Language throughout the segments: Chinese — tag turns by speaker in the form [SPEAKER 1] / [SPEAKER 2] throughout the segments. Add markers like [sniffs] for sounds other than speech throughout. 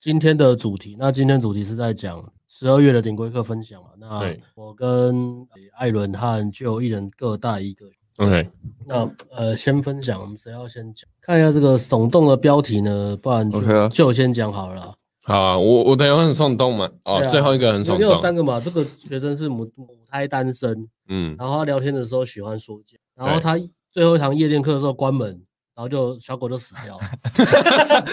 [SPEAKER 1] 今天的主题，那今天主题是在讲十二月的顶规课分享嘛。那
[SPEAKER 2] 对
[SPEAKER 1] 我跟艾伦和就一人各带一个。
[SPEAKER 2] OK，
[SPEAKER 1] 那呃，先分享，我们谁要先讲？看一下这个耸动的标题呢，不然就
[SPEAKER 3] OK 啊
[SPEAKER 1] 就先讲好了啦。
[SPEAKER 2] 好啊，我我等一下很耸动嘛，哦，
[SPEAKER 1] 对啊
[SPEAKER 2] 最后一个很耸
[SPEAKER 1] 因为有三
[SPEAKER 2] 动，
[SPEAKER 1] 个嘛，这个学生是母母胎单身，
[SPEAKER 2] 嗯，
[SPEAKER 1] 然后他聊天的时候喜欢说教，然后
[SPEAKER 2] 对
[SPEAKER 1] 他最后一堂夜店课的时候关门，然后就小狗就死掉
[SPEAKER 2] [laughs]
[SPEAKER 1] 了。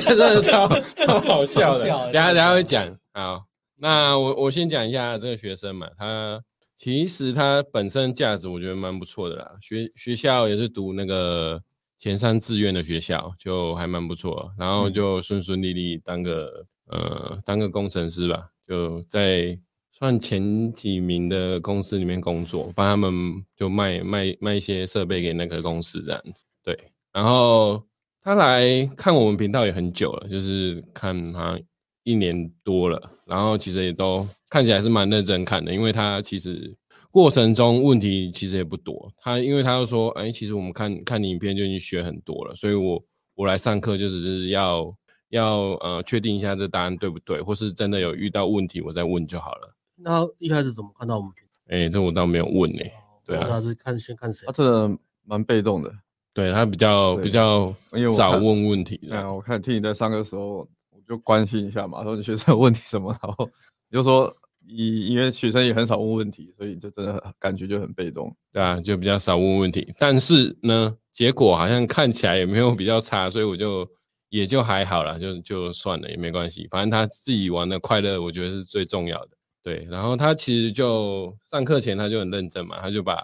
[SPEAKER 2] 这真的超超好笑
[SPEAKER 1] 超
[SPEAKER 2] 的，
[SPEAKER 1] 屌的
[SPEAKER 2] 等一下等一下会讲。好，那我我先讲一下这个学生嘛，他其实他本身价值我觉得蛮不错的啦，学学校也是读那个前三志愿的学校，就还蛮不错，然后就顺顺利利当个、呃当个工程师吧，就在。算前几名的公司里面工作，帮他们就卖卖卖一些设备给那个公司这样子。对，然后他来看我们频道也很久了，就是看他一年多了，然后其实也都看起来是蛮认真看的，因为他其实过程中问题其实也不多。他因为他就说，哎，其实我们看看你影片就已经学很多了，所以我我来上课就只是要要呃确定一下这答案对不对，或是真的有遇到问题我再问就好了。
[SPEAKER 1] 那一开始怎么看到我们频道？
[SPEAKER 2] 哎，这我倒没有问呢、
[SPEAKER 3] 哦
[SPEAKER 2] 对啊
[SPEAKER 1] 那是看先看谁
[SPEAKER 3] 他？真的蛮被动的。
[SPEAKER 2] 对他比较
[SPEAKER 3] 对
[SPEAKER 2] 比较
[SPEAKER 3] 因为我
[SPEAKER 2] 少
[SPEAKER 3] 看
[SPEAKER 2] 问问题
[SPEAKER 3] 对啊，
[SPEAKER 2] 的，
[SPEAKER 3] 我看听你在上课的时候，我就关心一下嘛，说你学生有问题什么，然后你就说你因为学生也很少问问题，所以就真的很感觉就很被动。
[SPEAKER 2] 对啊，就比较少问问题。但是呢，结果好像看起来也没有比较差，所以我就也就还好啦，就就算了，也没关系。反正他自己玩的快乐，我觉得是最重要的。对，然后他其实就上课前他就很认真嘛，他就把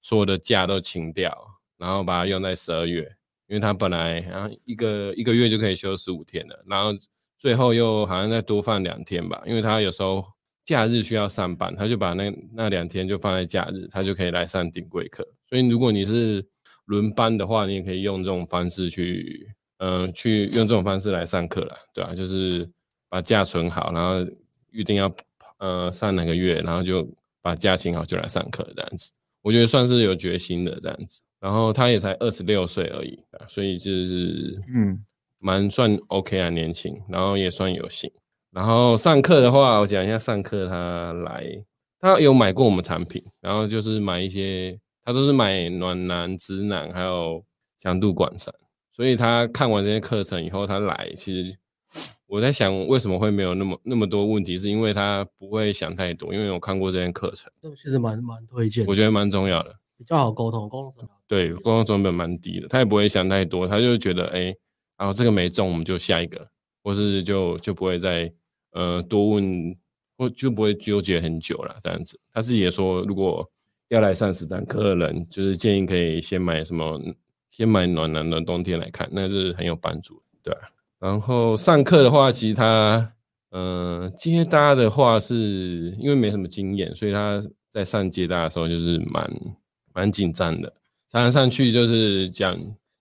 [SPEAKER 2] 所有的假都请掉，然后把它用在十二月，因为他本来啊一个一个月就可以休十五天了，然后最后又好像再多放两天吧，因为他有时候假日需要上班，他就把那那两天就放在假日，他就可以来上顶规课。所以如果你是轮班的话，你也可以用这种方式去，嗯、去用这种方式来上课啦，对吧、就是把假存好，然后预定要呃上哪个月，然后就把假请好就来上课这样子。我觉得算是有决心的这样子。然后他也才二十六岁而已，啊所以就是
[SPEAKER 3] 嗯，
[SPEAKER 2] 蛮算 OK 啊，年轻，然后也算有型。然后上课的话，我讲一下上课他来，他有买过我们产品，然后就是买一些，他都是买暖男、直男还有强度管散。所以他看完这些课程以后，他来，其实我在想为什么会没有那么那么多问题，是因为他不会想太多，因为我看过这些课程，
[SPEAKER 1] 这个其实蛮蛮推荐的，
[SPEAKER 2] 我觉得蛮重要的。
[SPEAKER 1] 比较好沟通，沟通成本
[SPEAKER 2] 对，沟通成本蛮低的，他也不会想太多，他就觉得哎，然、后这个没中，我们就下一个，或是就就不会再呃多问，或就不会纠结很久了这样子。他自己也说，如果要来上实战课的人，就是建议可以先买什么，先买暖男的冬天来看，那是很有帮助的，对啊、然后上课的话，其实他呃接搭的话是，因为没什么经验，所以他在上接搭的时候就是蛮蛮紧张的。常常上去就是讲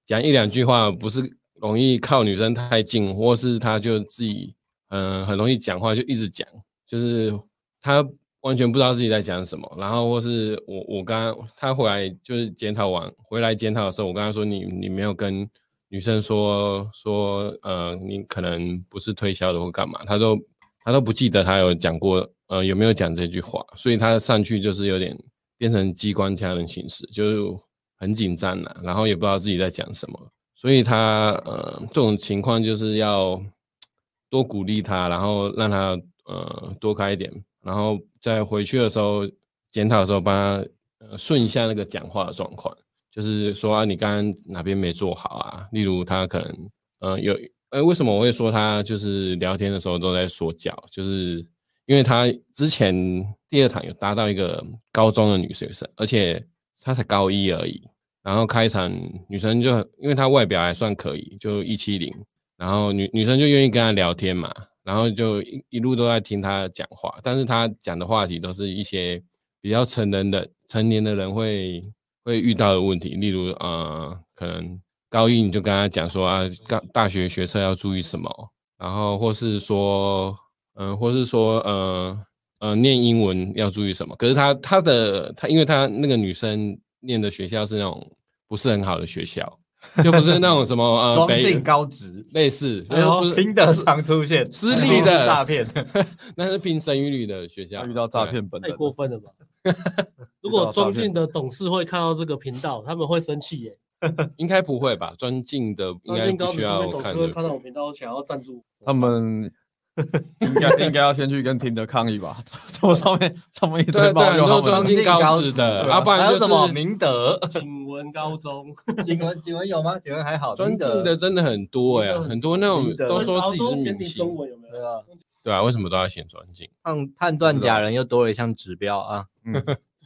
[SPEAKER 2] 讲一两句话，不是容易靠女生太近，或是他就自己嗯、呃很容易讲话就一直讲，就是他完全不知道自己在讲什么。然后或是我我刚刚他回来就是检讨完回来检讨的时候，我跟他说你你没有跟女生说说呃你可能不是推销的或干嘛，他都他都不记得他有讲过呃有没有讲这句话，所以他上去就是有点变成机关枪的形式，就是很紧张了，然后也不知道自己在讲什么，所以他呃这种情况就是要多鼓励他，然后让他呃多开一点，然后在回去的时候检讨的时候帮他呃顺一下那个讲话的状况，就是说啊你刚刚哪边没做好啊，例如他可能呃有呃为什么我会说他就是聊天的时候都在说教，就是因为他之前第二堂有搭到一个高中的女学生，而且她才高一而已。然后开场女生就很因为她外表还算可以，就一七零，然后女女生就愿意跟她聊天嘛，然后就一一路都在听她讲话，但是她讲的话题都是一些比较成人的成年的人会会遇到的问题，例如呃，可能高一你就跟她讲说啊，大大学学车要注意什么，然后或是说嗯、呃或是说呃呃，念英文要注意什么？可是他他的他，因为他那个女生念的学校是那种不是很好的学校，就不是那种什么呃
[SPEAKER 4] 装
[SPEAKER 2] 北
[SPEAKER 4] 进高职，
[SPEAKER 2] 类似，
[SPEAKER 4] 哎呦
[SPEAKER 2] 不是
[SPEAKER 4] 听得
[SPEAKER 2] 是
[SPEAKER 4] 常出现，
[SPEAKER 2] 私
[SPEAKER 4] 很
[SPEAKER 2] 立
[SPEAKER 4] 多是
[SPEAKER 2] 的
[SPEAKER 4] 诈骗，
[SPEAKER 2] [laughs] 那是拼生育率的学校
[SPEAKER 3] 他遇到诈
[SPEAKER 2] 对啊
[SPEAKER 3] 骗本
[SPEAKER 1] 太
[SPEAKER 3] 人
[SPEAKER 1] 过
[SPEAKER 3] 了，
[SPEAKER 1] 分了
[SPEAKER 2] [laughs]
[SPEAKER 1] 吧？如果中进的董事会看到这个频道，他们会生气耶。
[SPEAKER 2] 应该不会吧？专进的
[SPEAKER 1] 中
[SPEAKER 2] 应该
[SPEAKER 1] 进
[SPEAKER 2] 不
[SPEAKER 1] 高职
[SPEAKER 2] 需
[SPEAKER 1] 会
[SPEAKER 2] 要
[SPEAKER 1] 董
[SPEAKER 2] 看
[SPEAKER 1] 事
[SPEAKER 2] 的
[SPEAKER 1] 会，看到我频道想要赞助我，
[SPEAKER 3] 他们应该应该要先去跟听德抗议吧？怎么上面上面一堆
[SPEAKER 2] 对
[SPEAKER 3] 爆
[SPEAKER 2] 对，
[SPEAKER 3] 料
[SPEAKER 2] 都
[SPEAKER 3] 他
[SPEAKER 2] 装
[SPEAKER 3] 们的？
[SPEAKER 2] 进高职的，
[SPEAKER 4] 对
[SPEAKER 2] 啊，不然
[SPEAKER 4] 还
[SPEAKER 2] 就
[SPEAKER 4] 有什么
[SPEAKER 2] 是 [laughs]
[SPEAKER 4] 明德？
[SPEAKER 1] 景文高中
[SPEAKER 4] 景文景文有吗？景文还好，
[SPEAKER 2] 专
[SPEAKER 4] 明
[SPEAKER 2] 进
[SPEAKER 4] 德
[SPEAKER 2] 的真的很多哎
[SPEAKER 1] 真的，很
[SPEAKER 2] 很多那种
[SPEAKER 4] 明
[SPEAKER 2] [laughs]
[SPEAKER 4] 德
[SPEAKER 2] 都说
[SPEAKER 1] 澳
[SPEAKER 2] 自
[SPEAKER 1] 洲
[SPEAKER 2] 己是
[SPEAKER 1] 简
[SPEAKER 2] 明
[SPEAKER 1] 体中
[SPEAKER 2] 星，
[SPEAKER 1] 文有没有？
[SPEAKER 4] 对啊，
[SPEAKER 2] 对啊，为什么都要写专进？
[SPEAKER 4] 判判断
[SPEAKER 3] 不知道
[SPEAKER 4] 假人又多了一项指标啊，
[SPEAKER 3] 嗯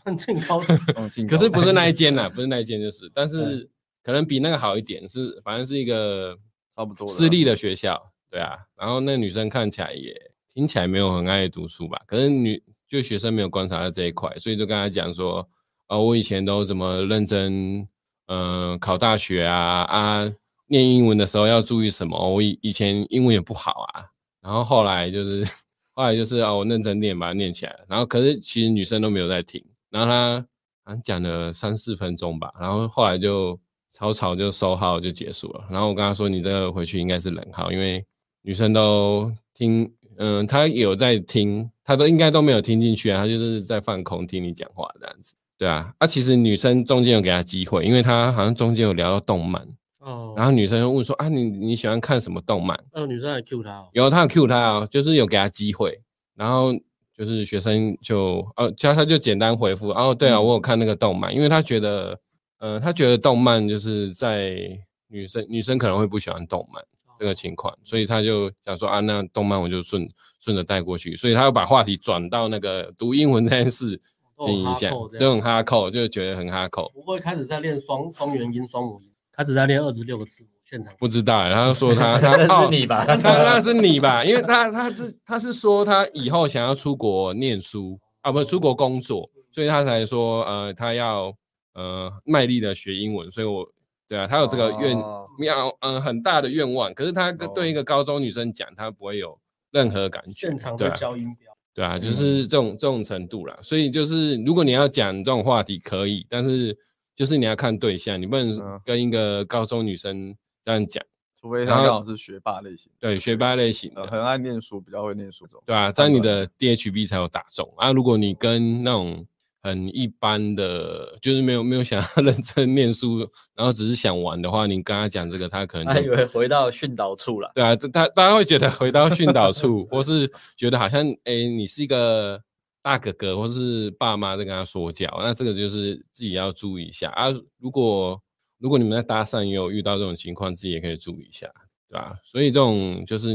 [SPEAKER 1] 中进高
[SPEAKER 2] [laughs]
[SPEAKER 1] 职
[SPEAKER 3] 装进
[SPEAKER 2] 可
[SPEAKER 3] 高
[SPEAKER 2] 是不是那一间呐，不是那一间就是，但
[SPEAKER 3] 嗯
[SPEAKER 2] 是可能比那个好一点，是反正是一个
[SPEAKER 3] 差不多了
[SPEAKER 2] 私立的学校，对啊。然后那女生看起来也听起来没有很爱读书吧，可是女就学生没有观察到这一块，所以就跟她讲说，啊，我以前都怎么认真，嗯、考大学啊啊，念英文的时候要注意什么？我以以前英文也不好啊，然后后来就是 [laughs] 后来就是啊，我认真念把它念起来了，然后可是其实女生都没有在听，然后她好像讲了三四分钟吧，然后后来就草草就收号就结束了。然后我跟她说，你这个回去应该是冷号，因为女生都听，嗯，她有在听，她都应该都没有听进去啊，她就是在放空听你讲话这样子。对啊，啊，其实女生中间有给她机会，因为她好像中间有聊到动漫，
[SPEAKER 1] 哦，
[SPEAKER 2] 然后女生就问说啊，你你喜欢看什么动漫？
[SPEAKER 1] 那个女生还 Q 他哦，
[SPEAKER 2] 有，他有 cue 他哦，就是有给他机会，然后就是学生就哦，他他就简单回复，哦，对
[SPEAKER 1] 嗯
[SPEAKER 2] 啊，我有看那个动漫，因为他觉得，呃，他觉得动漫就是在女生女生可能会不喜欢动漫这个情况，所以他就想说啊，那动漫我就顺顺着带过去，所以他又把话题转到那个读英文这件事
[SPEAKER 1] 哦
[SPEAKER 2] 进行一下，
[SPEAKER 1] 哈扣这样
[SPEAKER 2] 就很哈扣，就觉得很哈扣。
[SPEAKER 1] 不会开始在练双双元音、双母音，开始在练二十六个字母，现场
[SPEAKER 2] 不知道欸，他就
[SPEAKER 1] [laughs]
[SPEAKER 2] 说他他
[SPEAKER 4] [laughs] 那
[SPEAKER 2] 哦
[SPEAKER 4] 是你吧？
[SPEAKER 2] [laughs] 他那是你吧？因为他他是他是说他以后想要出国念书啊，不是出国工作，所以他才说呃，他要呃卖力的学英文，所以我对啊，他有这个愿
[SPEAKER 4] 哦
[SPEAKER 2] 要嗯、呃很大的愿望，可是他
[SPEAKER 4] 哦
[SPEAKER 2] 对一个高中女生讲，他不会有任何感觉
[SPEAKER 1] 现，场
[SPEAKER 2] 对
[SPEAKER 1] 在
[SPEAKER 2] 啊，
[SPEAKER 1] 教音标，
[SPEAKER 2] 对啊，
[SPEAKER 4] 嗯
[SPEAKER 2] 就是这种这种程度啦。所以就是如果你要讲这种话题可以，但是就是你要看对象，你不能
[SPEAKER 3] 嗯
[SPEAKER 2] 跟一个高中女生这样讲，
[SPEAKER 3] 除非
[SPEAKER 2] 然
[SPEAKER 3] 他
[SPEAKER 2] 后
[SPEAKER 3] 刚好是学霸类型，
[SPEAKER 2] 对，学霸类型的
[SPEAKER 4] 嗯
[SPEAKER 3] 呃，。很爱念书，比较会念书这种。
[SPEAKER 2] 对啊，这样你的 DHB 才有打中啊。如果你跟那种很一般的，就是没有没有想要 [laughs] 认真念书，然后只是想玩的话，你跟他讲这个，他可能
[SPEAKER 4] 他以
[SPEAKER 2] 就
[SPEAKER 4] 为回到训导处了，
[SPEAKER 2] 对啊，这他大家会觉得回到训导处， [laughs] 或是觉得好像哎、诶你是一个大哥哥，或是爸妈在跟他说教，那这个就是自己要注意一下啊。如果如果你们在搭讪也有遇到这种情况，自己也可以注意一下。对啊，所以这种就是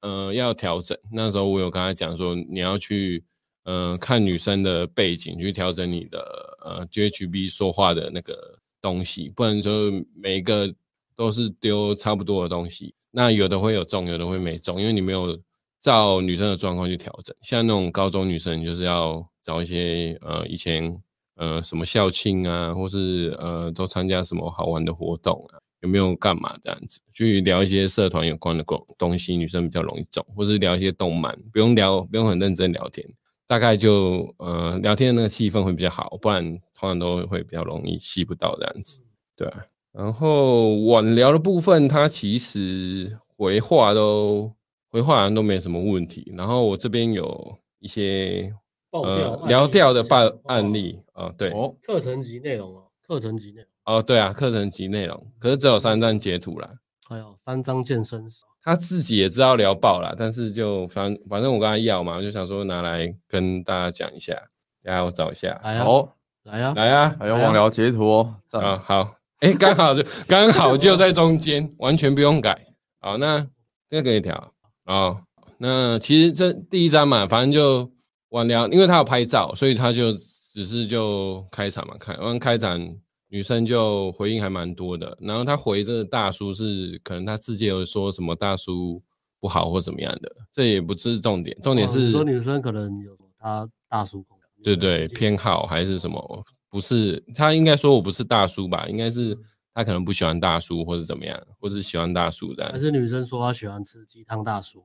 [SPEAKER 2] 呃要调整。那时候我有跟他讲说，你要去呃看女生的背景，去调整你的呃 GHB 说话的那个东西，不然说每一个都是丢差不多的东西。那有的会有中，有的会没中，因为你没有照女生的状况去调整。像那种高中女生，你就是要找一些呃以前呃什么校庆啊，或是呃都参加什么好玩的活动啊。有没有干嘛这样子，去聊一些社团有关的东东西，女生比较容易中，或是聊一些动漫，不用聊，不用很认真聊天，大概就呃聊天的那个气氛会比较好，不然通常都会比较容易吸不到这样子，
[SPEAKER 1] 嗯
[SPEAKER 2] 对啊。然后晚聊的部分，他其实回话都回话好像都没什么问题，然后我这边有一些
[SPEAKER 1] 爆掉
[SPEAKER 2] 呃
[SPEAKER 1] 案例
[SPEAKER 2] 聊掉的
[SPEAKER 1] 讲
[SPEAKER 2] 办
[SPEAKER 1] 的话
[SPEAKER 2] 案例啊、呃对，
[SPEAKER 3] 哦，
[SPEAKER 1] 课程级内容哦，课程级内容，
[SPEAKER 2] 哦对啊，课程及内容，可是只有三张截图啦。
[SPEAKER 1] 还有三张健身手，
[SPEAKER 2] 他自己也知道聊爆了，但是就反反正我跟他要嘛，我就想说拿来跟大家讲一下。等下我找一下，
[SPEAKER 1] 来啊，
[SPEAKER 3] 好，
[SPEAKER 1] 来啊，
[SPEAKER 2] 来啊，
[SPEAKER 3] 还有网聊截图哦，赞
[SPEAKER 2] 啊好，哎、刚好
[SPEAKER 1] [laughs]
[SPEAKER 2] 就刚好就在中间，完全不用改。好，那这个可以调哦。那其实这第一张嘛，反正就晚聊，因为他有拍照，所以他就只是就开场嘛，看完开场女生就回应还蛮多的，然后他回这个大叔是可能他自己有说什么大叔不好或怎么样的，这也不是重点，重点
[SPEAKER 1] 哦
[SPEAKER 2] 是
[SPEAKER 1] 你说女生可能有她大叔控，
[SPEAKER 2] 对
[SPEAKER 1] 呃
[SPEAKER 2] 对，偏好还是什么？不是，他应该说我不是大叔吧？应该
[SPEAKER 1] 嗯
[SPEAKER 2] 是他可能不喜欢大叔，或是怎么样，或是喜欢大叔的。
[SPEAKER 1] 还是女生说她喜欢吃鸡汤大叔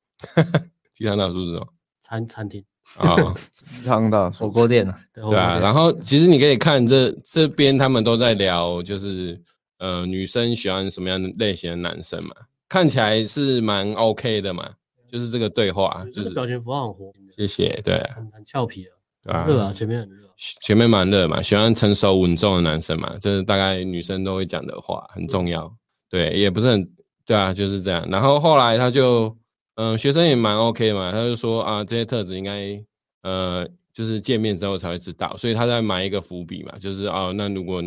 [SPEAKER 2] 鸡汤大
[SPEAKER 1] [laughs]
[SPEAKER 2] 叔是什么？
[SPEAKER 1] 餐餐厅，
[SPEAKER 2] 啊、
[SPEAKER 3] 鸡汤大
[SPEAKER 4] 火
[SPEAKER 3] 叔，
[SPEAKER 4] 锅店啊，
[SPEAKER 1] 对
[SPEAKER 2] 对啊。
[SPEAKER 1] 我
[SPEAKER 2] 然后其实你可以看这这边他们都在聊，就是呃女生喜欢什么样的类型的男生嘛，看起来是蛮 OK 的嘛，就是这个对话，
[SPEAKER 1] 这
[SPEAKER 2] 就
[SPEAKER 1] 个
[SPEAKER 2] 是
[SPEAKER 1] 表情符号很活，
[SPEAKER 2] 谢谢，对啊，
[SPEAKER 1] 很很俏皮啊，
[SPEAKER 2] 对啊，
[SPEAKER 1] 热啊，前面很热啊，
[SPEAKER 2] 前面蛮热嘛，喜欢成熟稳重的男生嘛，这是大概女生都会讲的话，很重要。对，也不是很对啊，就是这样。然后后来他就，嗯、学生也蛮 OK 嘛，他就说啊，这些特质应该，呃，就是见面之后才会知道，所以他在埋一个伏笔嘛，就是哦，那如果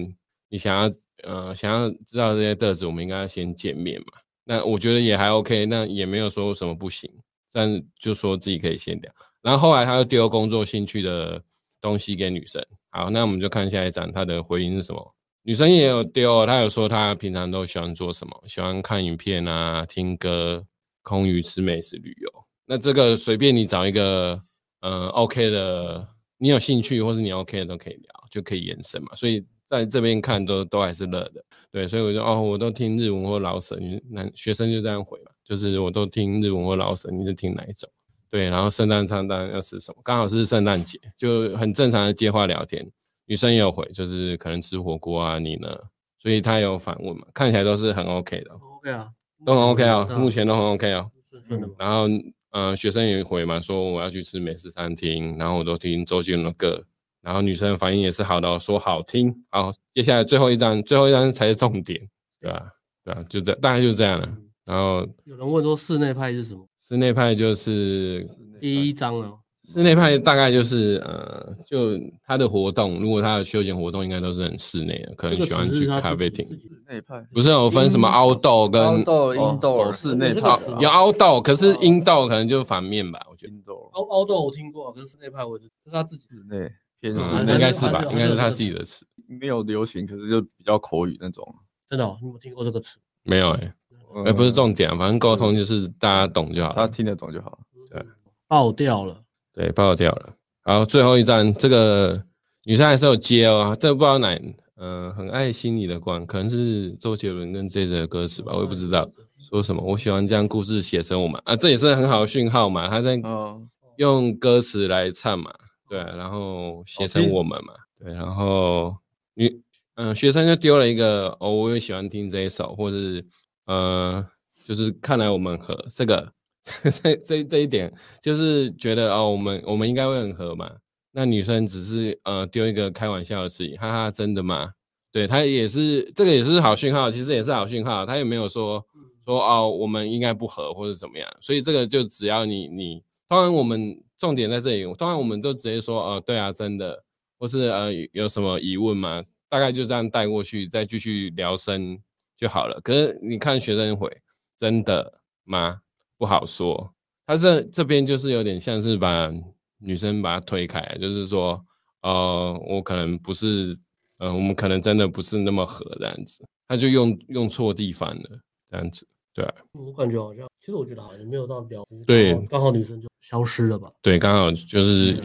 [SPEAKER 2] 你想要，呃，想要知道这些特质，我们应该要先见面嘛。那我觉得也还 OK，那也没有说什么不行，但就说自己可以先聊。然后后来他又丢工作兴趣的东西给女生。好，那我们就看下一章，他的回应是什么？女生也有丢，哦她有说她平常都喜欢做什么，喜欢看影片啊、听歌、空余吃美食、旅游。那这个随便你找一个，嗯、o k 的，你有兴趣或是你 OK 的都可以聊，就可以延伸嘛。所以在这边看都都还是乐的，对。所以我就哦，我都听日文或老舍，你男学生就这样回嘛，就是我都听日文或老舍，你是听哪一种？对，然后圣诞餐单要吃什么？刚好是圣诞节，就很正常的接话聊天。女生也有回，就是可能吃火锅啊，你呢？所以她有反问嘛，看起来都是很 OK 的，
[SPEAKER 1] 都 OK 啊，
[SPEAKER 2] 都很 OK 哦，
[SPEAKER 1] 对
[SPEAKER 2] 目前都很 OK 哦。
[SPEAKER 1] 顺顺的嘛，
[SPEAKER 2] 然后，呃，学生也回嘛，说我要去吃美食餐厅，然后我都听周杰伦的歌，然后女生反应也是好的哦，说好听。好，接下来最后一张，最后一张才是重点，对吧、对吧、啊就这，大概就这样了。
[SPEAKER 1] 嗯
[SPEAKER 2] 然后
[SPEAKER 1] 有人问说室内派是什么？
[SPEAKER 2] 室内派就是
[SPEAKER 1] 第一章啊，
[SPEAKER 2] 室内派大概就是呃，就他的活动，如果他的休闲活动，应该都是很室内的，可
[SPEAKER 1] 这
[SPEAKER 2] 能
[SPEAKER 1] 个
[SPEAKER 2] 喜欢
[SPEAKER 1] 只
[SPEAKER 2] 去
[SPEAKER 1] 是他
[SPEAKER 2] 咖
[SPEAKER 1] 自
[SPEAKER 2] 啡
[SPEAKER 1] 己
[SPEAKER 2] 厅
[SPEAKER 1] 自。己
[SPEAKER 3] 那一派
[SPEAKER 2] 不是有分什么凹豆跟
[SPEAKER 4] 凹豆、
[SPEAKER 3] 哦
[SPEAKER 4] indoor
[SPEAKER 3] 走室内
[SPEAKER 1] 这个
[SPEAKER 3] 派
[SPEAKER 1] 词
[SPEAKER 3] 啊
[SPEAKER 2] 有凹豆，可
[SPEAKER 1] 哦
[SPEAKER 2] 是阴豆可能就反面吧，我觉得。
[SPEAKER 3] indoor
[SPEAKER 1] 凹凹豆我听过，可是室内派我知这是他自己
[SPEAKER 3] 室内偏室
[SPEAKER 2] 嗯，
[SPEAKER 1] 那
[SPEAKER 2] 应
[SPEAKER 3] 内
[SPEAKER 2] 该是
[SPEAKER 1] 还
[SPEAKER 2] 吧
[SPEAKER 1] 是，有
[SPEAKER 2] 应该是他自己的词。
[SPEAKER 3] 没有流行，可是就比较口语那种。
[SPEAKER 1] 真的哦，你有没有听过这个词？
[SPEAKER 2] 没有哎，
[SPEAKER 3] 嗯
[SPEAKER 2] 哎，不是重点啊，反正沟通就是大家懂就好
[SPEAKER 3] 他
[SPEAKER 2] 了。
[SPEAKER 3] 听得懂就好。
[SPEAKER 2] 对，
[SPEAKER 1] 爆掉了，
[SPEAKER 2] 对，爆掉了。然后最后一张，这个女生还是有接哦，这不知道哪，嗯，很爱心里的光，可能是周杰伦跟 J J 的歌词吧，我也不知道。说什么？我喜欢将故事写生我嘛啊，这也是很好的讯号嘛。他在
[SPEAKER 3] 嗯，
[SPEAKER 2] 用歌词来唱嘛，对，啊然后写成我们嘛，对，然后女嗯、学生就丢了一个哦，我也喜欢听这一首，或是呃，就是看来我们很合这个 [laughs] 这这这一点，就是觉得哦，我们我们应该会很合嘛。那女生只是呃丢一个开玩笑的事情，哈哈，真的吗？对他也是这个也是好讯号，其实也是好讯号，他也没有说说哦我们应该不合或者怎么样，所以这个就只要你你，当然我们重点在这里，当然我们都直接说哦、呃对啊真的，或是呃有有什么疑问吗？大概就这样带过去，再继续聊深就好了。可是你看学生回真的吗？不好说，他这这边就是有点像是把女生把她推开，啊就是说呃我可能不是嗯，我们可能真的不是那么合这样子，他就用用错地方了，这样子，对啊
[SPEAKER 1] 我感觉好像，其实我觉得好像没有到聊，
[SPEAKER 2] 对
[SPEAKER 1] 刚好刚好女生就消失了吧，
[SPEAKER 2] 对，刚好就是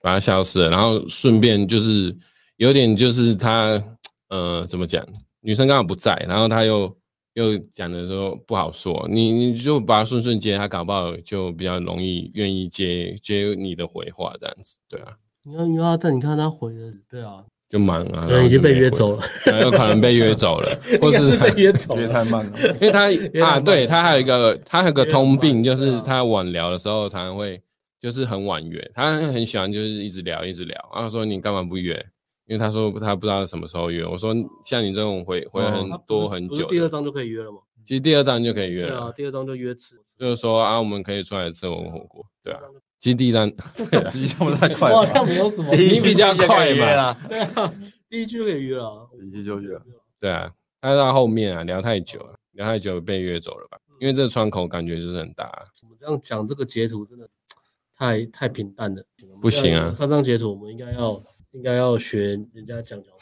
[SPEAKER 2] 把它消失了，然后顺便就是有点就是他呃怎么讲，女生刚好不在，然后他又又讲的说不好说，你你就把它顺顺接，他搞不好就比较容易愿意接接你的回话这样子，对啊，
[SPEAKER 1] 你看，你看他，但你看他回的，对啊，
[SPEAKER 2] 就忙啊，
[SPEAKER 1] 可能已经被约走
[SPEAKER 2] 了，
[SPEAKER 1] 了， [laughs]
[SPEAKER 2] 有可能被约走了，或
[SPEAKER 1] 应该
[SPEAKER 2] 是
[SPEAKER 1] 是被约走
[SPEAKER 3] 别
[SPEAKER 1] [laughs] 了。
[SPEAKER 3] 太慢 [laughs] 了。
[SPEAKER 2] [laughs] 因为他啊，
[SPEAKER 1] 晚
[SPEAKER 2] 对他还有一个，他还有个
[SPEAKER 1] 约
[SPEAKER 2] 通病，
[SPEAKER 1] 晚
[SPEAKER 2] 就是
[SPEAKER 1] 对啊
[SPEAKER 2] 他晚聊的时候，常常会就是很晚约。他很喜欢就是一直聊，一直聊。然后说你干嘛不约？因为他说他不知道什么时候约。我说像你这种回回
[SPEAKER 3] 哦
[SPEAKER 2] 很
[SPEAKER 1] 他不是
[SPEAKER 2] 多很
[SPEAKER 1] 不是
[SPEAKER 2] 久的，
[SPEAKER 1] 第二章就可以约了嘛？
[SPEAKER 2] 其实第二章就可以约
[SPEAKER 1] 对啊，
[SPEAKER 2] 了，
[SPEAKER 1] 第二章就约吃。
[SPEAKER 2] 就是说啊，我们可以出来吃火锅，对啊。其实第一章
[SPEAKER 3] 你讲的太快
[SPEAKER 1] 我好像
[SPEAKER 3] 了，
[SPEAKER 1] 没有什么，
[SPEAKER 2] [laughs] 你比较快
[SPEAKER 4] [laughs]
[SPEAKER 2] 嘛，
[SPEAKER 4] 嘛，
[SPEAKER 1] 对啊， [laughs] 第一句就可以约了，啊
[SPEAKER 3] 一句就约了
[SPEAKER 2] 对啊，他到后面啊聊太久了，聊太久被约走了吧？因为这个窗口感觉就是很大啊，
[SPEAKER 1] 我们这样讲这个截图真的太太平淡了，
[SPEAKER 2] 不行啊
[SPEAKER 1] 三张截图我们应该要应该要学人家讲讲，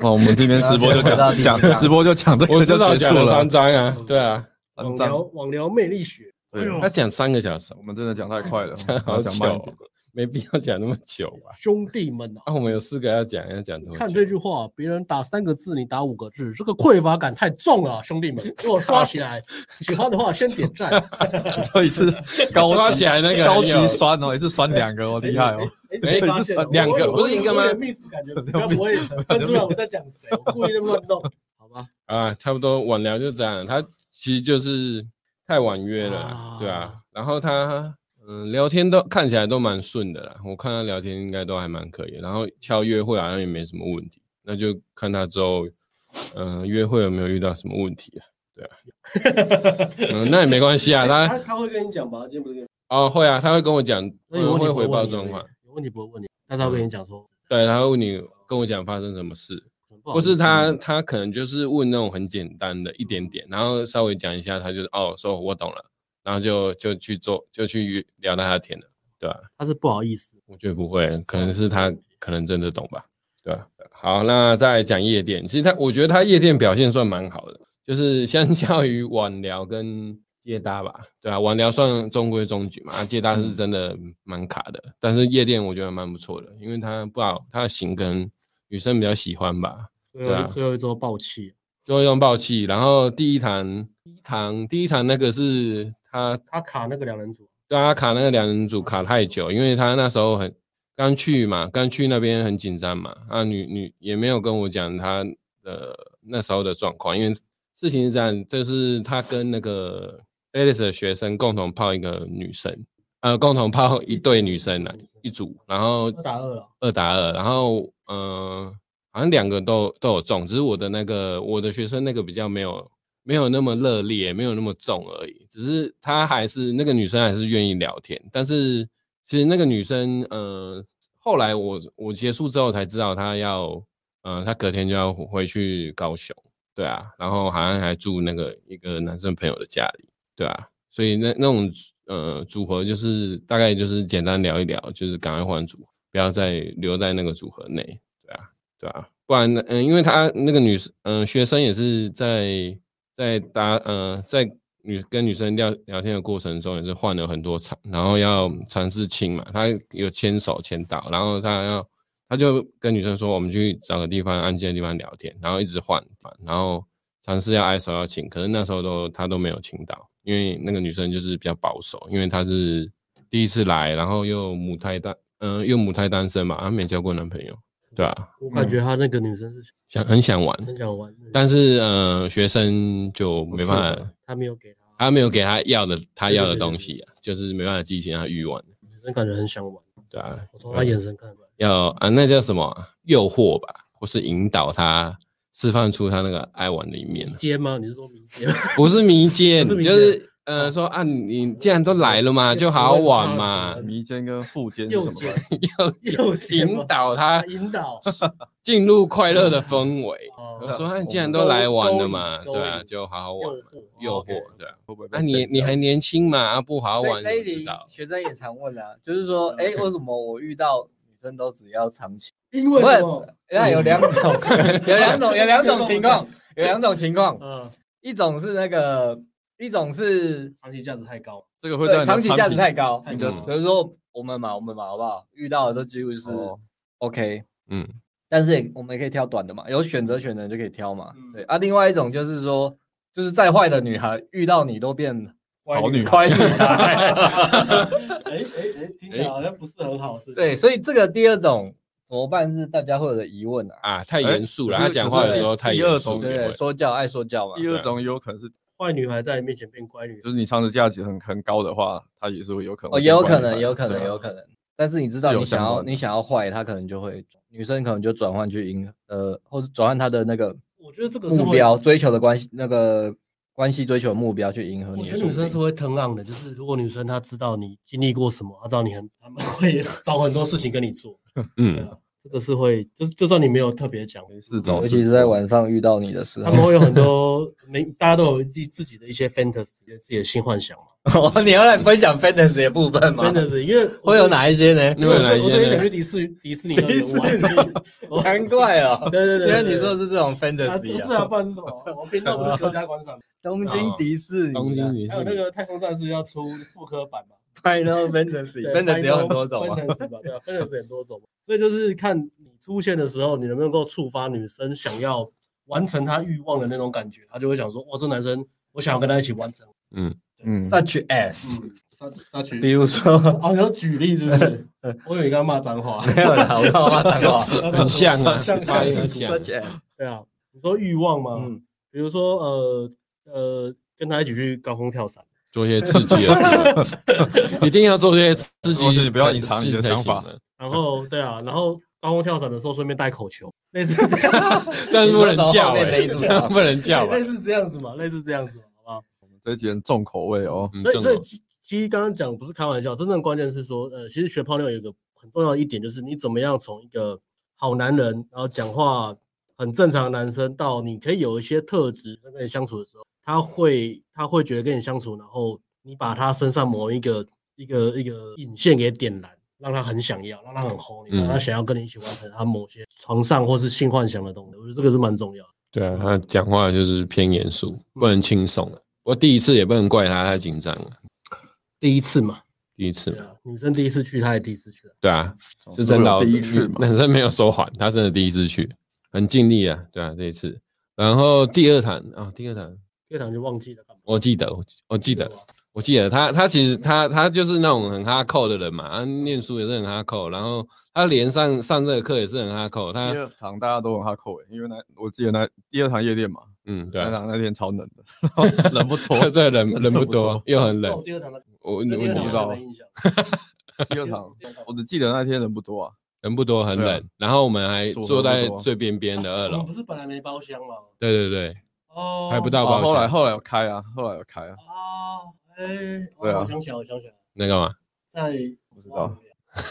[SPEAKER 3] 哦，我们今天直播就
[SPEAKER 4] 回到第一
[SPEAKER 3] 讲
[SPEAKER 4] 章
[SPEAKER 3] 讲直播就讲这
[SPEAKER 2] 我
[SPEAKER 3] 个
[SPEAKER 2] 至
[SPEAKER 3] 就
[SPEAKER 2] 少
[SPEAKER 3] 结
[SPEAKER 2] 讲
[SPEAKER 3] 束
[SPEAKER 2] 了
[SPEAKER 3] 了
[SPEAKER 2] 三。章啊，对啊，
[SPEAKER 1] 网
[SPEAKER 3] 三
[SPEAKER 1] 聊
[SPEAKER 3] 张，
[SPEAKER 1] 网聊魅力学，哎
[SPEAKER 3] 对，
[SPEAKER 1] 呦
[SPEAKER 2] 他讲三个小时
[SPEAKER 3] 我，们真的讲太 [laughs] 快了，
[SPEAKER 2] 讲
[SPEAKER 3] 我
[SPEAKER 2] 好
[SPEAKER 3] 们讲
[SPEAKER 2] 久
[SPEAKER 3] 慢一
[SPEAKER 2] 哦
[SPEAKER 3] 点。，
[SPEAKER 2] 没必要讲那么久吧？
[SPEAKER 1] 兄弟们啊！
[SPEAKER 2] 啊，我们有四个要讲，要讲多久？
[SPEAKER 1] 看这句话，别人打三个字，你打五个字，这个匮乏感太重了，兄弟们，给我刷起来！喜欢的话先点
[SPEAKER 2] [laughs]
[SPEAKER 1] 赞。
[SPEAKER 3] [laughs] 这一次
[SPEAKER 2] 刷
[SPEAKER 3] 高
[SPEAKER 2] 起
[SPEAKER 3] 级
[SPEAKER 2] 来那个
[SPEAKER 3] 高
[SPEAKER 2] 很有
[SPEAKER 3] 级酸哦，一次酸两个哦，厉害哦。
[SPEAKER 1] 哎！
[SPEAKER 2] 哎
[SPEAKER 1] 哎，发现了
[SPEAKER 3] 两
[SPEAKER 2] 个
[SPEAKER 1] 我
[SPEAKER 2] 不是一个吗
[SPEAKER 1] 我有 miss 感觉，你看我也分出来我在讲谁，我故意那么乱弄。好，吧？
[SPEAKER 2] 啊，差不多晚聊就这样。他其实就是太婉约了啦，对啊
[SPEAKER 1] 啊。
[SPEAKER 2] 然后他嗯，聊天都看起来都蛮顺的啦，我看他聊天应该都还蛮可以的。然后敲约会好像也没什么问题，那就看他之后嗯、约会有没有遇到什么问题啊？对
[SPEAKER 1] [laughs]
[SPEAKER 2] 啊，嗯，那也没关系啊。
[SPEAKER 1] 哎
[SPEAKER 2] 他
[SPEAKER 1] 他他会跟你讲吧？今天不是跟你
[SPEAKER 2] 哦会啊，他会跟我讲，
[SPEAKER 1] 那有
[SPEAKER 2] 嗯
[SPEAKER 1] 问题
[SPEAKER 2] 会
[SPEAKER 1] 不会
[SPEAKER 2] 回报
[SPEAKER 1] 问你
[SPEAKER 2] 状
[SPEAKER 1] 而已
[SPEAKER 2] 况，，
[SPEAKER 1] 有问题不会问你，但是他会跟你讲说，
[SPEAKER 2] 对，他会问你跟我讲发生什么事。
[SPEAKER 1] 不好
[SPEAKER 2] 或
[SPEAKER 1] 意
[SPEAKER 2] 是
[SPEAKER 1] 思嗯
[SPEAKER 2] 他他可能就是问那种很简单的一点点，然后稍微讲一下，他就是哦，说我懂了，然后就就去做，就去聊到他的天了，对吧、
[SPEAKER 1] 他是不好意思，
[SPEAKER 2] 我觉得不会，可能是他可能真的懂吧，对吧、好，那再来讲夜店，其实他我觉得他夜店表现算蛮好的，就是相较于晚聊跟接搭吧，对啊，晚聊算中规中矩嘛，啊接搭
[SPEAKER 1] 嗯
[SPEAKER 2] 是真的蛮卡的，但是夜店我觉得蛮不错的，因为他不好，他的型可能女生比较喜欢吧，
[SPEAKER 1] 最
[SPEAKER 2] 对啊
[SPEAKER 1] 后最后一周爆气，
[SPEAKER 2] 最后一用爆气，然后第一堂第一堂第一堂那个是他
[SPEAKER 1] 他卡那个两人组，
[SPEAKER 2] 对他卡那个两人组卡太久，因为他那时候很刚去嘛，刚去那边很紧张嘛，啊女女也没有跟我讲他的那时候的状况，因为事情是这样，就是他跟那个 Alice 的学生共同泡一个女生，呃，共同泡一对女生啊，一组，然后
[SPEAKER 1] 二打二啊了，
[SPEAKER 2] 二打二，然后嗯、呃好像两个都都有中，只是我的那个我的学生那个比较没有没有那么热烈，没有那么重而已。只是她还是那个女生还是愿意聊天，但是其实那个女生呃，后来我我结束之后才知道她要呃，她隔天就要回去高雄，对啊，然后好像还住那个一个男生朋友的家里，对啊，所以那那种呃组合就是大概就是简单聊一聊，就是赶快换组合。不要再留在那个组合内，对啊，对啊，不然呢嗯，因为他那个女生，嗯，学生也是在在搭，呃，在女跟女生聊聊天的过程中，也是换了很多场，然后要尝试亲嘛，他有牵手牵到，然后他要他就跟女生说，我们去找个地方安静的地方聊天，然后一直换，然后尝试要挨手要亲，可是那时候都他都没有亲到，因为那个女生就是比较保守，因为她是第一次来，然后又母胎单，嗯、又母胎单身嘛，她没交过男朋友，对啊，
[SPEAKER 1] 我感觉他那个女生是
[SPEAKER 2] 想很想玩，
[SPEAKER 1] 很想玩，
[SPEAKER 2] 但是呃，学生就没办
[SPEAKER 3] 不
[SPEAKER 2] 法，
[SPEAKER 1] 他没有给他，
[SPEAKER 2] 他没有给他要的他
[SPEAKER 1] 啊对对
[SPEAKER 2] 要的
[SPEAKER 1] 对
[SPEAKER 2] 东
[SPEAKER 1] 对
[SPEAKER 2] 西啊，就是没办法激起他欲望，
[SPEAKER 1] 女生感觉很想玩，
[SPEAKER 2] 对啊，
[SPEAKER 1] 我从他眼神看出来，
[SPEAKER 2] 要啊，那叫什么啊诱惑吧，或是引导他释放出他那个爱玩的一面啊
[SPEAKER 1] 迷奸吗？你是说迷奸？
[SPEAKER 2] [laughs] 不是迷奸，
[SPEAKER 1] 不是迷
[SPEAKER 2] 就
[SPEAKER 1] 奸
[SPEAKER 2] 是呃说啊，你既然都来了嘛，
[SPEAKER 1] 这
[SPEAKER 2] 就
[SPEAKER 1] 个
[SPEAKER 2] 好好
[SPEAKER 1] 词汇
[SPEAKER 2] 玩
[SPEAKER 1] 上
[SPEAKER 2] 嘛
[SPEAKER 1] 的，
[SPEAKER 3] 迷奸跟腹奸是
[SPEAKER 1] 右
[SPEAKER 3] 什么
[SPEAKER 1] 肩
[SPEAKER 3] 关系？
[SPEAKER 2] [laughs]
[SPEAKER 1] 右肩
[SPEAKER 2] 引
[SPEAKER 1] 吗啊
[SPEAKER 2] 导他
[SPEAKER 1] 引导，
[SPEAKER 2] 进入快乐的氛 [laughs] 围。我
[SPEAKER 1] 哦
[SPEAKER 2] 说，啊，
[SPEAKER 3] 我
[SPEAKER 2] 你既然
[SPEAKER 3] 们
[SPEAKER 2] 都
[SPEAKER 1] 勾
[SPEAKER 2] 来玩
[SPEAKER 1] 勾
[SPEAKER 2] 了
[SPEAKER 1] 引
[SPEAKER 2] 嘛，
[SPEAKER 1] 勾
[SPEAKER 2] 对啊，
[SPEAKER 1] 引
[SPEAKER 2] 就好好玩嘛，
[SPEAKER 1] 诱
[SPEAKER 2] 诱
[SPEAKER 1] 惑哦
[SPEAKER 2] 惑
[SPEAKER 1] ，OK，OK，
[SPEAKER 2] 对啊。
[SPEAKER 3] 会不会被
[SPEAKER 2] 啊，你
[SPEAKER 3] 干
[SPEAKER 2] 你
[SPEAKER 3] 掉
[SPEAKER 2] 还年轻嘛，啊，不好好
[SPEAKER 4] 所
[SPEAKER 2] 玩
[SPEAKER 4] 以
[SPEAKER 2] 怎
[SPEAKER 4] 这
[SPEAKER 2] 么
[SPEAKER 4] 一
[SPEAKER 2] 知
[SPEAKER 4] 题
[SPEAKER 2] 道？
[SPEAKER 4] 学生也常问啊，就是说，哎，为什么我遇到女生都只要长期？
[SPEAKER 1] 因为什么？
[SPEAKER 4] [laughs] 那哎有两种，有两种，有两种情况，有两种情况，
[SPEAKER 1] 嗯，
[SPEAKER 4] 一种是那个，一种是
[SPEAKER 1] 长期价值太高，
[SPEAKER 3] 这个会对你
[SPEAKER 4] 对
[SPEAKER 3] 的
[SPEAKER 4] 长期
[SPEAKER 3] 产
[SPEAKER 4] 价值
[SPEAKER 3] 品
[SPEAKER 4] 太高，
[SPEAKER 1] 太
[SPEAKER 2] 嗯
[SPEAKER 1] 高
[SPEAKER 4] 比
[SPEAKER 1] 了。
[SPEAKER 4] 如说我们嘛，我们嘛，好不好？遇到的时候几乎是
[SPEAKER 3] 哦
[SPEAKER 4] OK，
[SPEAKER 2] 嗯，
[SPEAKER 4] 但是也我们也可以挑短的嘛，有选择权的就可以挑嘛。
[SPEAKER 1] 嗯
[SPEAKER 4] 对啊，另外一种就是说，就是再坏的女孩遇到你都变
[SPEAKER 3] 好女孩
[SPEAKER 4] 乖
[SPEAKER 1] [laughs]
[SPEAKER 3] [laughs]
[SPEAKER 4] 女孩。
[SPEAKER 1] 哎哎哎，听起来好像不是很好是？
[SPEAKER 4] 对，，所以这个第二种怎么办是大家会有的疑问啊。
[SPEAKER 2] 啊，太
[SPEAKER 3] 哎
[SPEAKER 2] 严肃了，
[SPEAKER 3] 可
[SPEAKER 2] 他
[SPEAKER 3] 是
[SPEAKER 2] 讲
[SPEAKER 3] 可
[SPEAKER 2] 话
[SPEAKER 3] 是
[SPEAKER 2] 有时候太
[SPEAKER 3] 第
[SPEAKER 2] 严
[SPEAKER 3] 二
[SPEAKER 2] 肃
[SPEAKER 3] 种
[SPEAKER 2] 也
[SPEAKER 4] 对
[SPEAKER 2] 会，
[SPEAKER 4] 对，说教爱说教嘛。
[SPEAKER 3] 第二种有可能是，
[SPEAKER 1] 坏女孩在你面前变乖女
[SPEAKER 3] 就是你长期价值很很高的话，它也是会有可能
[SPEAKER 4] 哦，
[SPEAKER 3] 会
[SPEAKER 4] 也有
[SPEAKER 3] 变乖
[SPEAKER 4] 可能，
[SPEAKER 3] 女
[SPEAKER 4] 也
[SPEAKER 3] 孩
[SPEAKER 4] 有可能，
[SPEAKER 3] 对
[SPEAKER 4] 也
[SPEAKER 3] 啊
[SPEAKER 4] 有可能。但是你知道，
[SPEAKER 3] 是有
[SPEAKER 4] 你想
[SPEAKER 3] 相
[SPEAKER 4] 要
[SPEAKER 3] 关的
[SPEAKER 4] 你想要坏，她可能就会女生可能就转换去迎呃，或是转换她的那个
[SPEAKER 1] 我觉得这个是
[SPEAKER 4] 目
[SPEAKER 1] 会
[SPEAKER 4] 标追求的关系，那个关系追求的目标去迎合
[SPEAKER 1] 我
[SPEAKER 4] 你
[SPEAKER 1] 觉
[SPEAKER 4] 的
[SPEAKER 1] 得
[SPEAKER 4] 属
[SPEAKER 1] 女生是
[SPEAKER 4] 性。
[SPEAKER 1] 会疼爱的，就是如果女生她知道你经历过什么，她知道你很，她们会找很多事情跟你做。对
[SPEAKER 2] 嗯，
[SPEAKER 1] 啊，这个是会，就是就算你没有特别讲，
[SPEAKER 3] 没事找
[SPEAKER 4] 尤
[SPEAKER 3] 事
[SPEAKER 4] 其是
[SPEAKER 3] 做
[SPEAKER 4] 在晚上遇到你的
[SPEAKER 1] [laughs]
[SPEAKER 4] 时
[SPEAKER 1] 他们
[SPEAKER 4] 候，
[SPEAKER 1] 会有很 [laughs] 多，每大家都有自己自己的一些 fantasy，自己的性幻想嘛。
[SPEAKER 4] [laughs] 你要来分享 fantasy 的部分吗？
[SPEAKER 1] fantasy，因为
[SPEAKER 4] [laughs] 会有哪一些呢？
[SPEAKER 1] 因为我
[SPEAKER 2] 哪
[SPEAKER 1] 最
[SPEAKER 2] 一些
[SPEAKER 1] 我最近
[SPEAKER 2] 呢
[SPEAKER 1] 想去迪士 [laughs] 迪士尼乐园玩。我
[SPEAKER 4] [laughs] 难怪哦，
[SPEAKER 1] 对对对，
[SPEAKER 4] 原来你
[SPEAKER 1] 对
[SPEAKER 4] 说的是这种
[SPEAKER 1] 啊，不
[SPEAKER 4] fantasy
[SPEAKER 1] 是
[SPEAKER 4] 啊。
[SPEAKER 1] 啊，
[SPEAKER 4] [laughs]
[SPEAKER 1] 不然是什么？我频道不是国家观赏，
[SPEAKER 4] 东京迪士尼啊，
[SPEAKER 2] 东京也是
[SPEAKER 1] [laughs] 还有那个太空战士要出复刻版嘛？
[SPEAKER 4] Final
[SPEAKER 1] 对
[SPEAKER 4] fantasy，fantasy 有很多种啊。
[SPEAKER 1] ，fantasy 吧，对啊，fantasy 很多种嘛，所以就是看你出现的时候，你能不能够触发女生想要完成她欲望的那种感觉，她就会想说，哦哇，这男生，我想要跟他一起完成。
[SPEAKER 3] 嗯，
[SPEAKER 4] Such as，
[SPEAKER 1] 嗯，杀杀去。
[SPEAKER 4] 比如说 [laughs]
[SPEAKER 1] 哦，你要举例是不
[SPEAKER 2] [laughs]
[SPEAKER 1] 是？我以为你刚刚骂脏话，
[SPEAKER 4] 没有啦，我干嘛讲话？
[SPEAKER 2] 很像啊
[SPEAKER 1] 像
[SPEAKER 2] 发
[SPEAKER 1] [laughs]
[SPEAKER 2] 音
[SPEAKER 1] 像
[SPEAKER 2] 很像
[SPEAKER 4] Such as，
[SPEAKER 1] 对啊，你说欲望吗？
[SPEAKER 4] 嗯，
[SPEAKER 1] 比如说呃呃，跟他一起去高空跳伞，
[SPEAKER 2] 做一些刺激的事
[SPEAKER 4] [laughs]
[SPEAKER 2] 情，哦一定要做这些刺
[SPEAKER 3] 东西
[SPEAKER 2] 激，
[SPEAKER 3] 不要隐藏你的
[SPEAKER 2] 才
[SPEAKER 3] 想法
[SPEAKER 2] 行的，
[SPEAKER 1] 然
[SPEAKER 2] [laughs]
[SPEAKER 1] 后对啊，然后高空跳伞的时候顺便带口球，类似这
[SPEAKER 2] [laughs]
[SPEAKER 1] 样，
[SPEAKER 2] 但是不能叫
[SPEAKER 4] 你说从后面那
[SPEAKER 2] [laughs]
[SPEAKER 4] 一组啊
[SPEAKER 2] 欸，不能叫吧
[SPEAKER 1] [laughs] 类？似这样子嘛，类似这样子嘛，好不好？
[SPEAKER 3] 这几人重口味哦，
[SPEAKER 2] 嗯
[SPEAKER 1] 所以
[SPEAKER 2] 正
[SPEAKER 1] 所以
[SPEAKER 2] 好
[SPEAKER 1] 其其实刚刚讲不是开玩笑，真正关键是说，呃，其实学泡妞有一个很重要的一点，就是你怎么样从一个好男人，然后讲话很正常的男生，到你可以有一些特质，在跟你相处的时候，他会他会觉得跟你相处，然后你把他身上某一个一个一个引线给点燃。让他很想要，让他很红，你让他
[SPEAKER 2] 嗯
[SPEAKER 1] 想要跟你一起完成他某些床上或是性幻想的东西，我觉得这个是蛮重要的。
[SPEAKER 2] 对啊，他讲话就是偏严肃，
[SPEAKER 3] 嗯
[SPEAKER 2] 不能轻松啊。我第一次也不能怪他太紧张了，
[SPEAKER 1] 第一次嘛，
[SPEAKER 2] 第一次
[SPEAKER 1] 对
[SPEAKER 2] 嘛，
[SPEAKER 1] 啊，女生第一次去，她也第一次去啊，
[SPEAKER 2] 对啊，
[SPEAKER 3] 总
[SPEAKER 2] 是
[SPEAKER 3] 会
[SPEAKER 2] 真
[SPEAKER 3] 有
[SPEAKER 2] 的哦
[SPEAKER 3] 第一次嘛，
[SPEAKER 2] [laughs] 男生没有手环，他真的第一次去，很尽力啊，对啊，这一次。然后第二堂啊、第二堂
[SPEAKER 1] 第二场就忘记了干嘛。
[SPEAKER 2] 我记得，我记我记得
[SPEAKER 1] 对吧，
[SPEAKER 2] 我记得他，他其实他他就是那种很哈扣的人嘛，他念书也是很哈扣，然后他连上上这个课也是很哈扣，他
[SPEAKER 3] 第二堂大家都很哈扣诶，因为那我记得那第二堂夜店嘛，
[SPEAKER 2] 嗯对
[SPEAKER 3] 那
[SPEAKER 2] 啊， [laughs]
[SPEAKER 3] 堂那天超冷的，然后人不多。
[SPEAKER 2] 这人人不
[SPEAKER 3] 不
[SPEAKER 2] 多
[SPEAKER 3] [laughs] 多，
[SPEAKER 2] 又很
[SPEAKER 1] 那我
[SPEAKER 2] 冷，
[SPEAKER 1] 第二场的
[SPEAKER 2] 我我
[SPEAKER 1] 那第二
[SPEAKER 2] 你
[SPEAKER 1] 场
[SPEAKER 3] 不
[SPEAKER 1] 我
[SPEAKER 3] 知道
[SPEAKER 1] 还没印象。
[SPEAKER 3] 第二堂我只记得那天人不多啊，
[SPEAKER 2] 人不多，很
[SPEAKER 3] 对啊
[SPEAKER 2] 冷，然后我们还
[SPEAKER 3] 组合
[SPEAKER 2] 坐
[SPEAKER 3] 不
[SPEAKER 2] 在
[SPEAKER 3] 多啊
[SPEAKER 2] 最边边的二
[SPEAKER 1] 我们
[SPEAKER 2] 楼
[SPEAKER 1] 不，是本来没包厢啊吗？
[SPEAKER 2] 对对对，
[SPEAKER 1] 哦，
[SPEAKER 2] 还不到
[SPEAKER 3] 啊
[SPEAKER 2] 包
[SPEAKER 3] 后来
[SPEAKER 2] 厢，
[SPEAKER 3] 后来有开啊，后来有开啊，
[SPEAKER 1] 哦，哎，哦
[SPEAKER 3] 对啊
[SPEAKER 1] 我想起来，我想起来，
[SPEAKER 2] 那干嘛？
[SPEAKER 1] 在
[SPEAKER 3] 不知道，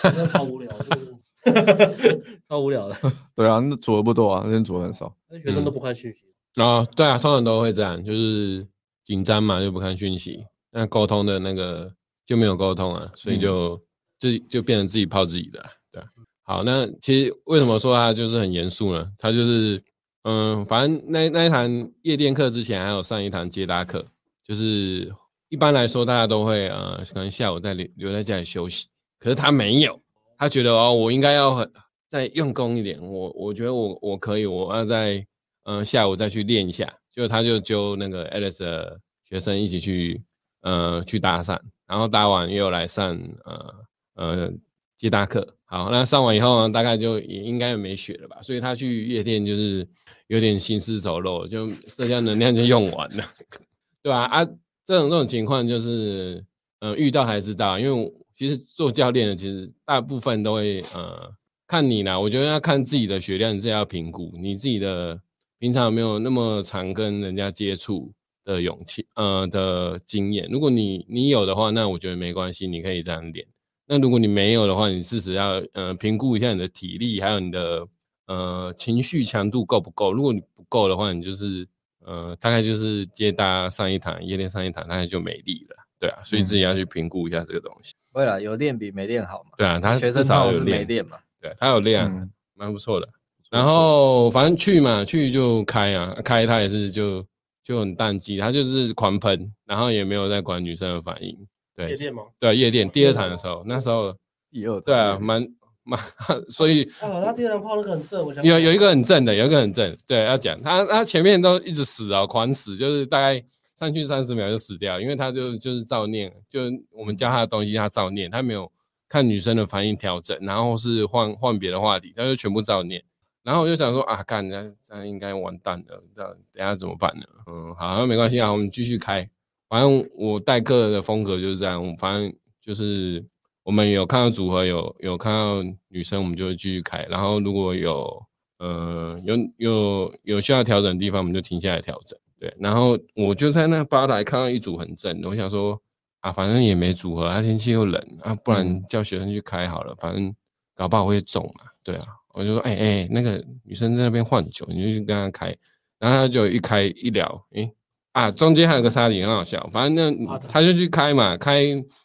[SPEAKER 1] 真的超无聊，就是
[SPEAKER 4] 超无聊的，
[SPEAKER 3] 对啊，那组的不多啊，那天组的很少，
[SPEAKER 1] 那学生都不看讯息，
[SPEAKER 2] 哦，对啊，通常都会这样，就是紧张嘛，就不看讯息，那沟通的那个就没有沟通啊，所以
[SPEAKER 3] 嗯
[SPEAKER 2] 就、就就变成自己泡自己的啊，对啊、好，那其实为什么说他就是很严肃呢？他就是嗯，反正那那一堂夜店课之前还有上一堂接搭课，就是一般来说大家都会呃，可能下午在留留在家里休息，可是他没有，他觉得哦，我应该要很再用功一点，我我觉得我我可以，我要在嗯，下午再去练一下。就他就揪那个 Alice 的学生一起去，呃，去搭讪，然后搭完又来上呃呃接搭课。好，那上完以后呢，大概就也应该没血了吧，所以他去夜店就是有点行尸走肉，就剩下能量就用完了， [laughs] 对吧、啊？这种这种情况就是，呃，遇到才知道，因为我其实做教练的其实大部分都会呃看你啦，我觉得要看自己的学量，你自己要评估你自己的平常有没有那么常跟人家接触的勇气，呃的经验。如果你你有的话，那我觉得没关系，你可以这样练。那如果你没有的话，你事实要呃评估一下你的体力，还有你的呃情绪强度够不够。如果你不够的话，你就是呃大概就是接搭上一堂，夜店上一堂，大概就没力了。对啊，所以自己
[SPEAKER 4] 嗯
[SPEAKER 2] 要去评估一下这个东西。
[SPEAKER 4] 会啦，有练比没练好嘛。
[SPEAKER 2] 对啊，他
[SPEAKER 4] 学
[SPEAKER 2] 至
[SPEAKER 4] 生
[SPEAKER 2] 少
[SPEAKER 4] 套
[SPEAKER 2] 有
[SPEAKER 4] 是没练嘛，
[SPEAKER 2] 对他有练啊、
[SPEAKER 3] 嗯
[SPEAKER 2] 蛮不错的。然后反正去嘛，去就开啊，开他也是就就很淡季，他就是狂喷，然后也没有在管女生的反应。对
[SPEAKER 1] 夜店吗？
[SPEAKER 2] 对，啊夜店第二场的时候，那时候
[SPEAKER 3] 第二堂
[SPEAKER 2] 对
[SPEAKER 3] 夜
[SPEAKER 2] 啊，
[SPEAKER 3] 店
[SPEAKER 2] 蛮蛮， [laughs] 所以
[SPEAKER 3] 嗯
[SPEAKER 1] 啊，他第二场泡那个很正，我想
[SPEAKER 2] 有有一个很正的，有一个很正，对，要讲他他前面都一直死啊，狂死，就是大概上去三十秒就死掉，因为他就就是照念，就我们教他的东西他照念，他没有看女生的反应调整，然后是换换别的话题，他就全部照念。然后我就想说啊，干，那这样应该完蛋了，那等下怎么办呢？嗯，好，那没关系啊，我们继续开。反正我代课的风格就是这样，反正就是我们有看到组合有有看到女生，我们就会继续开。然后如果有呃有有有需要调整的地方，我们就停下来调整。对，然后我就在那吧台看到一组很正的，我想说啊，反正也没组合，啊天气又冷啊，不
[SPEAKER 1] 嗯
[SPEAKER 2] 然叫学生去开好了，反正搞不好会中嘛。对啊，我就说哎哎、那个女生在那边换酒，你就去跟她开。然后他就一开一聊，诶、啊，中间还有个沙里很好笑，反正
[SPEAKER 1] 好
[SPEAKER 2] 那
[SPEAKER 1] 的
[SPEAKER 2] 他就去开嘛，开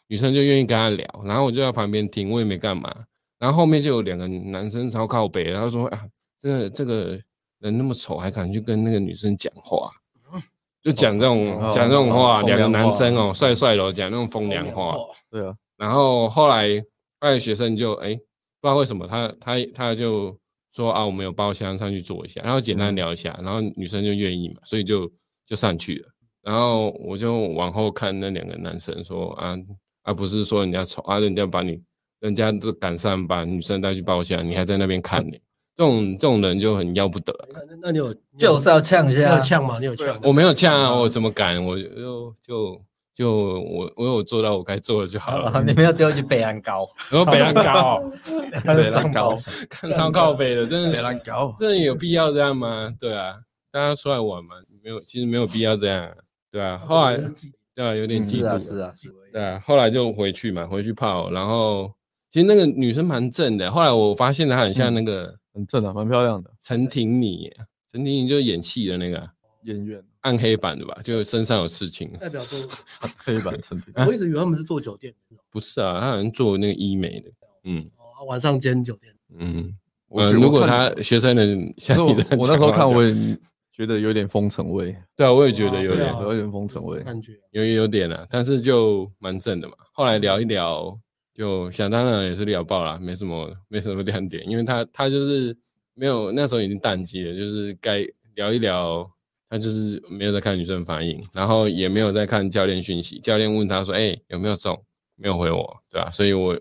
[SPEAKER 2] 女生就愿意跟他聊，然后我就在旁边听，我也没干嘛。然后后面就有两个男生超靠北，然后说啊，这个这个人那么丑，还敢去跟那个女生讲话，就讲这种
[SPEAKER 3] 哦
[SPEAKER 2] 讲这种话，
[SPEAKER 3] 风
[SPEAKER 2] 两个
[SPEAKER 3] 凉
[SPEAKER 2] 男
[SPEAKER 3] 话嗯
[SPEAKER 2] 生哦，帅帅的哦讲那种风
[SPEAKER 1] 风
[SPEAKER 2] 凉话。
[SPEAKER 3] 对啊，
[SPEAKER 2] 然后后来那个学生就哎、不知道为什么他他他就说啊，我们有包厢上去坐一下，然后简单
[SPEAKER 3] 嗯
[SPEAKER 2] 聊一下，然后女生就愿意嘛，所以就就上去了。然后我就往后看那两个男生说啊啊，不是说人家丑啊，人家把你人家都赶上把女生带去包厢，你还在那边看呢、这种这种人 [laughs] 就很要不得啊、
[SPEAKER 1] 那那那你有你有
[SPEAKER 4] 就是要呛一
[SPEAKER 1] 你
[SPEAKER 4] 下
[SPEAKER 1] 有，呛吗？你有
[SPEAKER 3] 对啊
[SPEAKER 1] 呛？
[SPEAKER 2] 我没有呛啊，
[SPEAKER 1] 我
[SPEAKER 2] 我怎么敢？我就就就我我有做到我该做的就 [laughs] 好了。
[SPEAKER 4] [laughs] 你们要丢去北岸高，
[SPEAKER 2] 然后北浪 [laughs] 高，
[SPEAKER 3] 北兰高，
[SPEAKER 2] 看超靠北的，真
[SPEAKER 3] 北
[SPEAKER 2] 的
[SPEAKER 3] 兰高，
[SPEAKER 2] 真的有必要这样吗？对啊，大家出来玩嘛，没有其实没有必要这样、啊，对啊。后来对啊，有点
[SPEAKER 3] 嗯
[SPEAKER 2] 嫉
[SPEAKER 4] 是
[SPEAKER 2] 妒啊、
[SPEAKER 4] 啊是啊，是
[SPEAKER 2] 对啊，后来就回去嘛，回去泡，然后其实那个女生蛮正的，后来我发现她很像那个
[SPEAKER 3] 很正啊，蛮漂亮的
[SPEAKER 2] 陈婷妮耶，陈婷妮就演戏的那个啊、
[SPEAKER 3] 演员，
[SPEAKER 2] 暗黑版的吧，就身上有刺青。
[SPEAKER 1] 代表作，
[SPEAKER 3] 黑板成绩。
[SPEAKER 2] 啊
[SPEAKER 1] 我一直以为他们是做酒店的，
[SPEAKER 2] 不是啊，她好像做那个医美的，嗯
[SPEAKER 1] 哦，晚上兼酒店。
[SPEAKER 2] 嗯。
[SPEAKER 3] 我
[SPEAKER 2] 呃
[SPEAKER 3] 觉得
[SPEAKER 2] 如
[SPEAKER 3] 我
[SPEAKER 2] 果
[SPEAKER 3] 看
[SPEAKER 2] 他学生能
[SPEAKER 3] 可
[SPEAKER 2] 像
[SPEAKER 3] 是我
[SPEAKER 2] 你这样
[SPEAKER 3] 我那时候
[SPEAKER 2] 讲话
[SPEAKER 3] 看
[SPEAKER 2] 啊就
[SPEAKER 3] 我也觉得有点风尘味，
[SPEAKER 2] 对啊，我也觉得
[SPEAKER 1] 哇
[SPEAKER 2] 有
[SPEAKER 1] 对
[SPEAKER 2] 点、
[SPEAKER 1] 啊
[SPEAKER 3] 有点风尘味。
[SPEAKER 1] 感觉
[SPEAKER 2] 有有点啊，但是就蛮正的嘛。后来聊一聊，就想当然也是聊爆啦，没什么没什么亮点，因为他他就是没有那时候已经淡季了，就是该聊一聊，他就是没有在看女生反应，然后也没有在看教练讯息。教练问他说：“哎、有没有中？”没有回我，对吧、所以我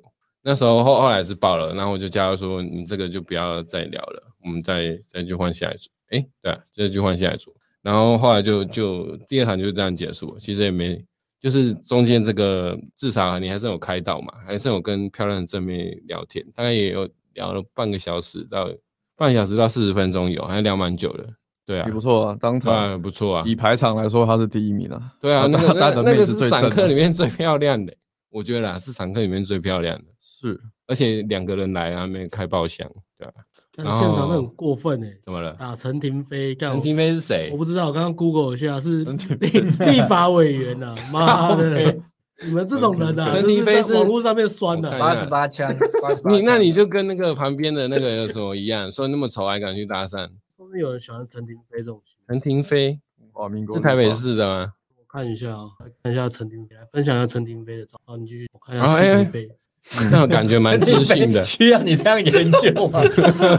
[SPEAKER 2] 那时候后后来是爆了，然后我就加他说：“你这个就不要再聊了，我们再再去换下一组。哎，对啊，再去换下一组。然后后来就就第二场就这样结束了，其实也没，就是中间这个至少你还是有开导嘛，还是有跟漂亮的正妹聊天，大概也有聊了半个小时到半小时到四十分钟有，还聊蛮久的，对啊
[SPEAKER 3] 也，不错啊，当
[SPEAKER 2] 啊
[SPEAKER 3] 场
[SPEAKER 2] 不错啊，
[SPEAKER 3] 以排场来说，他是第一名啊。
[SPEAKER 2] 对
[SPEAKER 3] [laughs]
[SPEAKER 2] 啊，那个
[SPEAKER 3] 大
[SPEAKER 2] 那
[SPEAKER 3] 的
[SPEAKER 2] 个那
[SPEAKER 3] 妹
[SPEAKER 2] 个
[SPEAKER 3] 子
[SPEAKER 2] 是
[SPEAKER 3] 最
[SPEAKER 2] 散
[SPEAKER 3] 正啊
[SPEAKER 2] 客
[SPEAKER 3] 的
[SPEAKER 2] 里面最漂亮的，我觉得啦是散客里面最漂亮的，
[SPEAKER 3] 是
[SPEAKER 2] 而且两个人来啊，没有开爆箱，对啊，
[SPEAKER 1] 看
[SPEAKER 2] 然
[SPEAKER 1] 现场
[SPEAKER 2] 后
[SPEAKER 1] 都很过分哎、
[SPEAKER 2] 怎么了？
[SPEAKER 1] 打陈廷飞干
[SPEAKER 2] 哦陈
[SPEAKER 1] 我
[SPEAKER 2] 廷飞是谁
[SPEAKER 1] 我？不知道，我刚刚 Google 一下是
[SPEAKER 3] 陈廷
[SPEAKER 1] 立立法委员呐、妈的
[SPEAKER 2] 靠，
[SPEAKER 1] 你们这种人呐、啊
[SPEAKER 2] 陈
[SPEAKER 1] 就
[SPEAKER 2] 廷
[SPEAKER 1] 是
[SPEAKER 2] 飞
[SPEAKER 1] 在
[SPEAKER 2] 是
[SPEAKER 1] 网络上面酸
[SPEAKER 2] 我
[SPEAKER 1] 的、啊
[SPEAKER 2] 看
[SPEAKER 4] 八十八枪，88
[SPEAKER 2] 你那
[SPEAKER 4] 枪
[SPEAKER 2] 你就跟那个旁边的那个有什么一样，说那么丑还敢去搭讪？
[SPEAKER 1] 说不定有人喜欢陈廷飞这种型。
[SPEAKER 2] 陈廷飞
[SPEAKER 3] 哇，民国
[SPEAKER 2] 是台北
[SPEAKER 3] 文化
[SPEAKER 2] 市的吗？
[SPEAKER 1] 我看一下啊、看一下陈廷飞，来分享一下陈廷飞的照。好，你继续，我看一
[SPEAKER 2] 啊
[SPEAKER 1] 下
[SPEAKER 2] 哎哎
[SPEAKER 1] 陈廷飞。
[SPEAKER 2] 那我感觉蛮自信
[SPEAKER 4] [laughs]
[SPEAKER 2] 的。
[SPEAKER 4] 需要你这样研究吗？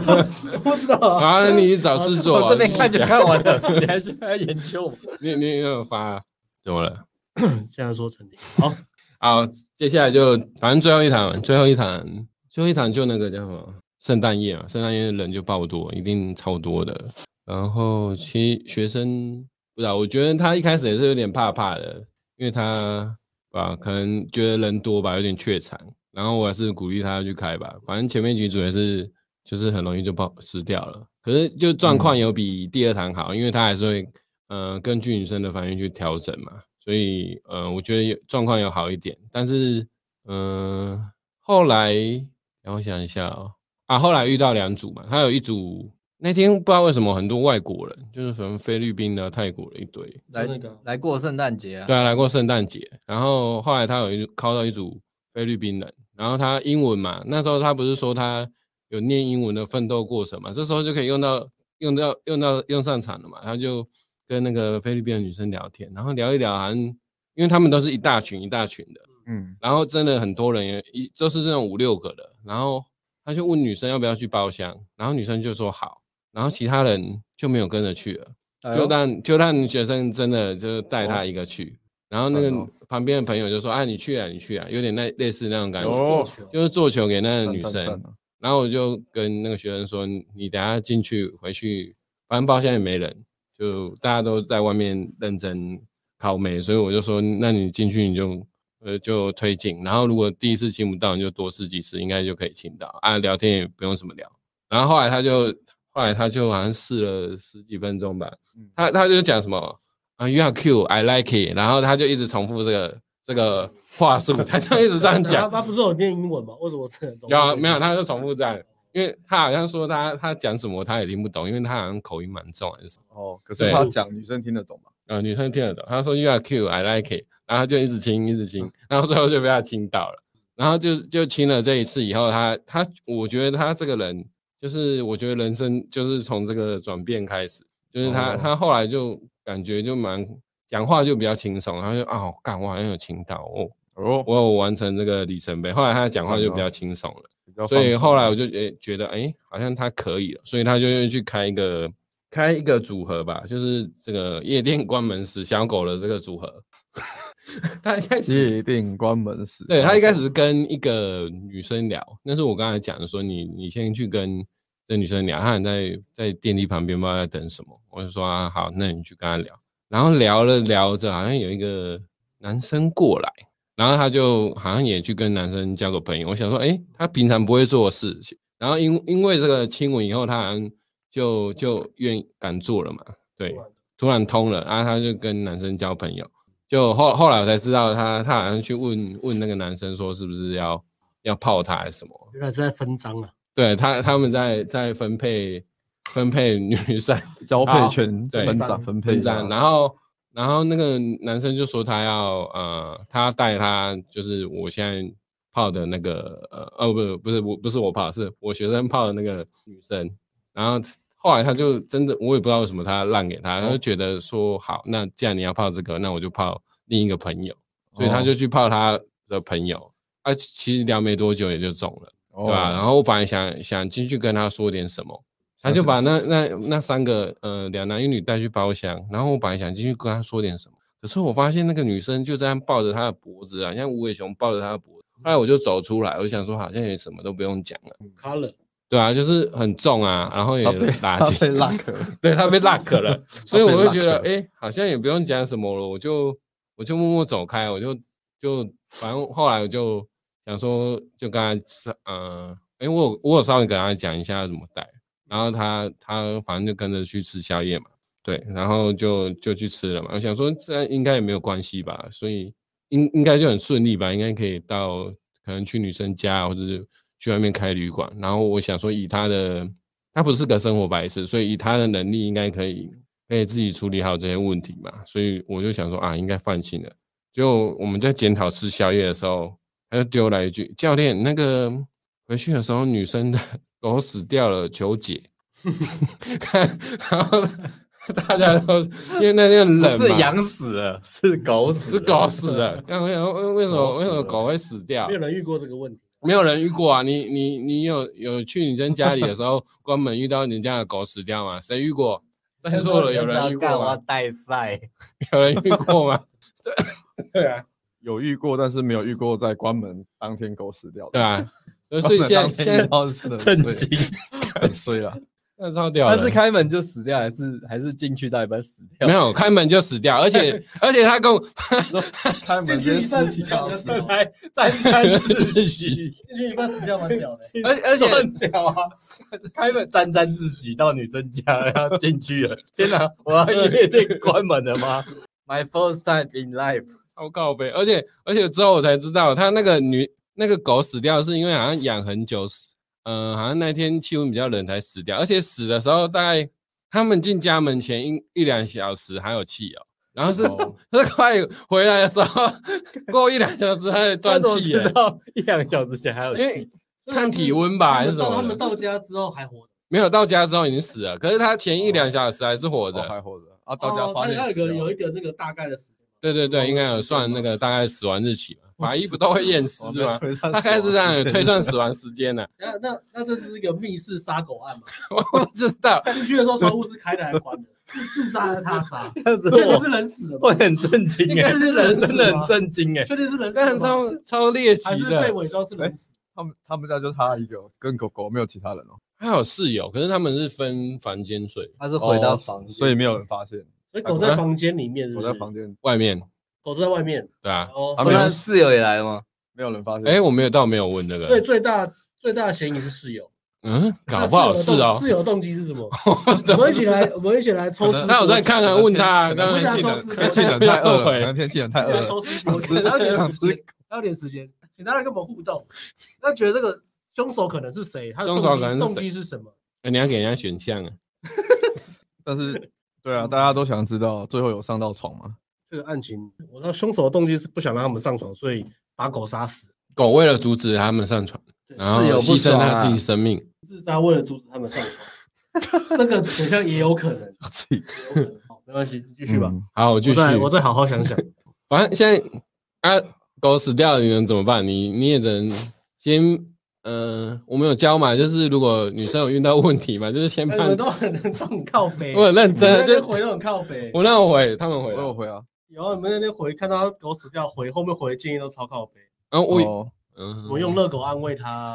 [SPEAKER 1] 不知道啊，
[SPEAKER 2] 啊，那你找事 [laughs] 做啊。
[SPEAKER 4] 我哦这边看就
[SPEAKER 2] 你
[SPEAKER 4] 看完了，你还需要研
[SPEAKER 2] [laughs]
[SPEAKER 4] 究吗？
[SPEAKER 2] 你你有发啊怎么了？
[SPEAKER 1] 嗯现在说陈廷飞，好，
[SPEAKER 2] 好，接下来就反正最后一堂，最后一堂，最后一堂就那个叫什么圣诞夜嘛，圣诞夜人就爆多，一定超多的。然后其实学生不知道，我觉得他一开始也是有点怕怕的，因为他吧可能觉得人多吧，有点怯场。然后我还是鼓励他去开吧，反正前面几组也是就是很容易就爆失掉了。可是就状况有比第二堂好，因为他还是会呃，根据女生的反应去调整嘛，所以呃，我觉得有状况有好一点，但是嗯、呃后来让我想一下哦，啊，后来遇到两组嘛，他有一组那天不知道为什么很多外国人，就是什么菲律宾的、泰国的一堆，
[SPEAKER 4] 来
[SPEAKER 1] 那个
[SPEAKER 4] 来过圣诞节啊，
[SPEAKER 2] 对啊，来过圣诞节，然后后来他有一组 call 到一组菲律宾人，然后他英文嘛，那时候他不是说他有念英文的奋斗过程嘛，这时候就可以用到用到用到用上场了嘛，他就跟那个菲律宾的女生聊天，然后聊一聊，好像因为他们都是一大群一大群的，
[SPEAKER 3] 嗯，
[SPEAKER 2] 然后真的很多人也一都是这种五六个的，然后他就问女生要不要去包厢，然后女生就说好，然后其他人就没有跟着去了。
[SPEAKER 4] 哎
[SPEAKER 2] 就
[SPEAKER 4] 呦
[SPEAKER 2] 让就让学生真的就带他
[SPEAKER 3] 哦
[SPEAKER 2] 一个去，然后那
[SPEAKER 3] 赞
[SPEAKER 2] 个
[SPEAKER 3] 哦
[SPEAKER 2] 旁边的朋友就说：“啊，你去啊，你去啊！”有点那类似那种感觉，
[SPEAKER 3] 哦，
[SPEAKER 1] 啊
[SPEAKER 2] 就是做球给那个
[SPEAKER 3] 赞
[SPEAKER 2] 女
[SPEAKER 3] 赞
[SPEAKER 2] 生
[SPEAKER 3] 赞。啊
[SPEAKER 2] 然后我就跟那个学生说：“你等下进去回去，反正包厢也没人，就大家都在外面认真考美，所以我就说：那你进去你就呃就推进，然后如果第一次亲不到，你就多试几次，应该就可以亲到啊。聊天也不用什么聊。然后后来他就后来他就好像试了十几分钟吧，
[SPEAKER 3] 嗯
[SPEAKER 2] 他他就讲什么啊，You are cute, I like it，然后他就一直重复这个这个话术，他就一直这样
[SPEAKER 1] 他
[SPEAKER 2] 讲。
[SPEAKER 1] 他不是有念英文吗？为什么这种？
[SPEAKER 2] 有啊没有他就重复这样因为他好像说他他讲什么他也听不懂，因为他好像口音蛮重还是什么。
[SPEAKER 3] 哦，可
[SPEAKER 2] 对
[SPEAKER 3] 是他讲女生听得懂吗？
[SPEAKER 2] 呃，女生听得懂，她说 You are cute, I like it，然后她就一直亲，一直亲，然后最后就被他亲到了，然后就就亲了这一次以后，他他我觉得他这个人就是我觉得人生就是从这个转变开始，就是他、
[SPEAKER 3] 哦
[SPEAKER 2] 他后来就感觉就蛮讲话就比较轻松，他就啊，我干我好像有亲到哦，
[SPEAKER 3] 哦，
[SPEAKER 2] 我有完成这个里程碑，后来他讲话就比较轻松了。
[SPEAKER 3] 比较
[SPEAKER 2] 所以
[SPEAKER 3] 放松啊
[SPEAKER 2] 后来我就觉觉得，哎、好像他可以了，所以他就又去开一个开一个组合吧，就是这个夜店关门时小狗的这个组合。 [laughs] 他一开始，
[SPEAKER 3] 夜店关门啊时，
[SPEAKER 2] 对他一开始是跟一个女生聊，那是我刚才讲的说，你你先去跟这女生聊，她还在在电梯旁边不知道在等什么，我就说啊好，那你去跟她聊，然后聊了聊着，好像有一个男生过来，然后她就好像也去跟男生交个朋友，我想说，哎，她平常不会做的事情，然后因因为这个亲吻以后，她好像就就愿意敢做了嘛，对，突然通了，然后她就跟男生交朋友。就后后来我才知道他，他好像去问问那个男生说是不是要要泡他还是什么？
[SPEAKER 1] 原来是在分赃啊，
[SPEAKER 2] 对他他们在在分配分配女生
[SPEAKER 3] 交
[SPEAKER 2] 好
[SPEAKER 3] 配权
[SPEAKER 2] 啊对
[SPEAKER 3] 分赃分配
[SPEAKER 2] 分站，然后然后那个男生就说他要呃他带他就是我现在泡的那个呃哦不不是我不是我泡是我学生泡的那个女生，然后后来他就真的我也不知道为什么他让给他，他就觉得说好那既然你要泡这个，那我就泡另一个朋友。所以他就去泡他的朋友，啊，其实聊没多久也就中了，
[SPEAKER 3] 对
[SPEAKER 2] 对吧？然后我本来想想进去跟他说点什么，他就把那那那三个呃两男一女带去包厢，然后我本来想进去跟他说点什么，可是我发现那个女生就这样抱着他的脖子啊，像无尾熊抱着他的脖子，后来我就走出来，我就想说好像也什么都不用讲了，
[SPEAKER 1] color
[SPEAKER 2] 对啊，就是很重啊，然后也
[SPEAKER 3] 他被
[SPEAKER 2] 拉
[SPEAKER 3] 他
[SPEAKER 2] 近，
[SPEAKER 3] 被 lock 了。
[SPEAKER 2] [laughs] 对他被 lock 了，所以
[SPEAKER 3] [laughs] 他被
[SPEAKER 2] 我就觉得，
[SPEAKER 3] lock
[SPEAKER 2] 哎、好像也不用讲什么了，我就我就默默走开，我就就反正后来我就想说，就跟他是呃，哎、我有我有稍微跟他讲一下要怎么带，然后他他反正就跟着去吃宵夜嘛，对，然后就就去吃了嘛，我想说这应该也没有关系吧，所以应应该就很顺利吧，应该可以到可能去女生家或者是去外面开旅馆，然后我想说以他的。他不是个生活白痴，所以以他的能力应该可以可以自己处理好这些问题嘛。所以我就想说啊，应该放心了。就我们在检讨吃宵夜的时候，他就丢来一句：“教练，那个回去的时候女生的狗死掉了，求解。” [laughs] 看，然后大家都因为那天冷
[SPEAKER 4] 不是
[SPEAKER 2] 嘛，
[SPEAKER 4] 羊死了，是狗死
[SPEAKER 2] 是
[SPEAKER 4] 了，
[SPEAKER 2] 狗死了。刚刚想说为什么
[SPEAKER 3] 狗死
[SPEAKER 2] 为什么
[SPEAKER 3] 了
[SPEAKER 2] 狗会死掉
[SPEAKER 1] 没？有人遇过这个问题，
[SPEAKER 2] 没有人遇过啊！你你你有有去女生家里的时候关门遇到人家的狗死掉吗？谁遇过？但是了，有
[SPEAKER 4] [laughs]
[SPEAKER 2] 人遇过
[SPEAKER 4] 干我
[SPEAKER 2] 吗？
[SPEAKER 4] 带赛，
[SPEAKER 2] 有人遇过吗？对啊，
[SPEAKER 3] 有遇过，但是没有遇过在关门当天狗死掉的。
[SPEAKER 2] 对啊， [laughs] 所以现
[SPEAKER 4] [laughs]
[SPEAKER 2] 在现在
[SPEAKER 3] 倒是真的
[SPEAKER 4] 震
[SPEAKER 3] 很衰，
[SPEAKER 4] 惊。
[SPEAKER 3] 很衰了。
[SPEAKER 2] 那超屌
[SPEAKER 4] 他是
[SPEAKER 2] 的，
[SPEAKER 4] 开门就死掉，还是还是进去到一半死掉？
[SPEAKER 2] 没有开门就死掉，而且 [laughs] 而且他跟我
[SPEAKER 3] 开门直接尸体
[SPEAKER 4] 跳
[SPEAKER 3] 搞死，
[SPEAKER 4] [laughs] 才沾沾自喜，
[SPEAKER 1] 进去一半死掉蛮屌 [laughs] 的，
[SPEAKER 2] 而而且
[SPEAKER 4] 很屌啊！开门沾沾自喜到女生家，然后进去了。天哪，我要夜店关门了吗？My [laughs] first time in life，
[SPEAKER 2] 超靠背，而且而且之后我才知道，他那个女那个狗死掉是因为好像养很久死，呃，好像那天气温比较冷才死掉，而且死的时候大概他们进家门前一一两小时还有气哦，然后是、
[SPEAKER 3] 哦
[SPEAKER 2] [laughs] 是快回来的时候过一两小时它才断气
[SPEAKER 4] 知
[SPEAKER 2] 耶，
[SPEAKER 4] 道一两小时前还有
[SPEAKER 2] 因为
[SPEAKER 4] [laughs] 气，
[SPEAKER 2] 看体温吧还
[SPEAKER 1] [laughs] 他
[SPEAKER 2] 是
[SPEAKER 1] 们
[SPEAKER 2] 什
[SPEAKER 1] 到他们
[SPEAKER 2] 么的，
[SPEAKER 1] 到家之后还活着，
[SPEAKER 2] 没有到家之后已经死了，可是他前一两小时还是活
[SPEAKER 3] 我
[SPEAKER 2] 着，
[SPEAKER 3] 还活着啊！大家
[SPEAKER 1] 哦
[SPEAKER 3] 发
[SPEAKER 1] 他
[SPEAKER 3] 现
[SPEAKER 1] 他有一
[SPEAKER 3] 死
[SPEAKER 1] 个
[SPEAKER 3] 掉
[SPEAKER 1] 有一个那个大概的时间，
[SPEAKER 2] 对对
[SPEAKER 1] 哦
[SPEAKER 2] 对，应该有
[SPEAKER 1] 时间
[SPEAKER 2] 算那
[SPEAKER 1] 嘛
[SPEAKER 2] 个大概死亡日期
[SPEAKER 1] 哦
[SPEAKER 2] 嘛，法医不都会验尸
[SPEAKER 3] 我们
[SPEAKER 2] 吗？
[SPEAKER 3] 推算
[SPEAKER 2] 大概是这样
[SPEAKER 3] 死亡时间
[SPEAKER 2] 推算死亡时
[SPEAKER 1] [laughs]
[SPEAKER 2] 间呢、
[SPEAKER 1] 那那那这是一个密室杀狗案嘛？
[SPEAKER 2] 我不知道，
[SPEAKER 1] 进去的时候窗户是开的还是关的？是自杀还是他
[SPEAKER 2] [laughs]
[SPEAKER 1] 杀？
[SPEAKER 4] 那
[SPEAKER 1] 确
[SPEAKER 4] 时候
[SPEAKER 1] 定
[SPEAKER 4] 我
[SPEAKER 1] 是人死了
[SPEAKER 4] 我
[SPEAKER 1] 吗？
[SPEAKER 4] 很震惊
[SPEAKER 1] 应
[SPEAKER 4] 哎
[SPEAKER 1] 该，是人死
[SPEAKER 4] 真的
[SPEAKER 1] 了吗
[SPEAKER 4] 很，震惊哎。
[SPEAKER 1] 确 [laughs] 定是人死
[SPEAKER 2] 但
[SPEAKER 1] 了
[SPEAKER 2] 很
[SPEAKER 1] 吗？
[SPEAKER 2] 超超猎奇
[SPEAKER 1] 还是被
[SPEAKER 2] 的。
[SPEAKER 1] 伪装是
[SPEAKER 3] 哎
[SPEAKER 1] 人死？
[SPEAKER 3] 他们他们家就他一个，跟狗狗没有其他人哦，
[SPEAKER 2] 他有室友，可是他们是分房间睡，
[SPEAKER 4] 他是
[SPEAKER 3] 回
[SPEAKER 4] 回
[SPEAKER 3] 到
[SPEAKER 4] 到房
[SPEAKER 3] 哦
[SPEAKER 4] 间，
[SPEAKER 3] 所以没有人发现。
[SPEAKER 1] 所以狗在房间里面是
[SPEAKER 3] 我
[SPEAKER 1] 不是，
[SPEAKER 3] 在房间，
[SPEAKER 2] 外面
[SPEAKER 1] 狗是在外面，
[SPEAKER 2] 对啊
[SPEAKER 1] 然。后
[SPEAKER 3] 他
[SPEAKER 4] 不
[SPEAKER 3] 没有
[SPEAKER 4] 然室友也来了吗？
[SPEAKER 3] 没有人发现。
[SPEAKER 2] 哎、我没有到没有问那
[SPEAKER 1] 所以
[SPEAKER 2] 个，
[SPEAKER 1] 最大最大的嫌疑是室友，
[SPEAKER 2] 嗯，搞不好
[SPEAKER 1] 那
[SPEAKER 2] 是
[SPEAKER 1] 室友的
[SPEAKER 2] 哦
[SPEAKER 1] 动室。友动机是什
[SPEAKER 2] [laughs]
[SPEAKER 1] 么？我们一起来，我们一起来抽
[SPEAKER 3] 可
[SPEAKER 1] 丝剥茧。
[SPEAKER 3] 能
[SPEAKER 2] 那我再看看问他啊，
[SPEAKER 3] 可
[SPEAKER 2] 当
[SPEAKER 3] 能
[SPEAKER 2] 然
[SPEAKER 3] 天
[SPEAKER 2] 记
[SPEAKER 3] 气
[SPEAKER 2] 得
[SPEAKER 3] 冷，天气
[SPEAKER 2] [laughs]
[SPEAKER 3] 冷太饿了，可能天气冷太
[SPEAKER 1] 我
[SPEAKER 3] 饿
[SPEAKER 1] 们一起来抽
[SPEAKER 3] 了。
[SPEAKER 1] 丝剥
[SPEAKER 3] 呃想
[SPEAKER 1] 茧，还有点时
[SPEAKER 3] 吃想吃
[SPEAKER 1] 间，还有点时间，请大家跟我们互动。那觉得这个凶手可能是谁？他的动
[SPEAKER 2] 凶手
[SPEAKER 1] 机
[SPEAKER 2] 可能是谁
[SPEAKER 1] 动机是什么？
[SPEAKER 2] 哎你要给人家选项啊。
[SPEAKER 3] 但是对啊，大家都想知道最后有上到床吗？
[SPEAKER 1] 这个案情，我知道凶手的动机是不想让他们上床，所以把狗杀死，
[SPEAKER 2] 狗为了阻止他们上床，然后
[SPEAKER 4] 室友不
[SPEAKER 2] 牺牲
[SPEAKER 4] 爽
[SPEAKER 2] 他
[SPEAKER 4] 啊
[SPEAKER 2] 自己生命，
[SPEAKER 1] 自杀为了阻止他们上床。这
[SPEAKER 2] [laughs]
[SPEAKER 1] 个选项也有可能，
[SPEAKER 3] 我自己
[SPEAKER 1] 也有可能好没关系，你继续吧。
[SPEAKER 3] 嗯
[SPEAKER 2] 好，我继
[SPEAKER 1] 我
[SPEAKER 2] 续。
[SPEAKER 1] 再我再好好想
[SPEAKER 2] [laughs]
[SPEAKER 1] 想。
[SPEAKER 2] 反正现在啊，狗死掉了，你能怎么办？你你也只能先，呃，我们有教嘛，就是如果女生有遇到问题嘛，就是先
[SPEAKER 1] 哎你们
[SPEAKER 2] 判。
[SPEAKER 1] 都很都很靠北，
[SPEAKER 2] 我很认真啊，
[SPEAKER 1] 你们那边
[SPEAKER 2] 就
[SPEAKER 1] 回都很靠北。
[SPEAKER 2] 我哦那我回，他们回
[SPEAKER 3] 我
[SPEAKER 2] 了，
[SPEAKER 3] 有回啊。
[SPEAKER 1] 然后你们那边回看到狗死掉回，后面回的建议都超靠北。
[SPEAKER 2] 然后我
[SPEAKER 3] 哦
[SPEAKER 2] 嗯
[SPEAKER 1] 什么用热狗安慰他啊，
[SPEAKER 3] [laughs]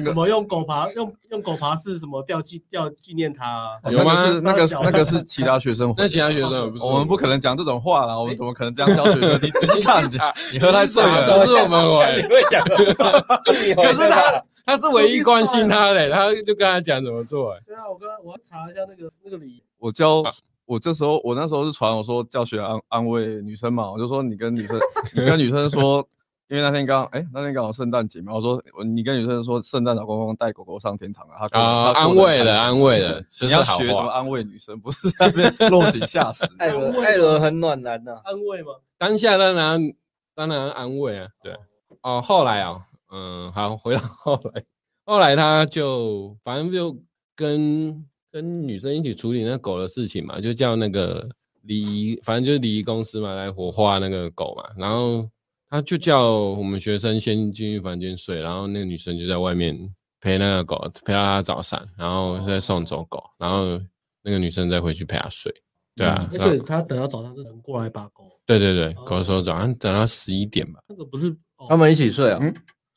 [SPEAKER 1] 什么用狗爬用用狗爬式什么吊纪吊纪念他啊，
[SPEAKER 2] 有吗
[SPEAKER 3] 哦那个是那个是
[SPEAKER 1] 小
[SPEAKER 3] 那个是其他学生回
[SPEAKER 2] 那
[SPEAKER 3] 的，
[SPEAKER 2] 其他学生也不是
[SPEAKER 3] 我们不可能讲这种话啦，我们怎么可能这样教学生？你仔细看，你你喝
[SPEAKER 2] [laughs]
[SPEAKER 3] 太醉
[SPEAKER 2] 哎啊都。
[SPEAKER 3] 了
[SPEAKER 2] 是我们
[SPEAKER 4] 你
[SPEAKER 2] 回，
[SPEAKER 4] 会讲的话， [laughs] 可
[SPEAKER 2] 可是他他是唯一关心他的，他就跟他讲怎么做。
[SPEAKER 3] 哦
[SPEAKER 2] 哎
[SPEAKER 1] 对啊，我刚刚我要查一下那个那个礼，
[SPEAKER 3] 我教
[SPEAKER 2] 啊
[SPEAKER 3] 我这时候我那时候是传我说教学安安慰女生嘛，我就说你跟女生你跟女生说，因为那天刚哎、那天刚好圣诞节嘛，我说你跟女生说圣诞老公公带狗狗上天堂了，他过得
[SPEAKER 2] 啊，
[SPEAKER 3] 他
[SPEAKER 2] 安
[SPEAKER 3] 过得很
[SPEAKER 2] 慰了，安慰了，这是
[SPEAKER 3] 开心嗯你要
[SPEAKER 2] 好
[SPEAKER 3] 学怎么
[SPEAKER 2] 话。哎
[SPEAKER 3] 安慰女生，不是在那
[SPEAKER 2] [laughs]
[SPEAKER 3] 边落井下石。
[SPEAKER 4] 艾伦，艾伦很暖男啊呐、
[SPEAKER 1] 安慰嘛，
[SPEAKER 2] 当下当然当然安慰啊，对。哦，后来啊、嗯，好，回到后来， [laughs] 后来他就反正就跟跟女生一起处理那狗的事情嘛，就叫那个礼仪，反正就是礼仪公司嘛来火化那个狗嘛，然后他就叫我们学生先进去房间睡，然后那个女生就在外面陪那个狗，陪到他早上，然后再送走狗，然后那个女生再回去陪他睡。对啊，
[SPEAKER 1] 而
[SPEAKER 2] 然后
[SPEAKER 1] 且他等到早上是能过来把狗，
[SPEAKER 2] 对对对，
[SPEAKER 1] 哦
[SPEAKER 2] 狗手早上等到十一点吧。
[SPEAKER 1] 那个不是哦
[SPEAKER 4] 他们一起睡啊、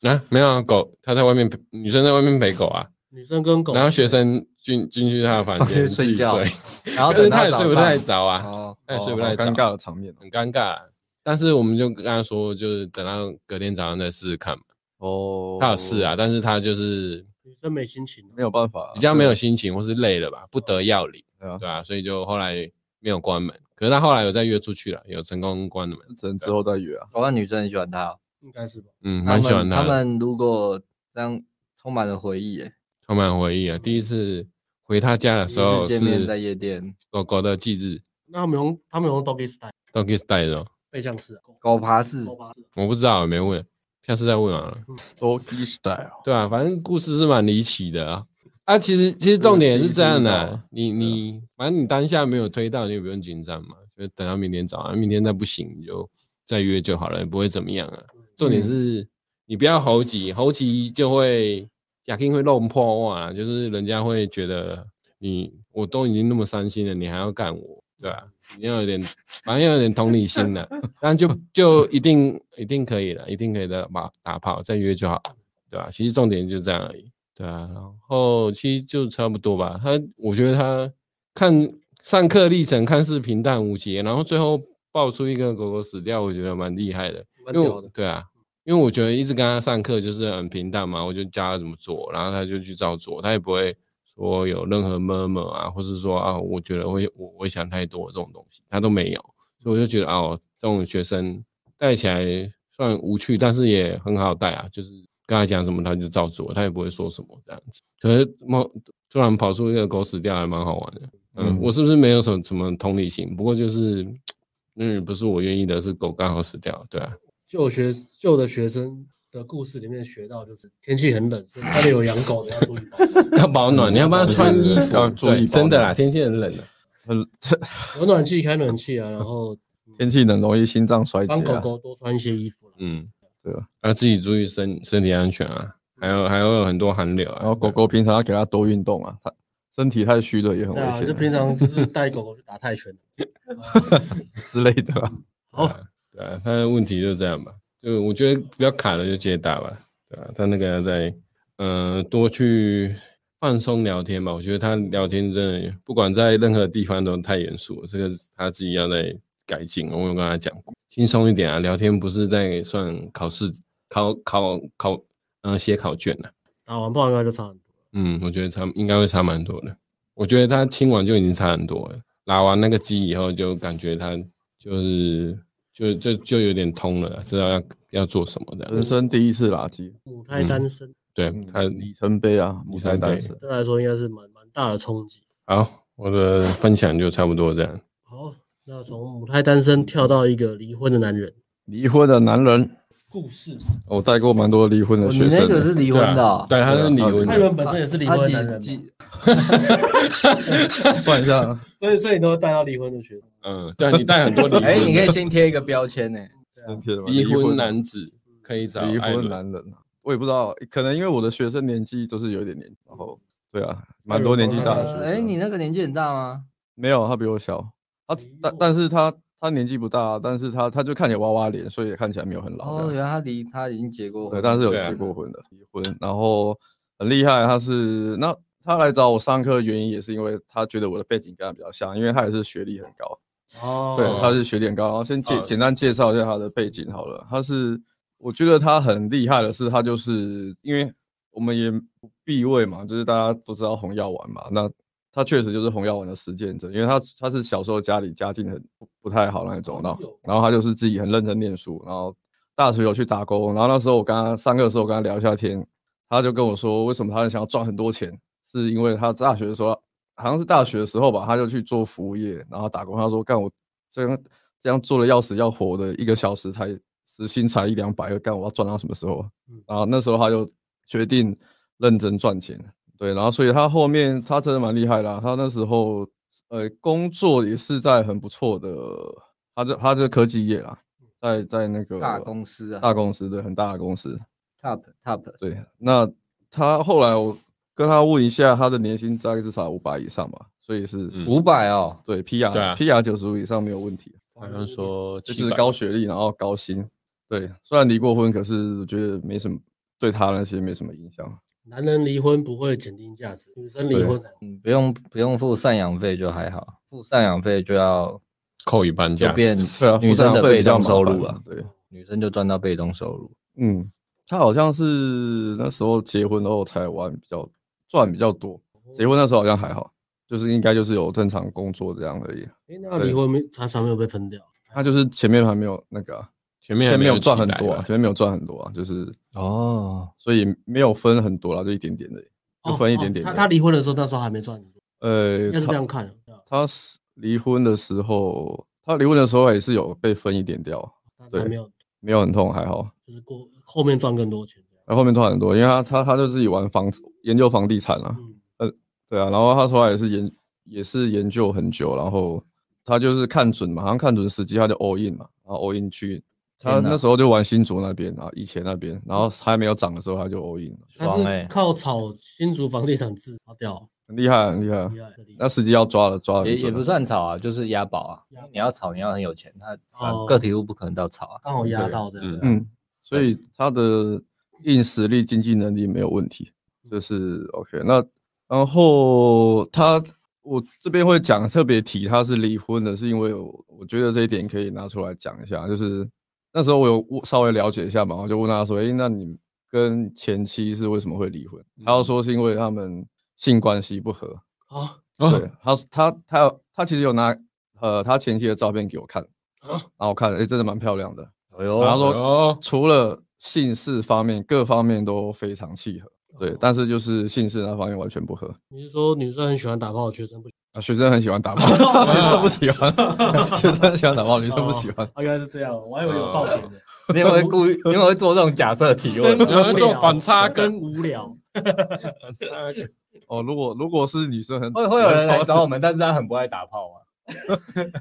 [SPEAKER 2] 啊，没有啊，狗，他在外面陪，女生在外面陪狗啊，
[SPEAKER 1] 女生跟狗，
[SPEAKER 2] 然后学生进进去他的房
[SPEAKER 4] 房
[SPEAKER 2] 间
[SPEAKER 4] 间
[SPEAKER 2] 自己
[SPEAKER 4] 睡觉
[SPEAKER 2] 睡，
[SPEAKER 4] 然后
[SPEAKER 2] 可是
[SPEAKER 4] 等
[SPEAKER 2] 他
[SPEAKER 4] 他
[SPEAKER 2] 也
[SPEAKER 4] 早
[SPEAKER 2] 睡不
[SPEAKER 4] 上
[SPEAKER 2] 太着啊，
[SPEAKER 3] 哦，
[SPEAKER 2] 哎睡不
[SPEAKER 3] 好
[SPEAKER 2] 太着
[SPEAKER 3] 尴尬的场面
[SPEAKER 2] 很尴尬啊。但是我们就跟他说，就是等到隔天早上再试试看嘛。
[SPEAKER 3] 哦。
[SPEAKER 2] 他有事，啊，但是他就是
[SPEAKER 1] 女生没心情啊，
[SPEAKER 3] 没有办法，
[SPEAKER 2] 比较没有心情，或是累了
[SPEAKER 4] 哦
[SPEAKER 2] 吧，不得要领，
[SPEAKER 3] 对啊
[SPEAKER 2] 对，吧、所以就后来没有关门。可是他后来有再约出去了，有成功关了门。
[SPEAKER 3] 只能之后再约啊。
[SPEAKER 4] 我看女生很喜欢他、哦，
[SPEAKER 1] 应该是吧？
[SPEAKER 2] 嗯，
[SPEAKER 4] 他
[SPEAKER 2] 蛮喜
[SPEAKER 4] 们
[SPEAKER 2] 欢他
[SPEAKER 4] 他
[SPEAKER 2] 的，
[SPEAKER 4] 们如果这样充满了回忆耶，
[SPEAKER 2] 充满回忆啊。第一次回他家的时候
[SPEAKER 4] 第一次见面在夜
[SPEAKER 2] 是
[SPEAKER 4] 店，
[SPEAKER 2] 狗狗的忌日
[SPEAKER 1] 那他们用他们用 doggy style
[SPEAKER 2] ，doggy style 哦。
[SPEAKER 1] 背向式啊，
[SPEAKER 4] 狗爬式
[SPEAKER 1] 狗爬式啊，
[SPEAKER 2] 我不知道，没问，下次再问好了。
[SPEAKER 3] 都 D style，
[SPEAKER 2] 对啊，反正故事是蛮离奇的啊。啊，其实其实重点是这样的、
[SPEAKER 3] 对
[SPEAKER 2] 啊，你你反正你当下没有推到，你也不用紧张嘛，就等到明天早上，明天再不行你就再约就好了，也不会怎么样啊。重点是你不要猴急，猴急就会亚丁会弄破啊，就是人家会觉得你我都已经那么伤心了，你还要干我，对吧、你要有点，反正要有点同理心 [laughs] 的，但就就一定一定可以了，一定可以的，把打炮再约就好了，对吧、其实重点就这样而已，对啊，然后其实就差不多吧。他我觉得他看上课历程看似平淡无奇，然后最后爆出一个狗狗死掉，我觉得蛮厉害的，
[SPEAKER 1] 蛮
[SPEAKER 2] 因为
[SPEAKER 1] 屌
[SPEAKER 2] 我
[SPEAKER 1] 的。
[SPEAKER 2] 对啊，因为我觉得一直跟他上课就是很平淡嘛，我就教他怎么做，然后他就去照做，他也不会说有任何 murmur 啊，或是说啊，我觉得我我我想太多这种东西，他都没有，所以我就觉得啊，哦这种学生带起来算无趣，但是也很好带啊，就是跟他讲什么他就照做，他也不会说什么这样子。可是猫突然跑出一个狗死掉，还蛮好玩的。嗯
[SPEAKER 3] 嗯，
[SPEAKER 2] 我是不是没有什么什么同理心？不过就是，嗯，不是我愿意的，是狗刚好死掉，对啊。
[SPEAKER 1] 旧学旧的学生的故事里面学到，就是天气很冷，所以家里有养狗的要注意保暖，
[SPEAKER 2] 要保暖，你要帮他穿衣服，
[SPEAKER 3] 嗯要注意
[SPEAKER 2] 对
[SPEAKER 3] 保暖
[SPEAKER 2] 真的啦，天气很冷啊。
[SPEAKER 3] 很
[SPEAKER 1] 有暖气开暖气啊，然后
[SPEAKER 3] 天气冷容易心脏衰竭
[SPEAKER 1] 帮狗
[SPEAKER 3] 啊。
[SPEAKER 1] 狗多穿一些衣服啦。
[SPEAKER 2] 嗯，
[SPEAKER 3] 对啊，
[SPEAKER 2] 要自己注意身身体安全啊，还有还有很多寒流啊。
[SPEAKER 3] 然后狗狗平常要给它多运动啊，它身体太虚了也很
[SPEAKER 1] 对
[SPEAKER 3] 危
[SPEAKER 1] 啊，
[SPEAKER 3] 险
[SPEAKER 1] 就
[SPEAKER 3] 啊、
[SPEAKER 1] 平常就是带狗狗去打泰拳。
[SPEAKER 3] [laughs]
[SPEAKER 1] 呃
[SPEAKER 3] 之类的啊、
[SPEAKER 1] 好，
[SPEAKER 2] 对啊，他的问题就是这样吧，就我觉得比较卡的就接打吧，对啊，他那个要在嗯、呃多去放松聊天吧，我觉得他聊天真的不管在任何地方都太严肃了，这个是他自己要在改进。我有跟他讲过，轻松一点啊，聊天不是在算考试考考考嗯、写考卷啊。
[SPEAKER 1] 打完炮应该就差很多。
[SPEAKER 2] 嗯，我觉得差应该会差蛮多的。我觉得他清完就已经差很多了，拉完那个鸡以后，就感觉他就是就就就有点通了，知道要要做什么这样
[SPEAKER 3] 人
[SPEAKER 2] 子。
[SPEAKER 3] 生第一次垃圾，
[SPEAKER 1] 母胎单身，
[SPEAKER 3] 嗯
[SPEAKER 2] 对他
[SPEAKER 3] 里程碑啊，母胎单身。
[SPEAKER 1] 对来说应该是蛮蛮大的冲击。
[SPEAKER 2] 好，我的分享就差不多这样。
[SPEAKER 1] 好，那从母胎单身跳到一个离婚的男人
[SPEAKER 3] 离婚的男人，
[SPEAKER 1] 故事，
[SPEAKER 3] 我带过蛮多离婚的
[SPEAKER 4] 哦你
[SPEAKER 3] 学
[SPEAKER 4] 那
[SPEAKER 3] 生
[SPEAKER 4] 个是
[SPEAKER 3] 的。
[SPEAKER 4] 离婚的哦、
[SPEAKER 2] 对啊，对他是离婚
[SPEAKER 1] 艾
[SPEAKER 2] 的，
[SPEAKER 1] 伦本身也啊是离
[SPEAKER 4] 他
[SPEAKER 1] 婚的男
[SPEAKER 4] 几
[SPEAKER 1] 人嘛，
[SPEAKER 4] 几
[SPEAKER 3] [laughs] 算一下，啊
[SPEAKER 1] 所以所以你都会带到离婚的学生。
[SPEAKER 2] 嗯，对你带很多离
[SPEAKER 4] 哎，你
[SPEAKER 2] 婚
[SPEAKER 4] 可以
[SPEAKER 2] 的
[SPEAKER 4] 先贴一个标签呢、
[SPEAKER 3] 先贴了吧
[SPEAKER 2] 离婚
[SPEAKER 3] 男，
[SPEAKER 2] 男子可以找
[SPEAKER 3] 离
[SPEAKER 2] 艾
[SPEAKER 3] 婚
[SPEAKER 2] 伦
[SPEAKER 3] 男人啊，我也不知道，可能因为我的学生年纪都是有一点年纪，然后对啊，蛮多年纪大的学
[SPEAKER 4] 呃
[SPEAKER 3] 生。
[SPEAKER 4] 哎、你那个年纪很大吗？
[SPEAKER 3] 没有，他比我小，他
[SPEAKER 1] 哎呦
[SPEAKER 3] 但但是他他年纪不大，啊但是他他就看起来娃娃脸，所以也看起来没有很老
[SPEAKER 4] 哦，
[SPEAKER 3] 这样。
[SPEAKER 4] 原来他离他已经结过
[SPEAKER 3] 对，
[SPEAKER 4] 婚，
[SPEAKER 3] 但是有
[SPEAKER 2] 对啊
[SPEAKER 3] 结过婚的，离婚，然后很厉害。他是那他来找我上课的原因也是因为他觉得我的背景跟他比较像，因为他也是学历很高。
[SPEAKER 1] 哦，
[SPEAKER 3] 对，他是学历很高。然后先简、简单介绍一下他的背景好了。他是我觉得他很厉害的是，他就是因为我们也不避讳嘛，就是大家都知道红药丸嘛，那。他确实就是红药丸的实践者，因为他他是小时候家里家境很不不太好那种，然后然后他就是自己很认真念书，然后大学有去打工，然后那时候我跟他上课的时候，我跟他聊一下天，他就跟我说，为什么他很想要赚很多钱，是因为他大学的时候，好像是大学的时候吧，他就去做服务业，然后打工。他说，干我这样这样做的要死要活的，一个小时才时薪才一两百，干我要赚到什么时候啊
[SPEAKER 1] 嗯？
[SPEAKER 3] 然后那时候他就决定认真赚钱，对，然后所以他后面他真的蛮厉害的啊、他那时候呃工作也是在很不错的，他这他这科技业啦，在在那个
[SPEAKER 4] 嗯大公司啊
[SPEAKER 3] 大公司对，很大的公司。
[SPEAKER 4] top top，
[SPEAKER 3] 对，那他后来我跟他问一下，他的年薪大概至少五百以上吧，所以是、
[SPEAKER 2] 嗯
[SPEAKER 4] 五百哦，
[SPEAKER 3] 对 PR
[SPEAKER 2] 对啊
[SPEAKER 3] PR 九十五以上没有问题，啊
[SPEAKER 2] 好像说
[SPEAKER 3] 就
[SPEAKER 2] 700
[SPEAKER 3] 是高学历然后高薪。对，虽然离过婚，可是我觉得没什么对他那些没什么影响。
[SPEAKER 1] 男人离婚不会减低价值，女生离
[SPEAKER 3] 对
[SPEAKER 1] 婚才
[SPEAKER 4] 嗯，不用不用付赡养费就还好，付赡养费就要
[SPEAKER 2] 扣一半
[SPEAKER 4] 就
[SPEAKER 2] 价，
[SPEAKER 4] 变
[SPEAKER 3] 对啊，
[SPEAKER 4] 女
[SPEAKER 3] 互
[SPEAKER 4] 生
[SPEAKER 3] 相
[SPEAKER 4] 的
[SPEAKER 3] 费比
[SPEAKER 4] 被
[SPEAKER 3] 较
[SPEAKER 4] 动
[SPEAKER 3] 麻
[SPEAKER 4] 收入
[SPEAKER 3] 烦
[SPEAKER 4] 啊，
[SPEAKER 3] 对，
[SPEAKER 4] 女生就赚到被动收入。
[SPEAKER 3] 嗯，他好像是那时候结婚后才玩比较赚比较多，结婚那时候好像还好，就是应该就是有正常工作这样而已。
[SPEAKER 1] 哎，那离
[SPEAKER 3] 对
[SPEAKER 1] 婚没常常没有被分掉，
[SPEAKER 3] 他就是前面还没有那个啊、
[SPEAKER 2] 前面还
[SPEAKER 3] 前面
[SPEAKER 2] 有
[SPEAKER 3] 有赚很
[SPEAKER 2] 期待
[SPEAKER 3] 多啊，
[SPEAKER 2] 吧
[SPEAKER 3] 前面没有赚很多啊，就是
[SPEAKER 4] 哦，
[SPEAKER 3] 所以没有分很多啦，就一点点的，就
[SPEAKER 1] 哦
[SPEAKER 3] 分一
[SPEAKER 1] 哦
[SPEAKER 3] 点点的。
[SPEAKER 1] 他他离婚的时候，那时候还没赚，
[SPEAKER 3] 呃
[SPEAKER 1] 应该，是这
[SPEAKER 3] 他
[SPEAKER 1] 样看的。对啊
[SPEAKER 3] 他是离婚的时候，他离婚的时候也是有被分一点掉，
[SPEAKER 1] 但还
[SPEAKER 3] 对
[SPEAKER 1] 没有，
[SPEAKER 3] 没有很痛，还好。
[SPEAKER 1] 就是过后面赚更多钱这样。
[SPEAKER 3] 然后后面赚很多，因为他他他就自己玩房子，研究房地产啊，
[SPEAKER 1] 嗯，
[SPEAKER 3] 对啊，然后他后来也是研也是研究很久，然后他就是看准嘛，好像看准时机，他就 all in 嘛，然后 all in 去。他
[SPEAKER 4] 天哪
[SPEAKER 3] 那时候就玩新竹那边啊，以前那边，然后还没有涨的时候他就 all in 了，
[SPEAKER 1] 他
[SPEAKER 4] 爽
[SPEAKER 1] 是
[SPEAKER 4] 欸
[SPEAKER 1] 靠炒新竹房地产制花掉，
[SPEAKER 3] 很厉害，很厉害啊。
[SPEAKER 1] 厉害厉害
[SPEAKER 3] 那时机要抓了，抓了
[SPEAKER 4] 也也不算炒啊，就是押宝啊。因为你要炒，你要很有钱，他
[SPEAKER 1] 哦
[SPEAKER 4] 个体户不可能到炒啊。
[SPEAKER 1] 刚好压
[SPEAKER 3] 对
[SPEAKER 1] 到这样。
[SPEAKER 2] 嗯
[SPEAKER 3] 嗯，所以他的硬实力、经济能力没有问题，这是 OK。那然后他，我这边会讲特别提他是离婚的，是因为我我觉得这一点可以拿出来讲一下，就是那时候我有稍微了解一下嘛，我就问他说：“诶，那你跟前妻是为什么会离婚？”他就说是因为他们性关系不合。
[SPEAKER 1] 啊，
[SPEAKER 3] 对，他他他有他其实有拿呃他前妻的照片给我看，然后我看了，诶，真的蛮漂亮的。
[SPEAKER 4] 哎呦，
[SPEAKER 3] 然后说
[SPEAKER 2] 哦，
[SPEAKER 3] 除了姓氏方面，各方面都非常契合，
[SPEAKER 4] 哦
[SPEAKER 3] 对，但是就是姓氏那方面完全不合。
[SPEAKER 1] 你是说女生很喜欢打炮，学生不喜
[SPEAKER 3] 啊，学生很喜欢打炮，
[SPEAKER 4] [laughs]
[SPEAKER 3] 女生不喜欢，
[SPEAKER 4] 哦
[SPEAKER 3] 学生很喜欢打炮，女生不喜
[SPEAKER 1] 欢？。
[SPEAKER 3] 欢
[SPEAKER 1] 啊，原来是这样，我还以为有爆点的，
[SPEAKER 4] 你也会故意，你也会做这种假设提问
[SPEAKER 1] 真
[SPEAKER 4] 呃啊？
[SPEAKER 2] 有人做
[SPEAKER 1] 无聊
[SPEAKER 2] 反差梗
[SPEAKER 1] 真无聊。
[SPEAKER 2] 哎
[SPEAKER 3] 哦，如果如果是女生很
[SPEAKER 4] 会
[SPEAKER 3] 喜
[SPEAKER 4] 会有
[SPEAKER 3] 欢
[SPEAKER 4] 人
[SPEAKER 3] 打
[SPEAKER 4] 来
[SPEAKER 3] 炮
[SPEAKER 4] 找我们，但是他很不爱打炮啊，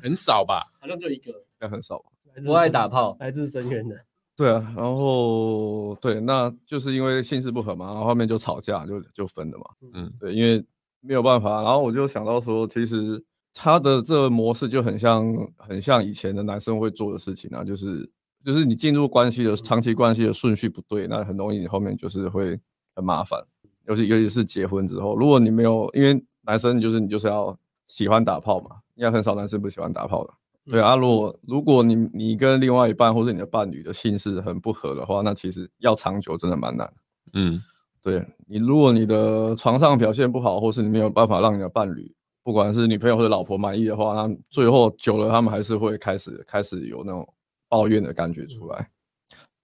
[SPEAKER 2] 很少吧？
[SPEAKER 1] 好像就一个
[SPEAKER 3] 应该很少吧。
[SPEAKER 1] 来自
[SPEAKER 4] 不爱
[SPEAKER 1] 深
[SPEAKER 4] 打 [laughs] 炮。
[SPEAKER 1] 来自深渊的，
[SPEAKER 3] 对啊，然后对，那就是因为姓氏不合嘛，然后后面就吵架，就就分了嘛。
[SPEAKER 2] 嗯，
[SPEAKER 3] 对，因为没有办法。然后我就想到说，其实他的这个模式就很像，很像以前的男生会做的事情啊，就是就是你进入关系的长期关系的顺序不对，那很容易你后面就是会很麻烦，尤其尤其是结婚之后，如果你没有，因为男生就是你就是要喜欢打炮嘛，应该很少男生不喜欢打炮的。对啊，如果如果你你跟另外一半或是你的伴侣的姓氏很不合的话，那其实要长久真的蛮难的。
[SPEAKER 2] 嗯，
[SPEAKER 3] 对你，如果你的床上表现不好，或是你没有办法让你的伴侣，不管是女朋友或者老婆满意的话，那最后久了，他们还是会开始开始有那种抱怨的感觉出来。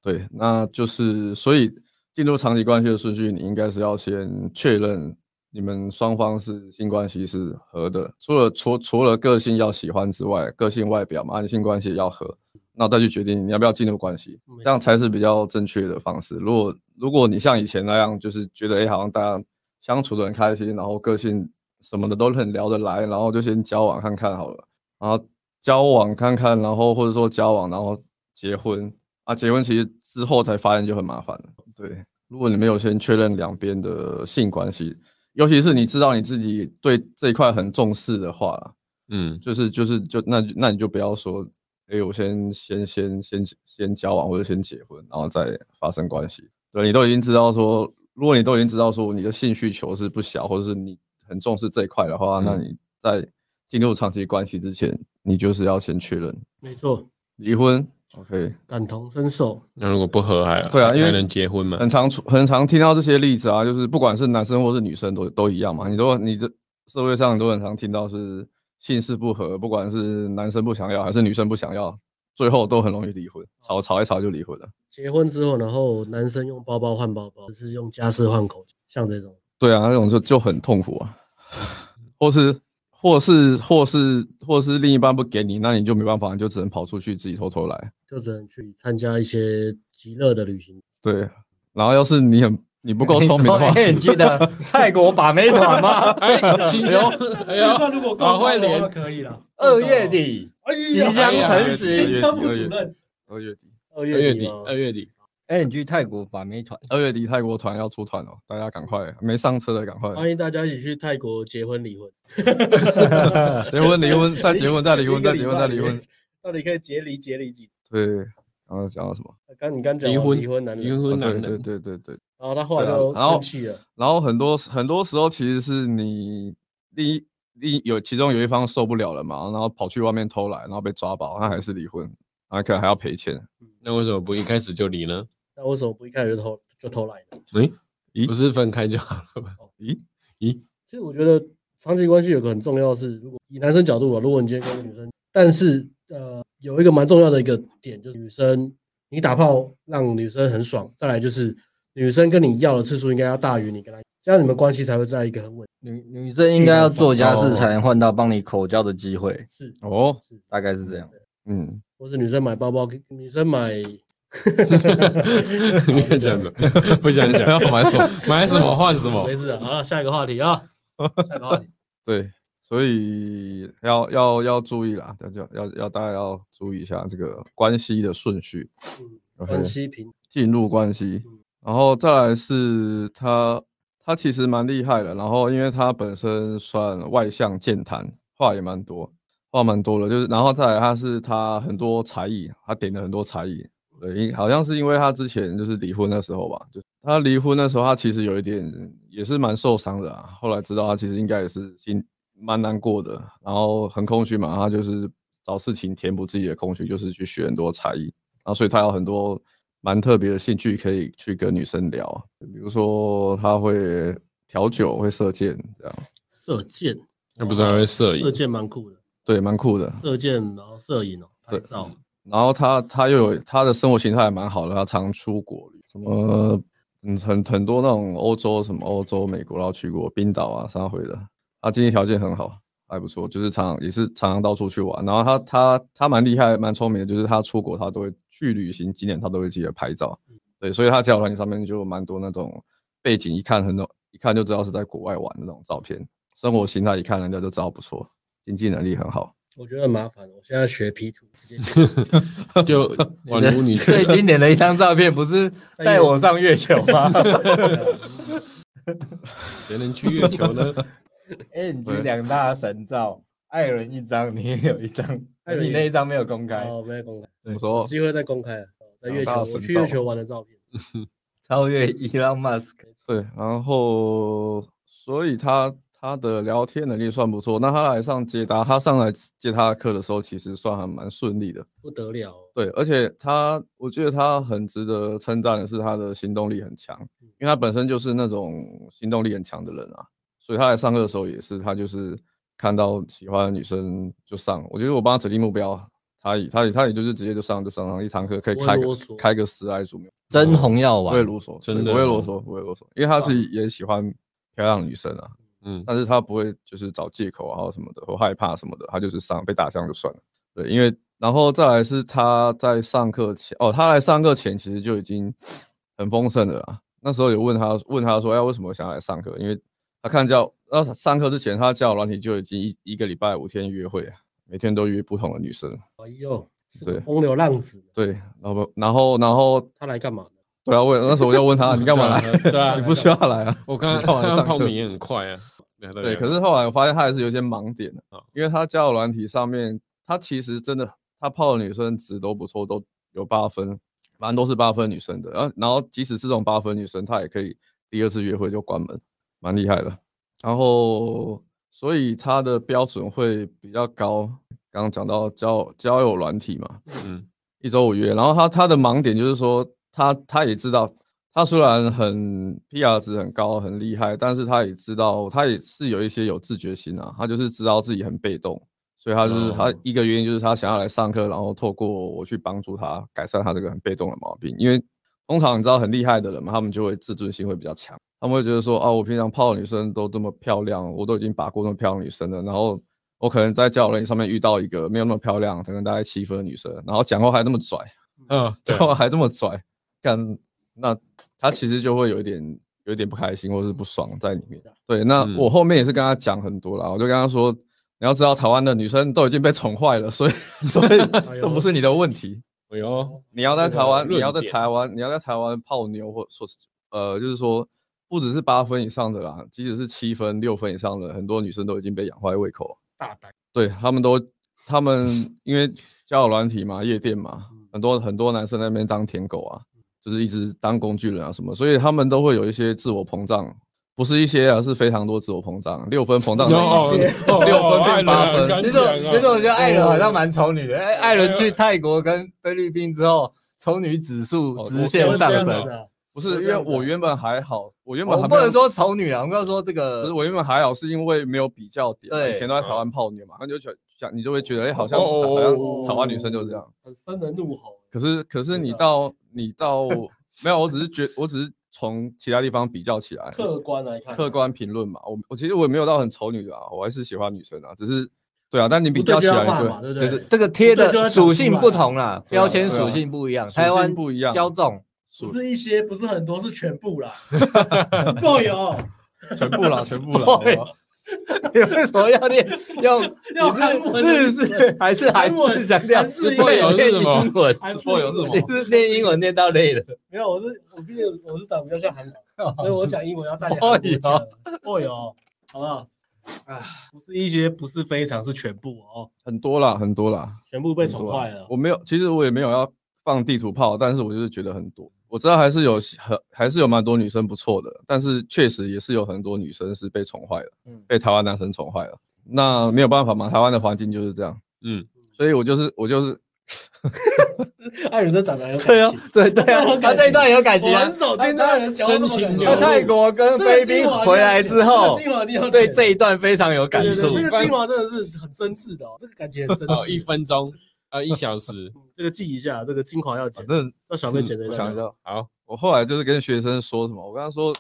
[SPEAKER 3] 对，那就是所以进入长期关系的顺序，你应该是要先确认你们双方是性关系是合的，除了除除了个性要喜欢之外，个性外表嘛，啊你性关系也要合，那再去决定你要不要进入关系
[SPEAKER 1] 没，
[SPEAKER 3] 这样才是比较正确的方式。如果如果你像以前那样，就是觉得哎、诶好像大家相处的很开心，然后个性什么的都很聊得来，然后就先交往看看好了，然后交往看看，然后或者说交往，然后结婚啊，结婚其实之后才发现就很麻烦了。对，如果你没有先确认两边的性关系，尤其是你知道你自己对这一块很重视的话啦，
[SPEAKER 2] 嗯，
[SPEAKER 3] 就是就是就那那你就不要说哎、我先先先先先交往或者先结婚，然后再发生关系。对你都已经知道说，如果你都已经知道说你的兴趣求是不小，或者是你很重视这一块的话，那
[SPEAKER 2] 嗯
[SPEAKER 3] 你在进入长期关系之前，你就是要先确认
[SPEAKER 1] 没错，
[SPEAKER 3] 离婚。OK，
[SPEAKER 1] 感同身受。
[SPEAKER 2] 那如果不和还
[SPEAKER 3] 对啊
[SPEAKER 2] 还
[SPEAKER 3] 因为
[SPEAKER 2] 还能结婚吗
[SPEAKER 3] 很？常出很常听到这些例子啊，就是不管是男生或是女生都都一样嘛。你都你这社会上都很常听到是性事不合，不管是男生不想要还是女生不想要，最后都很容易离婚，吵吵一吵就离婚了。
[SPEAKER 1] 结婚之后，然后男生用包包换包包，就是用家事换口，像这种
[SPEAKER 3] 对啊，那种就就很痛苦啊，或是或是或是或是另一半不给你，那你就没办法，你就只能跑出去自己偷偷来。
[SPEAKER 1] 就只能去参加一些极乐的旅行。
[SPEAKER 3] 对，然后要是你很你不够聪明的话，
[SPEAKER 4] 哎你记得 [laughs] 泰国把妹团吗？
[SPEAKER 2] 请教，哎呦，
[SPEAKER 1] 如果
[SPEAKER 2] 够好会包的话连
[SPEAKER 1] 可以了。哎
[SPEAKER 4] 二月，底即将成
[SPEAKER 3] 哎
[SPEAKER 4] 型
[SPEAKER 3] 呀。
[SPEAKER 1] 部主任，
[SPEAKER 3] 二月底，
[SPEAKER 1] 二
[SPEAKER 2] 二月
[SPEAKER 1] 月哦
[SPEAKER 2] 底，
[SPEAKER 1] 吗
[SPEAKER 2] 二月底，
[SPEAKER 4] 哎，你去泰国把妹团，
[SPEAKER 3] 二月底泰国团要出团哦，大家赶快，没上车的赶快，
[SPEAKER 1] 欢迎哎大家一起去泰国结婚离婚，
[SPEAKER 3] 结婚离
[SPEAKER 1] [laughs]
[SPEAKER 3] 婚再结婚再离婚
[SPEAKER 1] 一个
[SPEAKER 3] 再结婚再离
[SPEAKER 1] 礼拜里
[SPEAKER 3] 婚
[SPEAKER 1] 面。，哎到底可以结离结离几？
[SPEAKER 3] 对，然后讲到什么？
[SPEAKER 1] 刚你刚讲
[SPEAKER 2] 离
[SPEAKER 1] 完
[SPEAKER 2] 婚
[SPEAKER 1] 离婚男人
[SPEAKER 2] 离婚
[SPEAKER 3] 啊
[SPEAKER 2] 男
[SPEAKER 3] 对对
[SPEAKER 2] 人，
[SPEAKER 3] 对对对。
[SPEAKER 1] 然后他后来
[SPEAKER 3] 对啊
[SPEAKER 1] 就
[SPEAKER 3] 然后
[SPEAKER 1] 生气了，
[SPEAKER 3] 然后很多很多时候其实是你另一另一有其中有一方受不了了嘛，然后跑去外面偷来，然后被抓包，那还是离婚，然后可能还要赔钱。
[SPEAKER 2] 那为什么不一开始就离呢？
[SPEAKER 1] 那为什么不一开始就偷就偷来的？
[SPEAKER 2] 诶，
[SPEAKER 3] 咦
[SPEAKER 2] 不是分开就好了
[SPEAKER 1] 哦
[SPEAKER 2] [laughs] 吗？
[SPEAKER 3] 咦，
[SPEAKER 1] 其实我觉得长期关系有个很重要的是，如果以男生角度啊，如果你今天跟一个女生， [clears throat] 但是呃有一个蛮重要的一个点就是女生你打炮让女生很爽，再来就是女生跟你要的次数应该要大于你跟她，这样你们关系才会在一个很稳
[SPEAKER 4] 女女生应该要做家事才能换到帮你口交的机会，
[SPEAKER 1] 是
[SPEAKER 3] 哦，
[SPEAKER 1] 是，
[SPEAKER 4] 大概是这样。
[SPEAKER 3] 嗯，
[SPEAKER 1] 或是女生买包包，女生
[SPEAKER 2] [laughs]
[SPEAKER 1] 买。啊
[SPEAKER 2] 你在
[SPEAKER 1] [laughs]
[SPEAKER 2] 讲
[SPEAKER 3] [laughs]
[SPEAKER 2] 什么？不想
[SPEAKER 3] 想要
[SPEAKER 2] 讲，
[SPEAKER 3] 买什么？
[SPEAKER 2] 买什么换什么
[SPEAKER 1] 没？事的，好了，下一个话题
[SPEAKER 2] [laughs]
[SPEAKER 1] 啊，下一个话题。
[SPEAKER 3] 对，所以要要要注意啦，要要要要大家要注意一下这个关系的顺序，
[SPEAKER 1] 嗯
[SPEAKER 3] OK
[SPEAKER 1] 关系平
[SPEAKER 3] 进入关系
[SPEAKER 1] 嗯，
[SPEAKER 3] 然后再来是他他其实蛮厉害的，然后因为他本身算外向健谈，话也蛮多，话蛮多的，就是然后再来他是他很多才艺，他点了很多才艺，对，因好像是因为他之前就是离婚的时候吧，就他离婚的时候，他其实有一点也是蛮受伤的啊，后来知道他其实应该也是心蛮难过的，然后很空虚嘛，他就是找事情填补自己的空虚，就是去学很多才艺，然后所以他有很多蛮特别的兴趣可以去跟女生聊啊，比如说他会调酒，会射箭这样，
[SPEAKER 1] 射箭，
[SPEAKER 2] 那不是还会摄影
[SPEAKER 1] 射？箭蛮酷的，
[SPEAKER 3] 对，蛮酷的。
[SPEAKER 1] 射箭然后摄影哦，拍
[SPEAKER 3] 对嗯
[SPEAKER 1] 照，
[SPEAKER 3] 然后他他又有他的生活形态也蛮好的，他常出国旅，什么嗯很很多那种欧洲什么欧洲、美国，然后去过冰岛啊、啥回的。他经济条件很好，还不错，就是常也是常常到处去玩。然后他他他蛮厉害、蛮聪明的，就是他出国他都会去旅行景点，他都会记得拍照。对，所以他交友软件上面就蛮多那种背景，一看很多一看就知道是在国外玩的那种照片，生活形态一看人家就知道不错，经济能力很好。
[SPEAKER 1] 我觉得很麻烦。哦我现在学 P 图，直接
[SPEAKER 3] [laughs]
[SPEAKER 1] 去
[SPEAKER 2] 就宛如你去
[SPEAKER 4] [laughs] 最经典的一张照片不 [laughs] 是带我上月球吗？
[SPEAKER 2] 谁能去月球
[SPEAKER 3] [laughs]
[SPEAKER 2] 呢？
[SPEAKER 4] 哎，你两大神照，艾伦一张，你也有一张，
[SPEAKER 1] 艾伦也
[SPEAKER 4] 你那一张没有公开，
[SPEAKER 1] 哦，没有公开，
[SPEAKER 3] 我说
[SPEAKER 1] 有机会再公开了，哦在月
[SPEAKER 3] 长
[SPEAKER 1] 球
[SPEAKER 3] 大
[SPEAKER 1] 我
[SPEAKER 3] 神
[SPEAKER 1] 去
[SPEAKER 3] 照
[SPEAKER 1] 月球玩的照片，
[SPEAKER 4] 超越伊朗马斯克。
[SPEAKER 3] 对，然后所以他他的聊天能力算不错。那他来上接他，他上来接他的课的时候，其实算还蛮顺利的。
[SPEAKER 1] 不得了哦。
[SPEAKER 3] 对，而且他，我觉得他很值得称赞的是他的行动力很强，
[SPEAKER 1] 嗯
[SPEAKER 3] 因为他本身就是那种行动力很强的人啊，所以他来上课的时候也是，他就是看到喜欢的女生就上。我觉得我帮他指定目标，他也他也他也就是直接就上就上，然后一堂课可以
[SPEAKER 1] 不会
[SPEAKER 3] 开个
[SPEAKER 1] 啰嗦
[SPEAKER 3] 开个十来组没有
[SPEAKER 4] [laughs] 真红药
[SPEAKER 3] 不会
[SPEAKER 4] 丸，
[SPEAKER 3] 啰嗦，
[SPEAKER 2] 真
[SPEAKER 3] 对
[SPEAKER 2] 的
[SPEAKER 3] 不会
[SPEAKER 2] 哦啊
[SPEAKER 3] 啰嗦，不会啰嗦，因为他自己也喜欢漂亮的女生啊，
[SPEAKER 2] 嗯，
[SPEAKER 3] 但是他不会就是找借口啊或什么的，或害怕什么的，他就是上被打枪就算了。对，因为然后再来是他在上课前，哦，他来上课前其实就已经 [sniffs] 很丰盛了啦。那时候有问他问他说，哎，为什么想要来上课？因为他看教，那上课之前他教软体就已经一一个礼拜五天约会啊，每天都约不同的女生。
[SPEAKER 1] 哎呦，是
[SPEAKER 3] 对
[SPEAKER 1] 个风流浪子，
[SPEAKER 3] 对，然后然后然后
[SPEAKER 1] 他来干嘛呢？
[SPEAKER 3] 对啊，问那时候我就
[SPEAKER 2] [laughs]
[SPEAKER 3] 问他，你干嘛来？
[SPEAKER 2] 对啊对啊
[SPEAKER 3] [laughs] 你不需要来啊。
[SPEAKER 2] 我刚
[SPEAKER 3] 你
[SPEAKER 2] 刚
[SPEAKER 3] 干嘛来
[SPEAKER 2] 看
[SPEAKER 3] 上
[SPEAKER 2] 泡
[SPEAKER 3] 课
[SPEAKER 2] 米也很快啊。聊到
[SPEAKER 3] 对，
[SPEAKER 2] 聊
[SPEAKER 3] 可
[SPEAKER 2] 到
[SPEAKER 3] 是后来我发现他还是有一些盲点的
[SPEAKER 2] 啊，
[SPEAKER 3] 因为他交友软体上面，他其实真的他泡的女生值都不错，都有八分，反正都是八分女生的。然后然后即使是这种八分女生，她也可以第二次约会就关门，蛮厉害的。然后所以他的标准会比较高。刚刚讲到交交友软体嘛，
[SPEAKER 2] 嗯，
[SPEAKER 3] 一周五约，然后他他的盲点就是说，他他也知道，他虽然很 PR 值很高很厉害，但是他也知道，他也是有一些有自觉心啊，他就是知道自己很被动，所以他就是、他
[SPEAKER 2] 哦
[SPEAKER 3] 一个原因就是他想要来上课，然后透过我去帮助他改善他这个很被动的毛病，因为通常你知道很厉害的人嘛，他们就会自尊心会比较强，他们会觉得说啊，我平常泡的女生都这么漂亮，我都已经把过那么漂亮的女生了，然后我可能在交友软件上面遇到一个没有那么漂亮，可能大概七分的女生，然后讲话还那么拽，
[SPEAKER 2] 嗯，对
[SPEAKER 3] 讲，话还这么拽，干那他其实就会有一点有一点不开心或是不爽在里
[SPEAKER 1] 啊
[SPEAKER 3] 面。对，那
[SPEAKER 2] 嗯
[SPEAKER 3] 我后面也是跟他讲很多啦，我就跟他说，你要知道台湾的女生都已经被宠坏了，所以所以这不是你的问题，
[SPEAKER 2] 哎呦，
[SPEAKER 3] 你要在
[SPEAKER 2] 哎这
[SPEAKER 3] 台
[SPEAKER 2] 个
[SPEAKER 3] 湾，你要
[SPEAKER 2] 论
[SPEAKER 3] 在
[SPEAKER 2] 点
[SPEAKER 3] 台湾，你要在台湾泡妞，或说是呃，就是说不只是八分以上的啦，即使是七分、六分以上的，很多女生都已经被养坏胃口了。
[SPEAKER 1] 大胆，
[SPEAKER 3] 对他们都，他们因为交友软体嘛，夜店嘛，
[SPEAKER 2] 嗯
[SPEAKER 3] 很多很多男生在那边当舔狗啊，就是一直当工具人啊什么，所以他们都会有一些自我膨胀，不是一些啊，是非常多自我膨胀，六分膨胀
[SPEAKER 2] 哦
[SPEAKER 3] 的一些，
[SPEAKER 2] 哦
[SPEAKER 3] 六分
[SPEAKER 2] 哦
[SPEAKER 3] 变
[SPEAKER 2] 艾伦
[SPEAKER 3] 八
[SPEAKER 2] 啊
[SPEAKER 3] 分
[SPEAKER 2] 敢
[SPEAKER 4] 其实
[SPEAKER 2] 讲
[SPEAKER 4] 我
[SPEAKER 2] 啊
[SPEAKER 4] 其实我觉得艾伦
[SPEAKER 1] 哦
[SPEAKER 4] 好像蛮丑女的，哎，艾伦
[SPEAKER 2] 哎
[SPEAKER 4] 去
[SPEAKER 2] 呦
[SPEAKER 4] 泰国跟菲律宾之后，丑女指数
[SPEAKER 3] 哦
[SPEAKER 4] 直
[SPEAKER 3] 电
[SPEAKER 4] 线
[SPEAKER 2] 我
[SPEAKER 4] 上
[SPEAKER 2] 这样
[SPEAKER 4] 升
[SPEAKER 1] 啊
[SPEAKER 2] 子。啊哦
[SPEAKER 3] 不是因为我原本还好，我原本
[SPEAKER 4] 我
[SPEAKER 3] 还
[SPEAKER 4] 不
[SPEAKER 3] 没有
[SPEAKER 4] 能说丑女啊，我们要说这
[SPEAKER 3] 不是
[SPEAKER 4] 个
[SPEAKER 3] 我原本还好，是因为没有比较点嘛，
[SPEAKER 4] 对
[SPEAKER 3] 以前都在台
[SPEAKER 2] 嗯
[SPEAKER 3] 湾泡妞嘛，那就觉想你就会觉得哎、好像
[SPEAKER 2] 哦哦
[SPEAKER 3] 好像
[SPEAKER 2] 哦
[SPEAKER 3] 台湾女生就是这样。
[SPEAKER 1] 很生人怒吼，
[SPEAKER 3] 可是可是
[SPEAKER 1] 对
[SPEAKER 3] 你
[SPEAKER 1] 的
[SPEAKER 3] 到你到没有，我只是觉我只是从其他地方比较起来，
[SPEAKER 1] 客观来看，
[SPEAKER 3] 客观评论嘛。我我其实我也没有到很丑女的啊，我还是喜欢女生啊，只是对啊，但你比
[SPEAKER 1] 不对
[SPEAKER 3] 较起
[SPEAKER 1] 就要
[SPEAKER 3] 来
[SPEAKER 1] 骂
[SPEAKER 3] 就
[SPEAKER 1] 嘛，对不
[SPEAKER 3] 就
[SPEAKER 1] 对
[SPEAKER 3] 是？
[SPEAKER 4] 这个贴
[SPEAKER 1] 这就要讲
[SPEAKER 4] 的属
[SPEAKER 1] 出
[SPEAKER 4] 性
[SPEAKER 1] 来
[SPEAKER 4] 不
[SPEAKER 1] 啊
[SPEAKER 4] 同啦，
[SPEAKER 1] 对啊
[SPEAKER 4] 标签
[SPEAKER 3] 对
[SPEAKER 4] 属
[SPEAKER 3] 啊
[SPEAKER 4] 性不一样，
[SPEAKER 3] 属
[SPEAKER 4] 台湾
[SPEAKER 3] 性不一样
[SPEAKER 4] 骄纵，
[SPEAKER 1] 不是一些，不是很多，是全部
[SPEAKER 3] [laughs]
[SPEAKER 1] 啦，哦是都有，
[SPEAKER 3] 哦全部啦，全部哦啦，好不好
[SPEAKER 4] [laughs] 你为什么要念用？
[SPEAKER 1] [laughs] 要韩文的
[SPEAKER 4] 你是日式还是韩
[SPEAKER 1] 韩文
[SPEAKER 4] 式强调？
[SPEAKER 1] 韩式
[SPEAKER 4] 不会有
[SPEAKER 2] 英文
[SPEAKER 4] 念英文，
[SPEAKER 1] 还是
[SPEAKER 3] 都有日
[SPEAKER 4] 你
[SPEAKER 3] 文
[SPEAKER 4] 是念英文念到累了。
[SPEAKER 1] 没有，我是我毕竟我是长得比较像韩国，所以我讲英文要带点韩
[SPEAKER 4] 哎
[SPEAKER 1] 国
[SPEAKER 4] 呦
[SPEAKER 1] 腔，哦哟，好不好？啊，不是一些，不是非常，是全部哦，
[SPEAKER 3] 很多啦，很多啦，
[SPEAKER 1] 全部被
[SPEAKER 3] 很
[SPEAKER 1] 宠
[SPEAKER 3] 多啦
[SPEAKER 1] 坏了。
[SPEAKER 3] 我没有，其实我也没有要放地图炮，但是我就是觉得很多。我知道还是有很还是有蛮多女生不错的，但是确实也是有很多女生是被宠坏了，
[SPEAKER 1] 嗯
[SPEAKER 3] 被台湾男生宠坏了。那没有办法嘛，台湾的环境就是这样，
[SPEAKER 2] 嗯，
[SPEAKER 3] 所以我就是我就是
[SPEAKER 1] 艾伦真长得很有感
[SPEAKER 4] 对啊
[SPEAKER 1] 情，
[SPEAKER 4] 对对啊
[SPEAKER 1] 这，很感
[SPEAKER 4] 他这一段有感
[SPEAKER 1] 我
[SPEAKER 4] 觉啊
[SPEAKER 1] 很。少听到有人讲
[SPEAKER 2] 真情流
[SPEAKER 4] 他
[SPEAKER 2] 露
[SPEAKER 4] 泰国跟菲律宾回来之后，
[SPEAKER 1] 今晚你有
[SPEAKER 4] 对
[SPEAKER 1] 讲
[SPEAKER 4] 这一段非常有感
[SPEAKER 1] 对对
[SPEAKER 4] 触
[SPEAKER 1] 对。这个精华真的是很真挚的哦，这个感觉很真
[SPEAKER 2] 哦，
[SPEAKER 1] 挚。
[SPEAKER 2] 一分钟，呃，一小时，
[SPEAKER 1] 嗯，这个记一下，这个精华要剪
[SPEAKER 4] 哦
[SPEAKER 3] 反，正
[SPEAKER 1] 要小妹剪
[SPEAKER 4] 嗯
[SPEAKER 1] 的。
[SPEAKER 3] 我想一下，
[SPEAKER 2] 好，
[SPEAKER 3] 我后来就是跟学生说什么，我跟他说，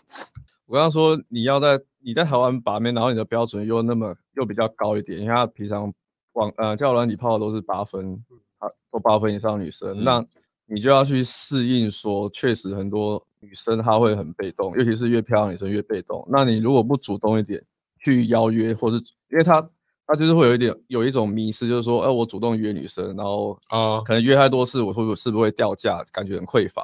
[SPEAKER 3] 我跟他说你要在你在台湾把妹，然后你的标准又那么又比较高一点，因为他平常网呃交友软体泡的都是八分，啊都八分以上的女生，
[SPEAKER 2] 嗯
[SPEAKER 3] 那你就要去适应说，确实很多女生她会很被动，尤其是越漂亮的女生越被动。那你如果不主动一点去邀约，或是因为她她就是会有一点有一种迷失，就是说，哎、我主动约女生，然后
[SPEAKER 2] 哦，
[SPEAKER 3] 可能约太多次，我会不会是不是会掉价，感觉很匮乏？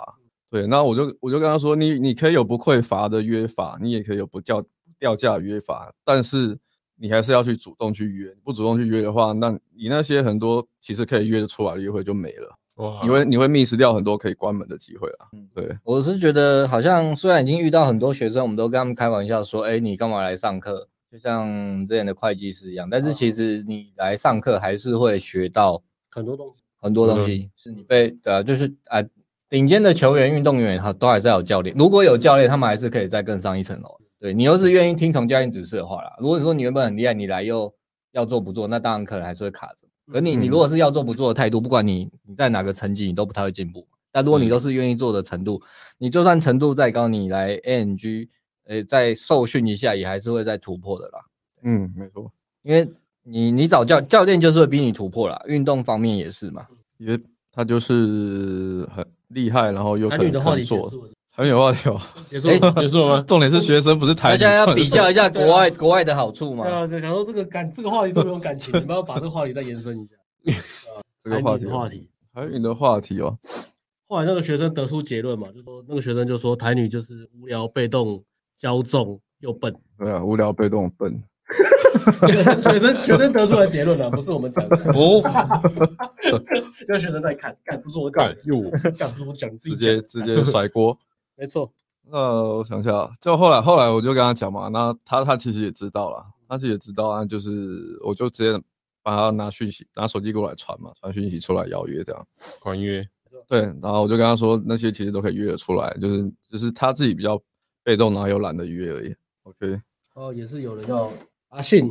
[SPEAKER 3] 对，那我就我就跟他说，你你可以有不匮乏的约法，你也可以有不掉掉价的约法，但是你还是要去主动去约，不主动去约的话，那你那些很多其实可以约得出来的约会就没了，
[SPEAKER 1] 啊
[SPEAKER 2] 哇，
[SPEAKER 3] 你会你会 miss 掉很多可以关门的机会啊
[SPEAKER 4] 嗯。
[SPEAKER 3] 对，
[SPEAKER 4] 我是觉得好像虽然已经遇到很多学生，我们都跟他们开玩笑说，哎、你干嘛来上课？就像之前的会计师一样，但是其实你来上课还是会学到
[SPEAKER 1] 很多东西，
[SPEAKER 4] 很多东西，是你被对啊，就是啊，顶尖的球员、运动员他都还是要有教练，如果有教练，他们还是可以再更上一层楼。对你要是愿意听从教练指示的话啦，如果你说你原本很厉害，你来又要做不做，那当然可能还是会卡着。可
[SPEAKER 1] 嗯
[SPEAKER 4] 你你如果是要做不做的态度，不管你你在哪个层级，你都不太会进步。但如果你都是愿意做的程度，你就算程度再高，你来 ANG，呃，再受训一下，也还是会再突破的啦。
[SPEAKER 3] 嗯，没错，
[SPEAKER 4] 因为你你找教教练就是会逼你突破啦，运动方面也是嘛。
[SPEAKER 3] 也他就是很厉害，然后又
[SPEAKER 1] 男
[SPEAKER 3] 肯
[SPEAKER 1] 女的话
[SPEAKER 3] 肯
[SPEAKER 1] 题结
[SPEAKER 3] 做，
[SPEAKER 1] 束了，
[SPEAKER 3] 很有话题哦。 [laughs]
[SPEAKER 1] 结束
[SPEAKER 4] 哎
[SPEAKER 1] 了。
[SPEAKER 2] 结束了吗？
[SPEAKER 3] 重点是学生不是台
[SPEAKER 4] 大
[SPEAKER 3] 女，
[SPEAKER 4] 家要
[SPEAKER 3] 重点
[SPEAKER 4] 比
[SPEAKER 3] 是
[SPEAKER 4] 较一下国外国外的好处
[SPEAKER 1] 对
[SPEAKER 4] 嘛。
[SPEAKER 1] 啊，就想说这个感这个话题这么有
[SPEAKER 3] [laughs]
[SPEAKER 1] 感情，你们要把这个话题再延伸一下。
[SPEAKER 3] 这个
[SPEAKER 1] 男
[SPEAKER 3] 话
[SPEAKER 1] 女
[SPEAKER 3] 题
[SPEAKER 1] 的
[SPEAKER 3] 哦，
[SPEAKER 1] 话题，
[SPEAKER 3] 台女的话题哦。
[SPEAKER 1] 后来那个学生得出结论嘛，就说那个学生就说台女就是无聊、被动、骄纵又笨。 [laughs]
[SPEAKER 3] 对啊，无聊被动笨。
[SPEAKER 1] 学生学生学生得出来结论了，不是我们讲的，
[SPEAKER 2] [laughs] 哦，
[SPEAKER 1] 就学生在看，干不是我讲
[SPEAKER 2] 干
[SPEAKER 1] 的，
[SPEAKER 2] 又我
[SPEAKER 1] 干不是我讲，你自己
[SPEAKER 3] 直
[SPEAKER 1] 讲
[SPEAKER 3] 接直接甩锅。
[SPEAKER 1] 没错，
[SPEAKER 3] [laughs] 那我想一下，就后来后来我就跟他讲嘛，那他他其实也知道了，他其实也知道，那就是我就直接把他拿讯息拿手机给我来传嘛，传讯息出来邀约这样。
[SPEAKER 2] 宽约，
[SPEAKER 3] 对，然后我就跟他说那些其实都可以约得出来，就是就是他自己比较被动，然后又懒得约而已。OK，
[SPEAKER 1] 哦，也是有人要阿信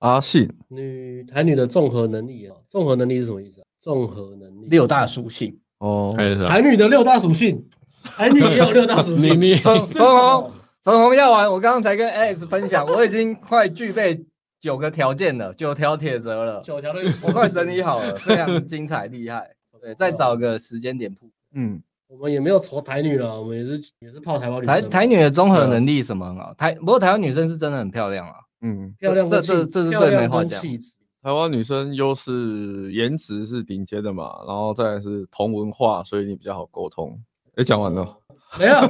[SPEAKER 3] 阿信
[SPEAKER 1] 女台女的综合能力啊，综合能力是什么意思啊？综合能力
[SPEAKER 4] 六大属性，
[SPEAKER 3] 哦，
[SPEAKER 2] 还有啥？
[SPEAKER 1] 台女的六大属性，台女也有六大属
[SPEAKER 2] 你
[SPEAKER 3] [laughs]
[SPEAKER 1] 性，
[SPEAKER 2] 你
[SPEAKER 4] 粉
[SPEAKER 1] 是什
[SPEAKER 3] 哦
[SPEAKER 4] 粉红
[SPEAKER 1] 么
[SPEAKER 4] 粉红药丸，我刚刚才跟 Alex 分享，我已经快具备九个条件了，九条铁则了，
[SPEAKER 1] 九条的，
[SPEAKER 4] 我快整理好了，非常精彩厉害。对，再找个时间点铺。
[SPEAKER 3] 嗯，
[SPEAKER 1] 我们也没有仇台女了，我们也是也是泡台湾女
[SPEAKER 4] 台
[SPEAKER 1] 生
[SPEAKER 4] 台女的综合能力什么很好，台不过台湾女生是真的很漂亮 [laughs] 啊，
[SPEAKER 3] 嗯，
[SPEAKER 1] 漂亮跟
[SPEAKER 4] 这这
[SPEAKER 1] 气
[SPEAKER 4] 这是
[SPEAKER 1] 漂
[SPEAKER 4] 最
[SPEAKER 1] 亮
[SPEAKER 4] 没话
[SPEAKER 1] 跟
[SPEAKER 4] 讲
[SPEAKER 1] 气质
[SPEAKER 3] 台湾女生优势颜值是顶尖的嘛，然后再来是同文化，所以你比较好沟通。哎，讲完了，
[SPEAKER 1] 没有，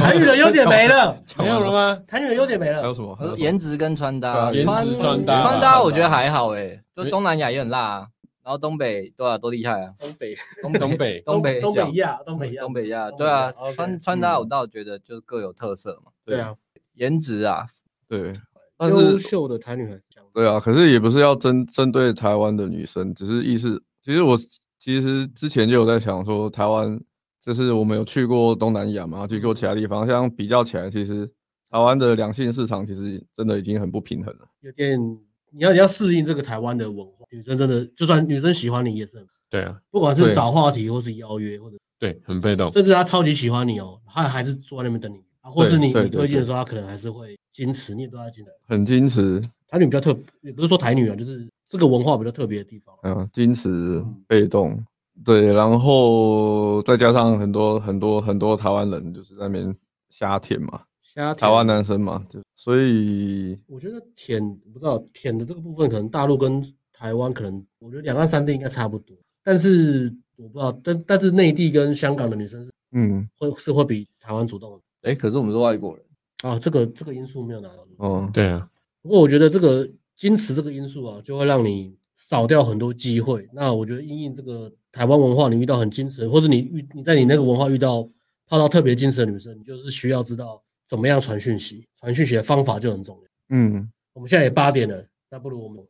[SPEAKER 1] 台女的优点没
[SPEAKER 4] [laughs]
[SPEAKER 1] 了，
[SPEAKER 2] 没有了吗？
[SPEAKER 1] 台女的优点没
[SPEAKER 3] 还有
[SPEAKER 1] 了，
[SPEAKER 3] 什么？还
[SPEAKER 4] 可
[SPEAKER 3] 有什
[SPEAKER 4] 是
[SPEAKER 3] 么
[SPEAKER 4] 颜值跟穿搭，
[SPEAKER 3] 对啊
[SPEAKER 2] 颜值穿搭
[SPEAKER 4] 穿
[SPEAKER 2] 穿
[SPEAKER 4] 搭
[SPEAKER 2] 搭
[SPEAKER 4] 我觉得还好哎，就
[SPEAKER 2] 哎
[SPEAKER 4] 东南亚也很辣啊，然后东北对啊多厉害啊，
[SPEAKER 1] 东北
[SPEAKER 4] 东北
[SPEAKER 2] 东北
[SPEAKER 4] 东北
[SPEAKER 1] 北东
[SPEAKER 4] 角
[SPEAKER 1] 亚东北亚
[SPEAKER 4] 东北亚
[SPEAKER 1] 东
[SPEAKER 4] 对啊
[SPEAKER 1] 北亚，，OK 嗯
[SPEAKER 4] 穿穿搭我倒觉得就各有特色嘛，
[SPEAKER 1] 对啊，
[SPEAKER 4] 颜值啊，
[SPEAKER 3] 对，但
[SPEAKER 1] 优
[SPEAKER 3] 是
[SPEAKER 1] 秀的台女来讲，
[SPEAKER 3] 对啊，可是也不是要针针对台湾的女生，只是意思，其实我其实之前就有在想说，台湾就是我们有去过东南亚嘛，去过其他地方，像比较起来，其实台湾的两性市场其实真的已经很不平衡了。
[SPEAKER 1] 有点你要你要适应这个台湾的文化，女生真的就算女生喜欢你也是很，
[SPEAKER 2] [laughs] 对啊，
[SPEAKER 1] 不管
[SPEAKER 3] 对
[SPEAKER 1] 是找话题或是邀约或者。
[SPEAKER 2] 对，很被动。
[SPEAKER 1] 甚至他超级喜欢你哦，他还是坐在那边等你，啊，或是
[SPEAKER 3] 对
[SPEAKER 1] 你
[SPEAKER 3] 对
[SPEAKER 1] 你
[SPEAKER 3] 对
[SPEAKER 1] 推荐
[SPEAKER 3] 对
[SPEAKER 1] 的时候，他可能还是会矜持，你也不知道他矜持。
[SPEAKER 3] 很矜持，
[SPEAKER 1] 台女比较特，也不是说台女啊，就是这个文化比较特别的地方啊。
[SPEAKER 3] 嗯、矜持、
[SPEAKER 2] 嗯
[SPEAKER 3] 被动，对，然后再加上很多很多很多台湾人就是在那边瞎舔嘛，
[SPEAKER 1] 虾
[SPEAKER 3] 台湾，男生嘛，就所以
[SPEAKER 1] 我觉得舔不知道舔的这个部分，可能大陆跟台湾可能，我觉得两岸三地应该差不多，但是我不知道，但但是内地跟香港的女生是
[SPEAKER 3] 嗯
[SPEAKER 1] 会是会比台湾主动
[SPEAKER 4] 哎，可是我们是外国人，
[SPEAKER 1] 的啊，这个这个因素没有拿到。
[SPEAKER 3] 哦
[SPEAKER 2] 对啊，
[SPEAKER 1] 不过我觉得这个矜持这个因素啊，就会让你少掉很多机会。那我觉得，因应这个台湾文化，你遇到很矜持，或是你遇你在你那个文化遇到泡到特别矜持的女生，你就是需要知道怎么样传讯息，传讯息的方法就很重要。
[SPEAKER 3] 嗯，
[SPEAKER 1] 我们现在也八点了，那不如我们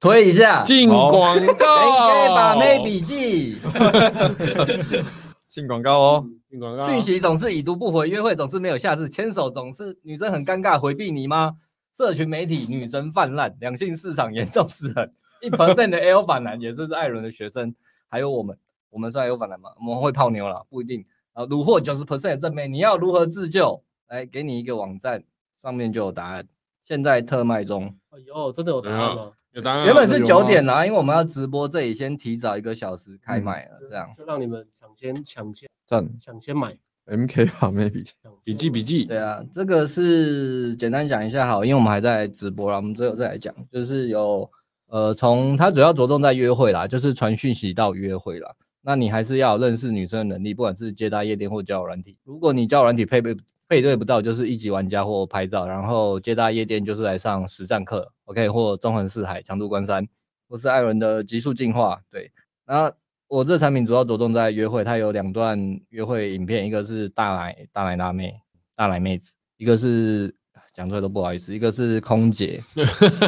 [SPEAKER 4] 推一下，应
[SPEAKER 2] 进
[SPEAKER 4] [laughs]
[SPEAKER 2] 广
[SPEAKER 4] 该
[SPEAKER 2] 告，
[SPEAKER 4] 把妹笔
[SPEAKER 1] [laughs]
[SPEAKER 4] 记。
[SPEAKER 3] 进广告哦，
[SPEAKER 2] 进广告，啊
[SPEAKER 4] 讯息总是已读不回，约会总是没有下次，牵手总是女生很尴尬回避你吗？社群媒体女神泛滥，两性市场严重失衡。一 percent 的 L 反男，也就是艾伦的学生，还有我们，我们算 L 反男吗？我们会泡妞啦，不一定。啊，虏获九十 percent 的正妹，你要如何自救？来，给你一个网站，上面就有答案。现在特卖中，
[SPEAKER 1] 哎呦，真的有答案吗？
[SPEAKER 2] 有答案。啊
[SPEAKER 4] 原本是
[SPEAKER 2] 有
[SPEAKER 4] 九
[SPEAKER 2] 吗
[SPEAKER 4] 点啦，因为我们要直播，这里先提早一个小时开卖了，这样。
[SPEAKER 1] 就让你们抢先抢先
[SPEAKER 3] 赞
[SPEAKER 1] 抢先买。
[SPEAKER 3] MK 吧，maybe。
[SPEAKER 1] 抢先
[SPEAKER 2] 笔记笔记，
[SPEAKER 4] 对啊，这个是简单讲一下好，因为我们还在直播啦，我们只有再来讲，就是有呃，从它主要着重在约会啦，就是传讯息到约会啦。那你还是要有认识女生的能力，不管是接搭夜店或交友软体。如果你交友软体配备配对不到，就是一级玩家或拍照，然后接搭夜店就是来上实战课，OK，或纵横四海、强度关山，或是艾伦的极速进化，对，那我这产品主要着重在约会，它有两段约会影片，一个是大奶大奶辣妹，大奶妹子，一个是讲出来都不好意思，一个是空姐，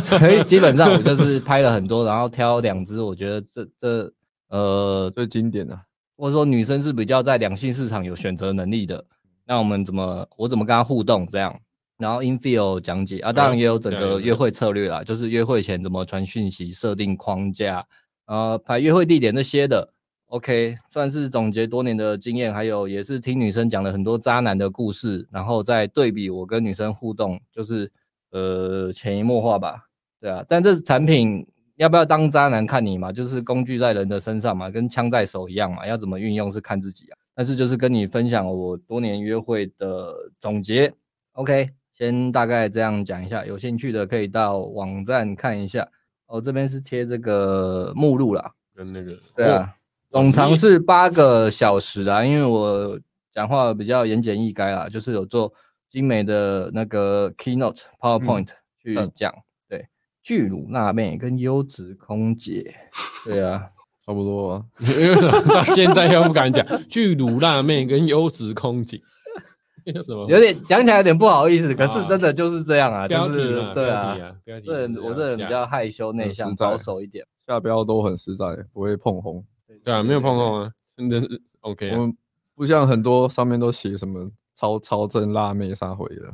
[SPEAKER 4] 所以基本上我就是拍了很多，然后挑两支，我觉得这这呃，
[SPEAKER 3] 最经典的，
[SPEAKER 4] 或者说女生是比较在两性市场有选择能力的，那我们怎么我怎么跟她互动这样？然后 infill 讲解啊，当然也有整
[SPEAKER 2] 这样
[SPEAKER 4] 个
[SPEAKER 2] 也
[SPEAKER 4] 约会策略啦，就是约会前怎么传讯息、设定框架，呃，排约会地点这些的。OK，算是总结多年的经验，还有也是听女生讲了很多渣男的故事，然后再对比我跟女生互动，就是呃潜移默化吧，对啊。但这产品要不要当渣男看你嘛，就是工具在人的身上嘛，跟枪在手一样嘛，要怎么运用是看自己啊。但是就是跟你分享我多年约会的总结，OK，先大概这样讲一下，有兴趣的可以到网站看一下。哦，这边是贴这个目录啦，
[SPEAKER 2] 跟那个
[SPEAKER 4] 对啊，总长是八个小时啊，因为我讲话比较言简意赅啦，就是有做精美的那个 keynote PowerPoint 去
[SPEAKER 3] 嗯
[SPEAKER 4] 讲，对，巨乳辣妹跟优质空姐。对
[SPEAKER 2] [laughs]
[SPEAKER 4] 啊，
[SPEAKER 3] 差不多啊。
[SPEAKER 2] 为什么 [laughs] 到现在又不敢讲巨乳辣妹跟优质空姐？ [laughs] 有什么
[SPEAKER 4] 有点讲起来有点不好意思，可
[SPEAKER 2] 啊
[SPEAKER 4] 是真的就是这样啊，
[SPEAKER 2] 标
[SPEAKER 4] 就
[SPEAKER 2] 题
[SPEAKER 4] 是
[SPEAKER 2] 嘛？
[SPEAKER 4] 对
[SPEAKER 2] 标题
[SPEAKER 4] 啊，
[SPEAKER 2] 啊，标题
[SPEAKER 4] 这人我这人比较害羞内向
[SPEAKER 3] 实，在
[SPEAKER 4] 保守一点。
[SPEAKER 3] 下标都很实在，不会碰红。
[SPEAKER 2] 对啊，没有碰碰啊，真的是 OK
[SPEAKER 3] 我
[SPEAKER 2] 啊。
[SPEAKER 3] 们不像很多上面都写什么超超正辣妹啥回的，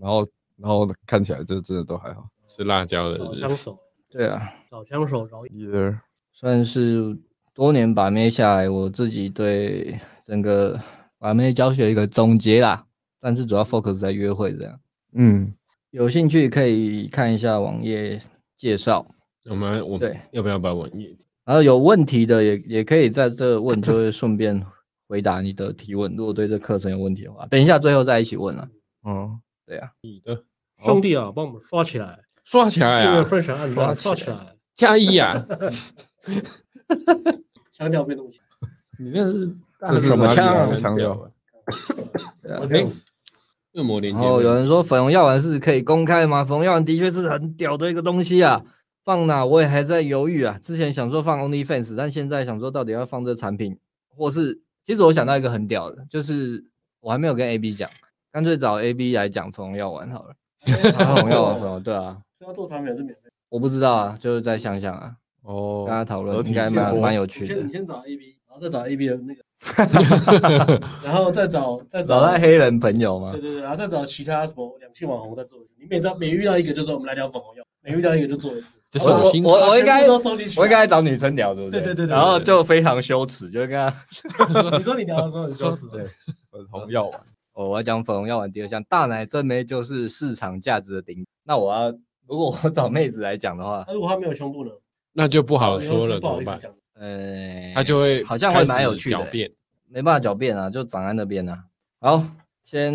[SPEAKER 3] 然后然后看起来就真的都还好。
[SPEAKER 2] 吃辣椒的
[SPEAKER 1] 找
[SPEAKER 2] 日
[SPEAKER 1] 枪手，
[SPEAKER 4] 对啊，
[SPEAKER 1] 找枪手，饶
[SPEAKER 3] Either
[SPEAKER 4] 算是多年把妹下来，我自己对整个把妹教学一个总结啦，但是主要 focus 在约会这样。
[SPEAKER 3] 嗯，
[SPEAKER 4] 有兴趣可以看一下网页介绍，
[SPEAKER 2] 我们我
[SPEAKER 4] 对
[SPEAKER 2] 要不要把网页？
[SPEAKER 4] 然后有问题的也也可以在这问，
[SPEAKER 3] [coughs]
[SPEAKER 4] 就会顺便回答你的提问。如果对这课程有问题的话，等一下最后再一起问了。
[SPEAKER 3] 哦，
[SPEAKER 4] 对啊，
[SPEAKER 2] 你的
[SPEAKER 1] 兄弟啊，帮我们刷起来，
[SPEAKER 2] 刷起来 [laughs]
[SPEAKER 1] 订阅、
[SPEAKER 2] 啊，
[SPEAKER 1] 分享、按赞，
[SPEAKER 4] 刷
[SPEAKER 1] 刷
[SPEAKER 4] 起
[SPEAKER 1] 起
[SPEAKER 4] 来
[SPEAKER 1] 来，
[SPEAKER 2] 加一啊，
[SPEAKER 1] 腔调变动起
[SPEAKER 2] 你那是
[SPEAKER 3] 这是
[SPEAKER 4] 什么
[SPEAKER 3] 哪里
[SPEAKER 4] 腔啊
[SPEAKER 3] 什么腔调？
[SPEAKER 2] [laughs]
[SPEAKER 1] 来。
[SPEAKER 4] 啊
[SPEAKER 1] OK，
[SPEAKER 2] 恶魔连
[SPEAKER 4] 然
[SPEAKER 2] 接。
[SPEAKER 4] 后有人说粉红药丸是可以公开的吗？粉红药丸的确是很屌的一个东西啊，放哪我也还在犹豫啊。之前想说放 OnlyFans，但现在想说到底要放这产品，或是其实我想到一个很屌的，就是我还没有跟 AB 讲，干脆找 AB 来讲粉红药丸
[SPEAKER 1] [laughs]
[SPEAKER 4] 好了。粉红药丸，粉红对啊，
[SPEAKER 1] 是要做产品还是免费？
[SPEAKER 4] 我不知道啊，就是再想想啊，
[SPEAKER 3] 哦
[SPEAKER 4] 跟，他讨论
[SPEAKER 3] 合体
[SPEAKER 4] 应该
[SPEAKER 3] 直
[SPEAKER 4] 蛮
[SPEAKER 3] 播
[SPEAKER 4] 蛮有
[SPEAKER 1] 你
[SPEAKER 4] 趣的
[SPEAKER 1] 先你。先找 AB，然后再找 AB 的那
[SPEAKER 4] [laughs]
[SPEAKER 1] 个，然后再找再找
[SPEAKER 4] 找到黑人朋友吗
[SPEAKER 1] 对？对对，然后再找其他什么两性网红再做一次。你每张每遇到一个就说我们来聊粉红药，每遇到一个就做一次。
[SPEAKER 2] 这
[SPEAKER 4] 我
[SPEAKER 2] 手心
[SPEAKER 4] 我我
[SPEAKER 1] 把
[SPEAKER 4] 应该
[SPEAKER 1] 全部都收集起来
[SPEAKER 4] 我应该找女生聊，对不对？
[SPEAKER 1] 对对对对
[SPEAKER 4] 然后
[SPEAKER 2] 对
[SPEAKER 4] 就非常羞耻，就跟他
[SPEAKER 1] 你说你聊的时候很羞耻，
[SPEAKER 4] [laughs] 对
[SPEAKER 3] 粉红药丸，
[SPEAKER 4] 哦，我要讲粉红药丸第二项，大奶正妹就是市场价值的顶。那我要如果我找妹子来讲的话，
[SPEAKER 1] 那如果他没有胸部呢？
[SPEAKER 2] 那就不好
[SPEAKER 1] 你
[SPEAKER 2] 说
[SPEAKER 1] 又
[SPEAKER 2] 了，
[SPEAKER 1] 是不
[SPEAKER 2] 怎
[SPEAKER 1] 好
[SPEAKER 2] 么
[SPEAKER 1] 意思
[SPEAKER 2] 办？
[SPEAKER 1] 讲。
[SPEAKER 4] 呃，
[SPEAKER 2] 他就会
[SPEAKER 4] 好像
[SPEAKER 2] 开
[SPEAKER 4] 会
[SPEAKER 2] 始
[SPEAKER 4] 蛮有趣的
[SPEAKER 2] 狡 [laughs] 辩。
[SPEAKER 4] 没办法狡辩啊，就长在那边啊。好，先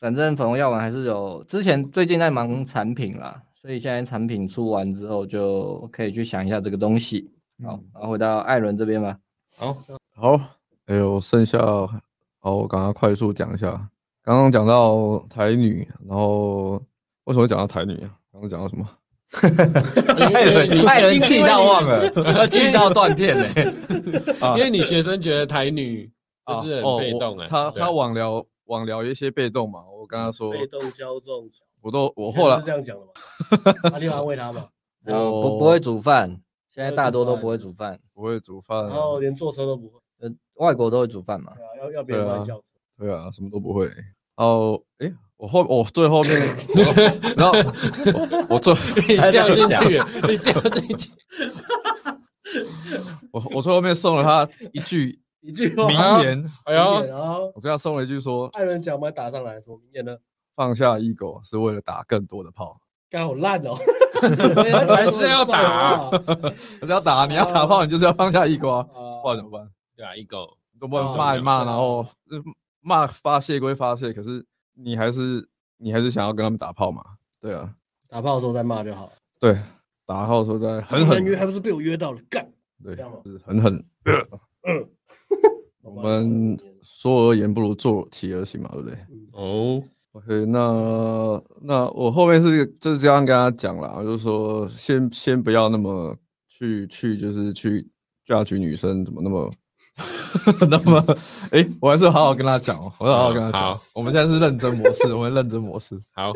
[SPEAKER 4] 反正粉红药丸还是有，之前最近在忙产品啦，所以现在产品出完之后就可以去想一下这个东西。好，然后回到艾伦这边吧。
[SPEAKER 3] 嗯好，哎呦，剩下，好，我刚刚快速讲一下，刚刚讲到台女，然后为什么会讲到台女啊？刚刚讲到什么？
[SPEAKER 4] 艾伦，艾伦气到忘了，他气到断片嘞、 [laughs]
[SPEAKER 2] 因为你学生觉得台女
[SPEAKER 3] 啊
[SPEAKER 2] 就是
[SPEAKER 3] 哦
[SPEAKER 2] 很被
[SPEAKER 3] 我
[SPEAKER 2] 动哎，
[SPEAKER 3] 他
[SPEAKER 2] 对
[SPEAKER 3] 他网聊网聊一些被动嘛，我跟他说，
[SPEAKER 1] 被动骄纵，
[SPEAKER 3] 我都我
[SPEAKER 1] 我
[SPEAKER 3] 后来
[SPEAKER 1] 是这样讲的嘛，
[SPEAKER 4] [laughs]
[SPEAKER 1] 他就安慰他嘛，
[SPEAKER 4] 呃，不
[SPEAKER 3] 我
[SPEAKER 4] 不会煮饭，现在
[SPEAKER 1] 不会
[SPEAKER 4] 大
[SPEAKER 1] 煮
[SPEAKER 4] 多都
[SPEAKER 1] 饭
[SPEAKER 4] 不会煮饭，
[SPEAKER 3] 不会煮饭
[SPEAKER 1] 然
[SPEAKER 4] 嗯
[SPEAKER 3] 啊，
[SPEAKER 1] 后连坐车都不会，
[SPEAKER 4] 呃，外国都会煮饭嘛。
[SPEAKER 1] 对啊，要要别人帮你叫车。
[SPEAKER 3] 对啊，什么都不会。哦，诶，我后我最后面，然后我我最
[SPEAKER 2] 你掉进去了，你掉进去，
[SPEAKER 3] 我我最后面送了他一句
[SPEAKER 1] 一句话，
[SPEAKER 3] 名言，
[SPEAKER 2] [laughs] 哎
[SPEAKER 1] 名言
[SPEAKER 2] 呦，
[SPEAKER 1] 然后
[SPEAKER 3] 我最后送了一句说
[SPEAKER 1] 艾伦讲完打上来，什么名言呢？
[SPEAKER 3] 放下 ego 是为了打更多的炮，
[SPEAKER 1] 刚好烂 [laughs] 哦，还
[SPEAKER 2] 还是要打
[SPEAKER 1] [laughs]
[SPEAKER 2] 啊
[SPEAKER 3] 我只要打你要打炮，你就是要放下 ego 啊，不然怎
[SPEAKER 1] 啊，
[SPEAKER 3] 么办？
[SPEAKER 2] 对啊，一狗，
[SPEAKER 3] 都不能
[SPEAKER 1] 哦
[SPEAKER 3] 骂一骂，
[SPEAKER 1] 对
[SPEAKER 3] 然
[SPEAKER 1] 啊
[SPEAKER 3] 后呃骂发泄归发泄，可是你还是你还是想要跟他们打炮嘛？对啊，
[SPEAKER 1] 打炮的时候再骂就好。
[SPEAKER 3] 对，打炮的时候再狠
[SPEAKER 1] 你们
[SPEAKER 3] 狠，
[SPEAKER 1] 约还不是被我约到了，干！
[SPEAKER 3] 对，
[SPEAKER 1] 这样吗
[SPEAKER 3] 就是狠狠。
[SPEAKER 1] 我
[SPEAKER 3] 我们说而言不如做起而行嘛，对不对
[SPEAKER 2] 哦，
[SPEAKER 3] ？OK，那那我后面是就是这样跟他讲啦，就是说先先不要那么去去就是去 judge 女生怎么那么 [laughs] 那么诶，我还是好好跟他讲哦，我要好好跟他
[SPEAKER 2] 好
[SPEAKER 3] 讲
[SPEAKER 2] 好。
[SPEAKER 3] 我们现在是认真模式，我们认真模式。
[SPEAKER 2] 好，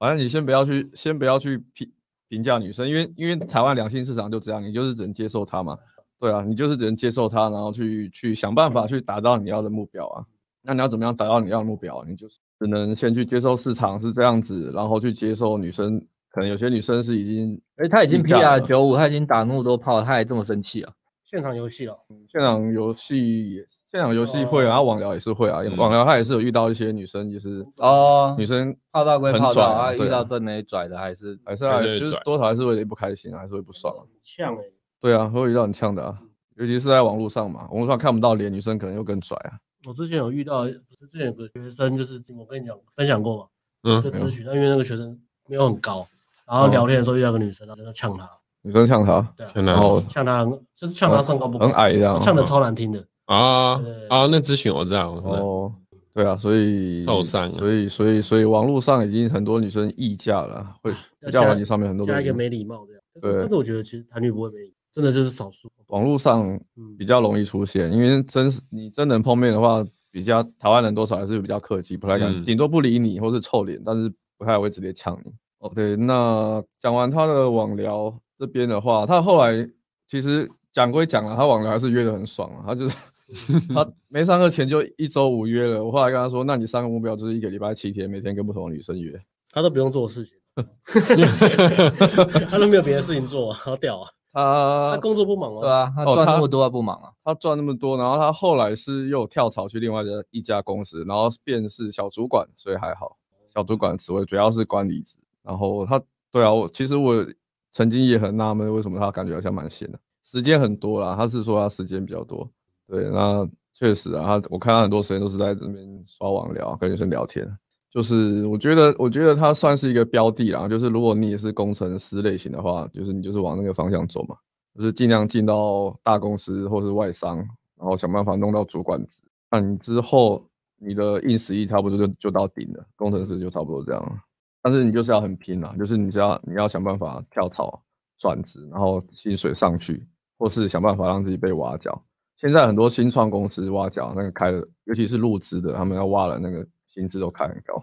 [SPEAKER 3] 反正你先不要去先不要去评评价女生，因为因为台湾两性市场就这样，你就是只能接受她嘛。对啊，你就是只能接受她，然后去去想办法去达到你要的目标啊。那你要怎么样达到你要的目标？啊你就是只能先去接受市场是这样子，然后去接受女生，可能有些女生是已经
[SPEAKER 4] 哎，他已经
[SPEAKER 3] 定价
[SPEAKER 4] PR
[SPEAKER 3] 了
[SPEAKER 4] 九五，他已经打那么多炮，他还这么生气啊？
[SPEAKER 1] 现场游戏哦，
[SPEAKER 3] 现场游戏也现场游戏会啊，然后网聊也是会啊，
[SPEAKER 2] 嗯
[SPEAKER 3] 网聊她也是有遇到一些女生，就是
[SPEAKER 4] 哦，
[SPEAKER 3] 女生
[SPEAKER 4] 泡到归
[SPEAKER 3] 很
[SPEAKER 4] 泡到，
[SPEAKER 3] 拽啊
[SPEAKER 4] 啊，遇
[SPEAKER 3] 对啊
[SPEAKER 4] 到真没拽的还是
[SPEAKER 3] 还是啊
[SPEAKER 2] 还是会
[SPEAKER 3] 就是
[SPEAKER 2] 拽
[SPEAKER 3] 多少还是会有点不开心啊，还是会不爽啊。
[SPEAKER 1] 很呛哎，
[SPEAKER 3] 对啊，会遇到很呛的啊，尤其是在网络上嘛，网络上看不到脸，女生可能又更拽啊。
[SPEAKER 1] 我之前有遇到，不是之前有个学生，就是我跟你讲分享过嘛，
[SPEAKER 2] 嗯
[SPEAKER 1] 就咨询，但因为那个学生没有很高，然后聊天的时候遇到个女生，然后就呛她，
[SPEAKER 3] 女生
[SPEAKER 1] [laughs]
[SPEAKER 3] 呛她，
[SPEAKER 1] 对啊，
[SPEAKER 2] 天哪
[SPEAKER 3] 然后
[SPEAKER 1] 呛她很就是呛她身高不高
[SPEAKER 3] 很，矮这样。
[SPEAKER 1] 呛的超难听的，
[SPEAKER 2] 啊
[SPEAKER 1] 对
[SPEAKER 2] 啊，那咨询我知道，我知道，
[SPEAKER 3] 哦，对对啊，所以
[SPEAKER 2] 受伤啊
[SPEAKER 3] 所以所以所以网络上已经很多女生议价了啊，会
[SPEAKER 1] 要
[SPEAKER 3] 价
[SPEAKER 1] 加
[SPEAKER 3] 完你上面很嗯多都
[SPEAKER 1] 加
[SPEAKER 3] 已
[SPEAKER 1] 一个
[SPEAKER 3] 经
[SPEAKER 1] 没礼貌这样。
[SPEAKER 3] 对
[SPEAKER 1] 但是我觉得其实谈女不会没礼貌，真的就是少数。
[SPEAKER 3] 网络上
[SPEAKER 1] 嗯
[SPEAKER 3] 比，较容易出现，因为真是你真人碰面的话，比较台湾人多少还是比较客气，不太敢，
[SPEAKER 2] 嗯
[SPEAKER 3] 顶、多不理你或是臭脸，但是不太会直接呛你。哦，对，那讲完他的网聊这边的话，他后来其实讲归讲了，他网聊还是约的很爽啊，他就是他没上课前就一周五约了，我后来跟他说，那你三个目标就是一个礼拜七天，每天跟不同的女生约。
[SPEAKER 1] 他都不用做事 [laughs] 情，他都没有别的事情做啊，好屌啊！他
[SPEAKER 3] 他
[SPEAKER 1] 工作不忙
[SPEAKER 4] 对
[SPEAKER 1] 啊，
[SPEAKER 4] 啊，他
[SPEAKER 3] 哦
[SPEAKER 4] 赚
[SPEAKER 3] 他
[SPEAKER 4] 那么多他不忙啊，
[SPEAKER 3] 他赚那么多，然后他后来是又跳槽去另外的一家公司，然后变是小主管，所以还好。小主管职位主要是管理职，然后他对啊，我其实我曾经也很纳闷，为什么他感觉好像蛮闲的，时间很多啦。他是说他时间比较多，对，那确实啊，他我看他很多时间都是在这边刷网聊，跟女生聊天。就是我觉得，我觉得他算是一个标的啦，就是如果你也是工程师类型的话，就是你就是往那个方向走嘛。就是尽量进到大公司或是外商，然后想办法弄到主管职。那你之后你的硬实力差不多就就到顶了，工程师就差不多这样了。但是你就是要很拼啦，就是你只要你要想办法跳槽转职，然后薪水上去，或是想办法让自己被挖角。现在很多新创公司挖角那个开的，尤其是入职的，他们要挖了那个薪资都开很高。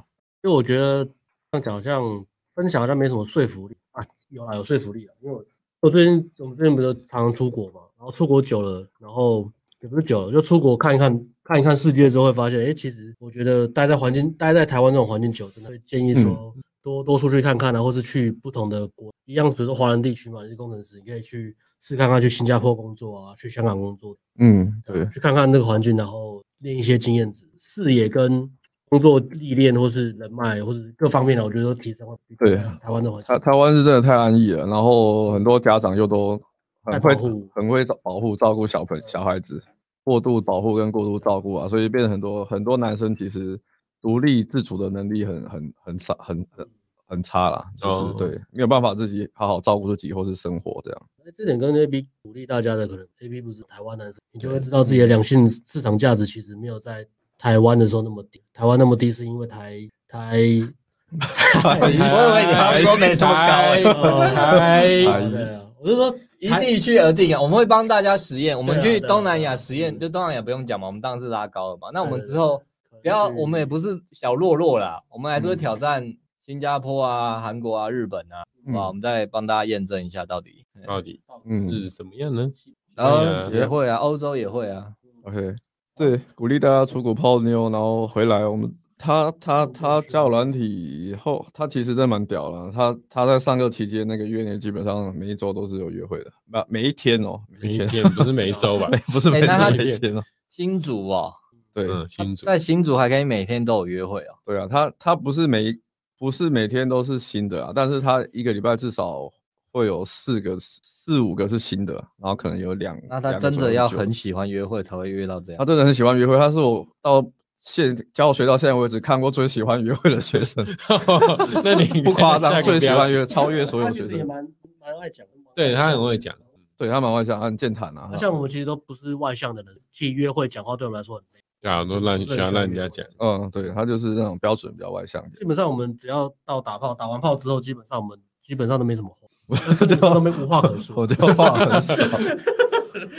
[SPEAKER 1] 因为我觉得这样讲好像分享好像没什么说服力啊，有啊有说服力啊，因为我我最近我们最近不是常常出国嘛，然后出国久了，然后也不是久了，就出国看一看看一看世界之后，会发现，哎、其实我觉得待在环境待在台湾这种环境久，真的会建议说多、多出去看看啊，或是去不同的国，一样，比如说华人地区嘛，你是工程师，你可以去试看看去新加坡工作啊，去香港工作，
[SPEAKER 3] 嗯，
[SPEAKER 1] 对，去看看那个环境，然后练一些经验值、视野跟工作历练，或是人脉，或是各方面的，我觉得都提升会比
[SPEAKER 3] 对啊
[SPEAKER 1] 台湾的环境
[SPEAKER 3] 台。台湾是真的太安逸了，然后很多家长又都很
[SPEAKER 1] 太
[SPEAKER 3] 会
[SPEAKER 1] 保护
[SPEAKER 3] 很会照保护照顾小朋小孩子，过度保护跟过度照顾啊，所以变得很多很多男生其实独立自主的能力很很很少很很很差啦，就是、
[SPEAKER 2] 哦
[SPEAKER 3] 对没有办法自己好好照顾自己或是生活这样。
[SPEAKER 1] 哎这点跟 A B 鼓励大家的，可能 A B 不是台湾男生，你就会知道自己的两性市场价值其实没有在台湾的时候那么低。台湾那么低是因为台台
[SPEAKER 4] 我以
[SPEAKER 2] 哎
[SPEAKER 4] 为你要说没这么高欸
[SPEAKER 1] 台
[SPEAKER 4] 嗯
[SPEAKER 3] 台
[SPEAKER 1] 对啊，我是说
[SPEAKER 4] 依
[SPEAKER 1] 台
[SPEAKER 4] 地区而定啊，我们会帮大家实验。我们
[SPEAKER 1] 对啊
[SPEAKER 4] 去
[SPEAKER 1] 对啊
[SPEAKER 4] 东南
[SPEAKER 1] 对啊
[SPEAKER 4] 亚实验，
[SPEAKER 1] 嗯
[SPEAKER 4] 就东南亚不用讲嘛，我们当然是拉高了嘛。那我们
[SPEAKER 1] 对对
[SPEAKER 4] 之后
[SPEAKER 1] 可能
[SPEAKER 4] 不要，
[SPEAKER 1] 是
[SPEAKER 4] 我们也不是小弱弱啦，我们还是会挑战新加坡啊、韩国啊、日本啊，好不好我们再帮大家验证一下到底。
[SPEAKER 2] 到底
[SPEAKER 3] 嗯
[SPEAKER 2] 是怎么样呢？
[SPEAKER 4] 然
[SPEAKER 2] 哎呀
[SPEAKER 4] 后也会啊，欧洲也会啊，
[SPEAKER 3] ，OK，对，鼓励大家出国泡妞，然后回来我们。他他
[SPEAKER 1] 出国
[SPEAKER 3] 他
[SPEAKER 1] 去
[SPEAKER 3] 交友软体以后，他其实真的蛮屌了。他他在上课期间那个月内，基本上每一周都是有约会的，每每一天哦，
[SPEAKER 2] 每
[SPEAKER 3] 每一
[SPEAKER 2] 一
[SPEAKER 3] 天
[SPEAKER 2] 天不是每一周
[SPEAKER 4] [laughs]
[SPEAKER 2] 吧？
[SPEAKER 3] [laughs] 不是
[SPEAKER 4] 哎
[SPEAKER 3] 每
[SPEAKER 4] 那
[SPEAKER 3] 天
[SPEAKER 4] 他
[SPEAKER 3] 每天哦。
[SPEAKER 4] 新竹哦，
[SPEAKER 3] 对
[SPEAKER 2] 嗯，清楚。
[SPEAKER 4] 在新竹还可以每天都有约会哦。
[SPEAKER 3] 对啊，他他不是每一不是每天都是新的啊，但是他一个礼拜至少会有四个四五个是新的，啊然后可能有两。
[SPEAKER 4] 那他
[SPEAKER 3] 两个
[SPEAKER 4] 真
[SPEAKER 3] 左右
[SPEAKER 4] 的
[SPEAKER 3] 是
[SPEAKER 4] 要
[SPEAKER 3] 旧的
[SPEAKER 4] 很喜欢约会才会约到这
[SPEAKER 3] 他
[SPEAKER 4] 样。
[SPEAKER 3] 真的很喜欢约会，他是我到现教学到现在为止看过最喜欢约会的学生，
[SPEAKER 2] [laughs] 那 [laughs] 你
[SPEAKER 3] 不夸张，
[SPEAKER 2] 下
[SPEAKER 3] 最
[SPEAKER 2] 个
[SPEAKER 3] 喜
[SPEAKER 2] 标
[SPEAKER 3] 欢
[SPEAKER 2] 题
[SPEAKER 3] 约超越所
[SPEAKER 1] 他
[SPEAKER 3] 有
[SPEAKER 1] 其
[SPEAKER 3] 学
[SPEAKER 1] 实也
[SPEAKER 3] 生。
[SPEAKER 1] 蛮蛮爱讲的嘛，
[SPEAKER 2] 对他很会讲，
[SPEAKER 3] 对他蛮外向，他很健谈啊
[SPEAKER 1] 那。像我们其实都不是外向的人，去约会讲话对我们来说很累。
[SPEAKER 2] 对啊，都让喜欢让人家讲。
[SPEAKER 3] 嗯，对他就是那种标准比较外向一点。
[SPEAKER 1] 基本上我们只要到打炮，打完炮之后，基本上我们基本上都没什么
[SPEAKER 2] [laughs]
[SPEAKER 1] 话，基本上都没无话可
[SPEAKER 3] 我
[SPEAKER 1] 说，
[SPEAKER 3] 就话
[SPEAKER 4] [laughs]
[SPEAKER 3] 很少，
[SPEAKER 1] [laughs]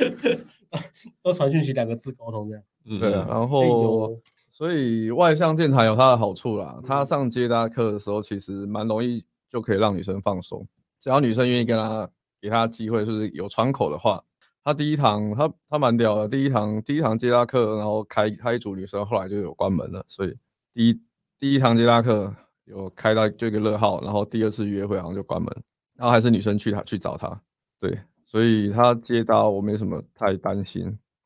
[SPEAKER 1] 都传讯息两个字沟通这样。
[SPEAKER 2] 嗯
[SPEAKER 3] 对啊，然
[SPEAKER 1] 哎
[SPEAKER 3] 后
[SPEAKER 2] 哦
[SPEAKER 1] 呦
[SPEAKER 3] 所以外向健谈有它的好处啦
[SPEAKER 1] 嗯。
[SPEAKER 3] 他上接搭课的时候，其实蛮容易就可以让女生放松，只要女生愿意跟他给他机会，就是有窗口的话，他第一堂他他蛮屌的，第一堂第一堂接搭课，然后开开一组女生，后来就有关门了，所以第一第一堂接搭课有开到这个热号，然后第二次约会好像就关门，然后还是女生去他去找他，对，所以他接搭我没什么太担心，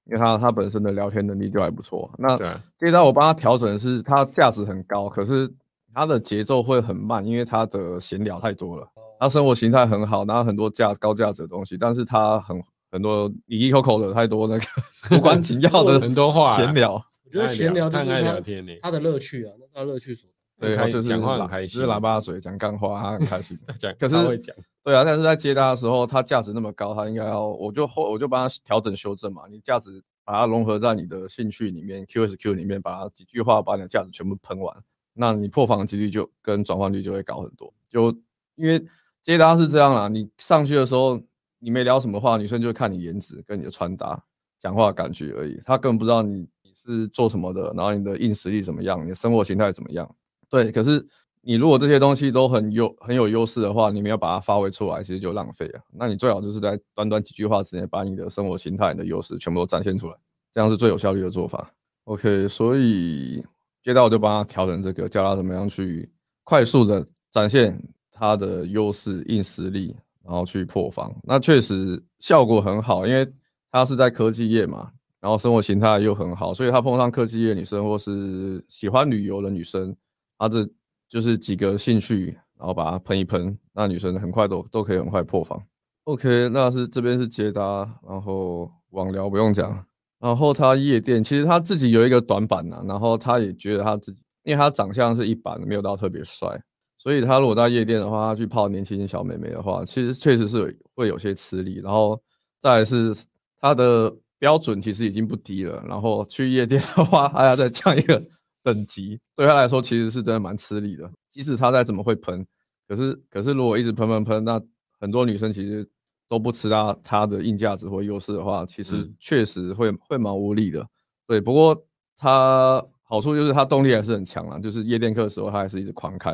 [SPEAKER 3] 因为他他本身的聊天能力就还不错。那
[SPEAKER 2] 对啊，
[SPEAKER 3] 这一招我帮他调整的是，他价值很高，可是他的节奏会很慢，因为他的闲聊太多了。
[SPEAKER 2] 哦
[SPEAKER 3] 他生活形态很好，然后很多价高价值的东西，但是他很很多你一口口的太多
[SPEAKER 2] [laughs]
[SPEAKER 3] 那个无关紧要的
[SPEAKER 2] 很多话啊
[SPEAKER 3] 呃闲聊，
[SPEAKER 1] 我觉得闲聊就
[SPEAKER 2] 看
[SPEAKER 1] 是
[SPEAKER 2] 爱聊
[SPEAKER 1] 他
[SPEAKER 2] 天呢，
[SPEAKER 1] 他的乐趣啊，那是他乐趣所在。
[SPEAKER 3] 对，他
[SPEAKER 2] 开
[SPEAKER 3] 就是
[SPEAKER 2] 啊讲话很
[SPEAKER 3] 喇
[SPEAKER 2] 开
[SPEAKER 3] 就
[SPEAKER 2] 心，
[SPEAKER 3] 是喇叭嘴讲干话，他很开心。
[SPEAKER 2] 他讲，
[SPEAKER 3] 可是
[SPEAKER 2] 他会讲，
[SPEAKER 3] 对啊，但是在接搭的时候，他价值那么高，他应该要，我就后我就帮他调整修正嘛。你价值把它融合在你的兴趣里面，QSQ 里面，把它几句话把你的价值全部喷完，那你破防的几率就跟转换率就会高很多。就因为接搭是这样啦，你上去的时候你没聊什么话，女生就看你颜值跟你的穿搭、讲话感觉而已，她根本不知道你你是做什么的，然后你的硬实力怎么样，你的生活形态怎么样。对，可是你如果这些东西都很有很有优势的话，你没有把它发挥出来，其实就浪费了。那你最好就是在短短几句话之内，把你的生活形态、你的优势全部都展现出来，这样是最有效率的做法。OK，所以接到我就帮他调整这个，教他怎么样去快速的展现他的优势、硬实力，然后去破防。那确实效果很好，因为他是在科技业嘛，然后生活形态又很好，所以他碰上科技业女生或是喜欢旅游的女生，他啊这就是几个兴趣，然后把它喷一喷，那女生很快都都可以很快破防。OK，那是这边是捷达，然后网聊不用讲，然后他夜店其实他自己有一个短板呐、然后他也觉得他自己，因为他长相是一般的，没有到特别帅，所以他如果到夜店的话，他去泡年轻小妹妹的话，其实确实是有会有些吃力。然后再来是他的标准其实已经不低了，然后去夜店的话，还要再降一个等级，对他来说其实是真的蛮吃力的。即使他再怎么会喷，可是可是如果一直喷喷喷，那很多女生其实都不吃他他的硬价值或优势的话，其实
[SPEAKER 2] 嗯
[SPEAKER 3] 确实会会蛮无力的。对，不过他好处就是他动力还是很强啦，啊就是夜店课的时候他还是一直狂开，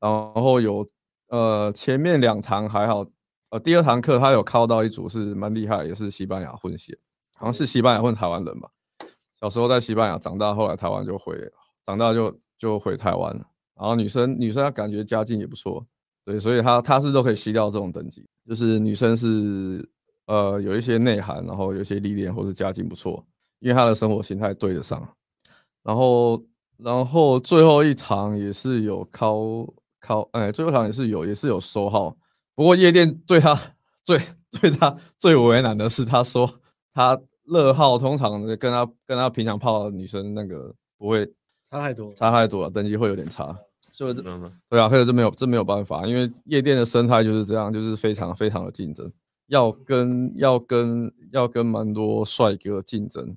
[SPEAKER 3] 然后有呃前面两堂还好，呃第二堂课他有靠到一组是蛮厉害，也是西班牙混血，好像是西班牙混台湾人吧。小时候在西班牙长大，后来台湾就回，长大就就回台湾了。然后女生女生她感觉家境也不错，对，所以她她是都可以吸掉这种等级，就是女生是呃有一些内涵，然后有一些历练或是家境不错，因为她的生活形态对得上。然后然后最后一堂也是有考考，哎，最后一堂也是有也是有收号，不过夜店对她最对她最为难的是，她说她乐号通常跟她跟她平常泡的女生那个不会
[SPEAKER 1] 差太多。
[SPEAKER 3] 差太多了，等级会有点差。所以这
[SPEAKER 2] 知道吗？
[SPEAKER 3] 对啊，可是这没有这没有办法，因为夜店的生态就是这样，就是非常非常的竞争，要跟要跟要跟蛮多帅哥竞争。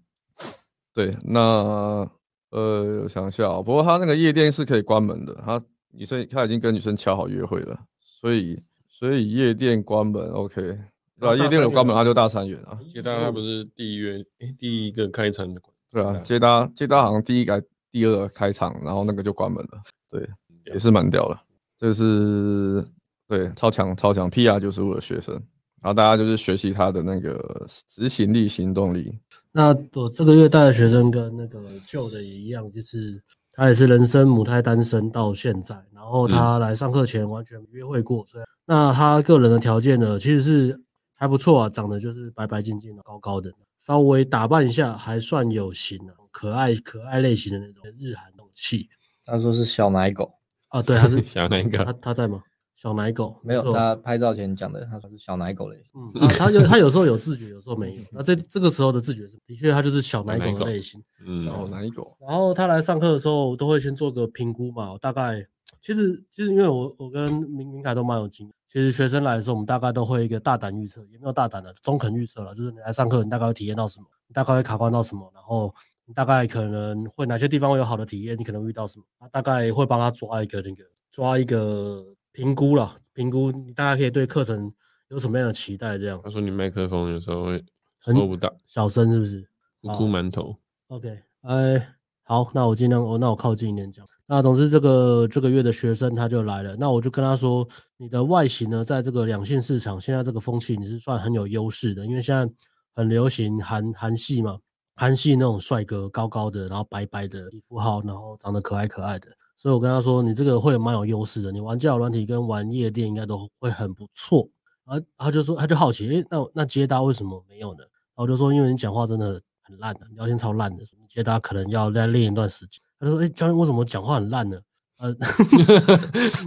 [SPEAKER 3] 对，那呃，我想一下哦、不过他那个夜店是可以关门的，他女生他已经跟女生敲好约会了，所以所以夜店关门，OK，对
[SPEAKER 1] 然后
[SPEAKER 3] 啊，
[SPEAKER 1] 哦大
[SPEAKER 3] 夜店有
[SPEAKER 1] 三元
[SPEAKER 3] 关门，他就大三元啊，
[SPEAKER 2] 其他
[SPEAKER 1] 嗯
[SPEAKER 2] 他不是第一约，诶第一个开场的馆，
[SPEAKER 3] 对啊
[SPEAKER 2] 对，啊
[SPEAKER 3] 接搭接搭好像第一个还第二个开场，然后那个就关门嗯了，对，也是蛮屌的，这是对超强超强 PR 就是我的学生，然后大家就是学习他的那个执行力、行动力，
[SPEAKER 1] 那我这个月带的学生跟那个旧的也一样，就是他也是人生母胎单身到现在，然后
[SPEAKER 2] 嗯
[SPEAKER 1] 他来上课前完全没约会过，所以那他个人的条件呢，其实是还不错啊，长得就是白白净净的、高高的，稍微打扮一下还算有型啊，可爱可爱类型的那种日韩那种气
[SPEAKER 4] 他说是小奶狗，
[SPEAKER 1] 啊。对，他
[SPEAKER 2] [laughs]
[SPEAKER 1] 是
[SPEAKER 2] 想那
[SPEAKER 1] 他
[SPEAKER 2] 个
[SPEAKER 1] 他在吗？小奶狗
[SPEAKER 4] 没有
[SPEAKER 1] 错
[SPEAKER 4] 他拍照前讲的，他说是小奶狗类型。
[SPEAKER 1] 嗯，他他有他有时候有自觉，有时候没有。那这这个时候的自觉是，的确他就是小奶
[SPEAKER 2] 奶
[SPEAKER 1] 狗
[SPEAKER 2] 狗
[SPEAKER 1] 的类型。
[SPEAKER 3] 然后
[SPEAKER 2] 嗯，
[SPEAKER 3] 哪一狗？
[SPEAKER 1] 然后他来上课的时候，都会先做个评估嘛，大概其实其实因为我我跟明明凯都蛮有经验，其实学生来的时候，我们大概都会一个大胆预测，也没有大胆的中肯预测了，就是你来上课，你大概会体验到什么，你大概会卡关到什么，然后你大概可能会哪些地方会有好的体验，你可能会遇到什么，他大概会帮他抓一个那个抓一个评估啦，评估你大概可以对课程有什么样的期待，这样
[SPEAKER 2] 他说你麦克风有时候会
[SPEAKER 1] 很
[SPEAKER 2] 收不到，
[SPEAKER 1] 小声是不是？
[SPEAKER 2] 不哭馒头，
[SPEAKER 1] OK，哎，好，那我尽量，我哦那我靠近一点讲。那总之，这个这个月的学生他就来了，那我就跟他说，你的外形呢，在这个两性市场现在这个风气，你是算很有优势的，因为现在很流行韩韩系嘛，韩系那种帅哥，高高的，然后白白的，皮肤好，然后长得可爱可爱的。所以我跟他说，你这个会蛮有优势的，你玩交友软体跟玩夜店应该都会很不错。然后他就说，他就好奇，诶，那那接搭为什么没有呢？然后我就说，因为你讲话真的很烂的、聊天超烂的，你接搭可能要再练一段时间。他就说，诶，教练为什么讲话很烂呢？呃，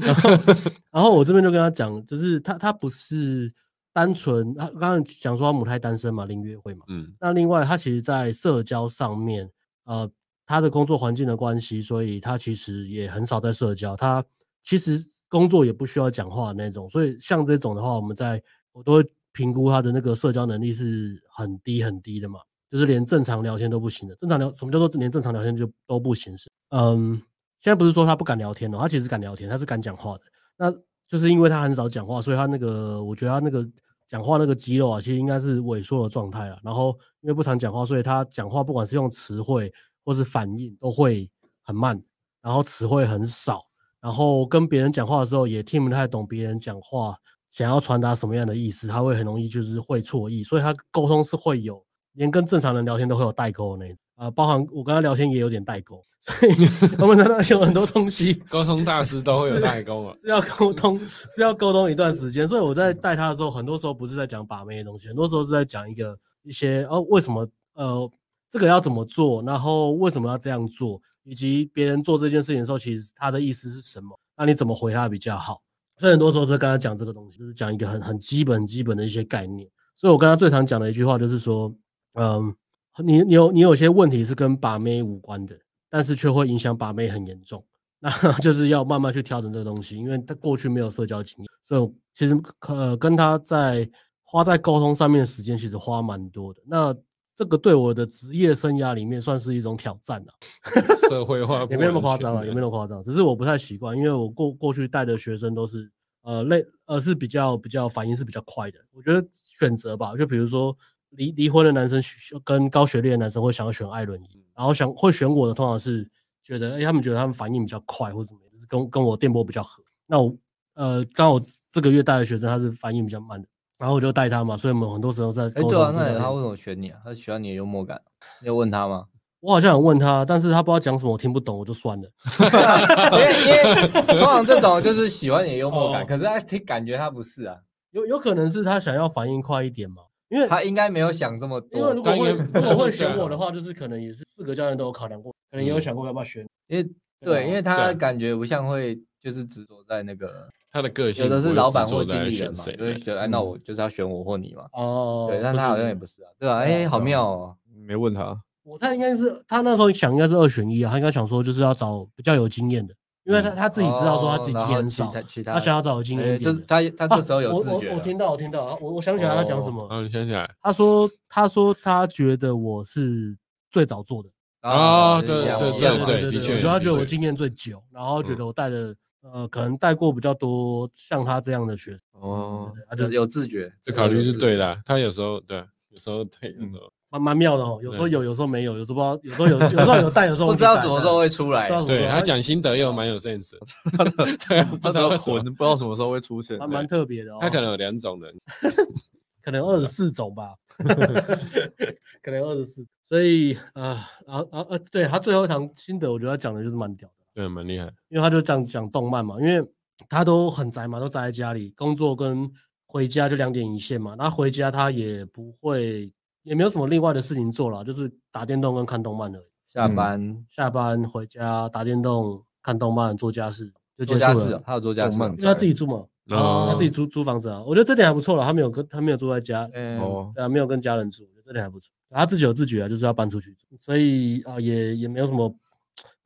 [SPEAKER 1] 然后然后我这边就跟他讲，就是他他不是单纯，他刚刚讲说他母胎单身嘛，零约会嘛。
[SPEAKER 2] 嗯，
[SPEAKER 1] 那另外，他其实，在社交上面，呃，他的工作环境的关系，所以他其实也很少在社交。他其实工作也不需要讲话的那种，所以像这种的话，我们在我都会评估他的那个社交能力是很低很低的嘛。就是连正常聊天都不行的。正常聊什么叫做连正常聊天就都不行是？嗯，现在不是说他不敢聊天哦，他其实敢聊天，他是敢讲话的。那就是因为他很少讲话，所以他那个我觉得他那个讲话那个肌肉啊，其实应该是萎缩的状态了。然后因为不常讲话，所以他讲话不管是用词汇或是反应都会很慢，然后词汇很少，然后跟别人讲话的时候也听不太懂别人讲话想要传达什么样的意思，他会很容易就是会错意，所以他沟通是会有，连跟正常人聊天都会有代沟的那种。啊、包含我跟他聊天也有点代沟，所以 [laughs] 我们真的有很多东西。
[SPEAKER 2] 沟通大师都会有代沟啊
[SPEAKER 1] 是要沟通， [laughs] 是要沟通一段时间。所以我在带他的时候，很多时候不是在讲把妹的东西，很多时候是在讲一个一些哦，为什么呃这个要怎么做，然后为什么要这样做，以及别人做这件事情的时候，其实他的意思是什么，那你怎么回他比较好。所以很多时候是跟他讲这个东西，就是讲一个很很基本基本的一些概念。所以我跟他最常讲的一句话就是说，嗯，你你有你有些问题是跟把妹无关的，但是却会影响把妹很严重。那 [laughs] 就是要慢慢去调整这个东西，因为他过去没有社交经验，所以我其实呃跟他在花在沟通上面的时间其实花蛮多的。那这个对我的职业生涯里面算是一种挑战啊了、
[SPEAKER 2] 社会化
[SPEAKER 1] 也没那么夸张了，啊也没那么夸张，只是我不太习惯，因为我过过去带的学生都是呃类呃是比较比较反应是比较快的。我觉得选择吧，就比如说离离婚的男生选跟高学历的男生会想要选艾伦
[SPEAKER 4] 嗯
[SPEAKER 1] 伊，然后想会选我的通常是觉得哎、诶他们觉得他们反应比较快或者怎么样，就是跟跟我电波比较合。那我呃刚好这个月带的学生他是反应比较慢的，然后我就带他嘛，所以我们很多时候在
[SPEAKER 4] 哎，
[SPEAKER 1] 沟
[SPEAKER 4] 对啊，
[SPEAKER 1] 通这
[SPEAKER 4] 那
[SPEAKER 1] 个
[SPEAKER 4] 他
[SPEAKER 1] 面
[SPEAKER 4] 为什么选你啊？他喜欢你的幽默感，你有问他吗？
[SPEAKER 1] 我好像有问他，但是他不知道讲什么，我听不懂，我就算了。
[SPEAKER 4] 因为因为通常这种就是喜欢你的幽默感，
[SPEAKER 1] 哦
[SPEAKER 4] 可是他听感觉他不是啊，
[SPEAKER 1] 有有可能是他想要反应快一点嘛，因为
[SPEAKER 4] 他应该没有想这么
[SPEAKER 1] 因为
[SPEAKER 4] 多
[SPEAKER 1] 如。果
[SPEAKER 2] 当
[SPEAKER 1] 会
[SPEAKER 2] 然
[SPEAKER 1] 如果
[SPEAKER 4] [laughs]
[SPEAKER 1] 会
[SPEAKER 2] 对
[SPEAKER 1] 选
[SPEAKER 2] 啊
[SPEAKER 1] 我的话，就是可能也是四个教练都有考量过，可能也有
[SPEAKER 2] 嗯
[SPEAKER 1] 想过要不要选。
[SPEAKER 4] 因为
[SPEAKER 1] 对啊
[SPEAKER 4] 对，因为
[SPEAKER 2] 对
[SPEAKER 4] 他
[SPEAKER 2] 啊
[SPEAKER 4] 感觉不像会就是执着在那个，
[SPEAKER 2] 他的个性
[SPEAKER 4] 有的
[SPEAKER 2] 不
[SPEAKER 4] 是
[SPEAKER 2] 会
[SPEAKER 4] 老板
[SPEAKER 2] 执着
[SPEAKER 4] 或经
[SPEAKER 2] 在
[SPEAKER 4] 理
[SPEAKER 2] 选
[SPEAKER 4] 人嘛，
[SPEAKER 2] 谁
[SPEAKER 4] 就会
[SPEAKER 2] 来
[SPEAKER 4] 觉得哎，
[SPEAKER 1] 嗯
[SPEAKER 4] 那我就是要选我或你嘛。
[SPEAKER 1] 哦，
[SPEAKER 4] 对，但他好像也
[SPEAKER 1] 不
[SPEAKER 4] 不
[SPEAKER 1] 是。
[SPEAKER 4] 是啊，对吧？哎，好妙哦。
[SPEAKER 3] 没问他，
[SPEAKER 1] 我他应该是他那时候想应该是二选一啊，他应该想说就是要找比较有经验的，因为他他自己知道说他自己
[SPEAKER 4] 嗯
[SPEAKER 1] 经
[SPEAKER 4] 哦然后
[SPEAKER 1] 验很
[SPEAKER 4] 其
[SPEAKER 1] 少
[SPEAKER 4] 他，其他
[SPEAKER 1] 他想要找有经验
[SPEAKER 4] 哎
[SPEAKER 1] 一点的。
[SPEAKER 4] 就是他他这
[SPEAKER 1] [laughs]
[SPEAKER 4] 时候
[SPEAKER 1] 啊
[SPEAKER 2] 哦
[SPEAKER 4] 有自
[SPEAKER 1] 我
[SPEAKER 4] 觉
[SPEAKER 1] 我
[SPEAKER 4] 了
[SPEAKER 1] 我。听到我听到，啊我我想起来他讲什么，
[SPEAKER 2] 哦，你想起来，
[SPEAKER 1] 他说他说他觉得我是最早做的。
[SPEAKER 2] 哦对
[SPEAKER 4] 一样
[SPEAKER 2] 对
[SPEAKER 4] 一
[SPEAKER 2] 对
[SPEAKER 4] 样嘛
[SPEAKER 2] 对
[SPEAKER 1] 对
[SPEAKER 2] 的确
[SPEAKER 1] 我觉得他
[SPEAKER 2] 的
[SPEAKER 1] 觉得我
[SPEAKER 2] 确
[SPEAKER 1] 经验最久，然后觉
[SPEAKER 2] 嗯
[SPEAKER 1] 得我带的呃，可能带过比较多像他这样的学生，
[SPEAKER 3] 哦，
[SPEAKER 1] 他就
[SPEAKER 4] 有有自觉，
[SPEAKER 2] 嗯啊这考虑
[SPEAKER 4] 有
[SPEAKER 2] 是
[SPEAKER 4] 自
[SPEAKER 2] 对的啊。他有时候对，有时候对，有时候
[SPEAKER 1] 蛮蛮妙的哦。有时候
[SPEAKER 2] 对
[SPEAKER 1] 有，有时候没有，有时候不知道，有时候有，有时候有带，有时候
[SPEAKER 4] 不知道什么时候
[SPEAKER 1] 会
[SPEAKER 4] 会出来。
[SPEAKER 1] 哦
[SPEAKER 2] 对他讲心得又蛮有 sense
[SPEAKER 1] [laughs]
[SPEAKER 2] 的。 [laughs] 对啊，不
[SPEAKER 3] 他
[SPEAKER 2] 知
[SPEAKER 3] 的
[SPEAKER 2] 道为什么
[SPEAKER 3] 魂不知道什么时候会出现，
[SPEAKER 1] 蛮蛮特别的哦。
[SPEAKER 2] [laughs] 他可能有两种人，
[SPEAKER 1] 可能二十四种吧， [laughs] 可能二十四。所以啊啊啊呃，对他最后一堂心得，我觉得他讲的就是蛮屌的。
[SPEAKER 2] 对，啊蛮厉害。
[SPEAKER 1] 因为他就讲讲动漫嘛，因为他都很宅嘛，都宅在家里，工作跟回家就两点一线嘛。然后回家他也不会，也没有什么另外的事情做了，就是打电动跟看动漫而已。
[SPEAKER 4] 下班
[SPEAKER 1] 下班回家打电动、看动漫、做家事就
[SPEAKER 4] 做
[SPEAKER 1] 结
[SPEAKER 4] 家
[SPEAKER 1] 束
[SPEAKER 4] 事
[SPEAKER 1] 了
[SPEAKER 4] 哦，。他有做家
[SPEAKER 3] 动
[SPEAKER 4] 事哦。
[SPEAKER 3] 漫
[SPEAKER 1] 因为他自己住嘛，
[SPEAKER 2] 哦
[SPEAKER 1] 他自己租租房子啊，我觉得这点还不错了。他没有跟他没有住在家，
[SPEAKER 4] 嗯，
[SPEAKER 3] 哦，
[SPEAKER 1] 对啊，没有跟家人住，我觉得这点还不错。他自己有自觉啊，就是要搬出去住，所以啊、也也没有什么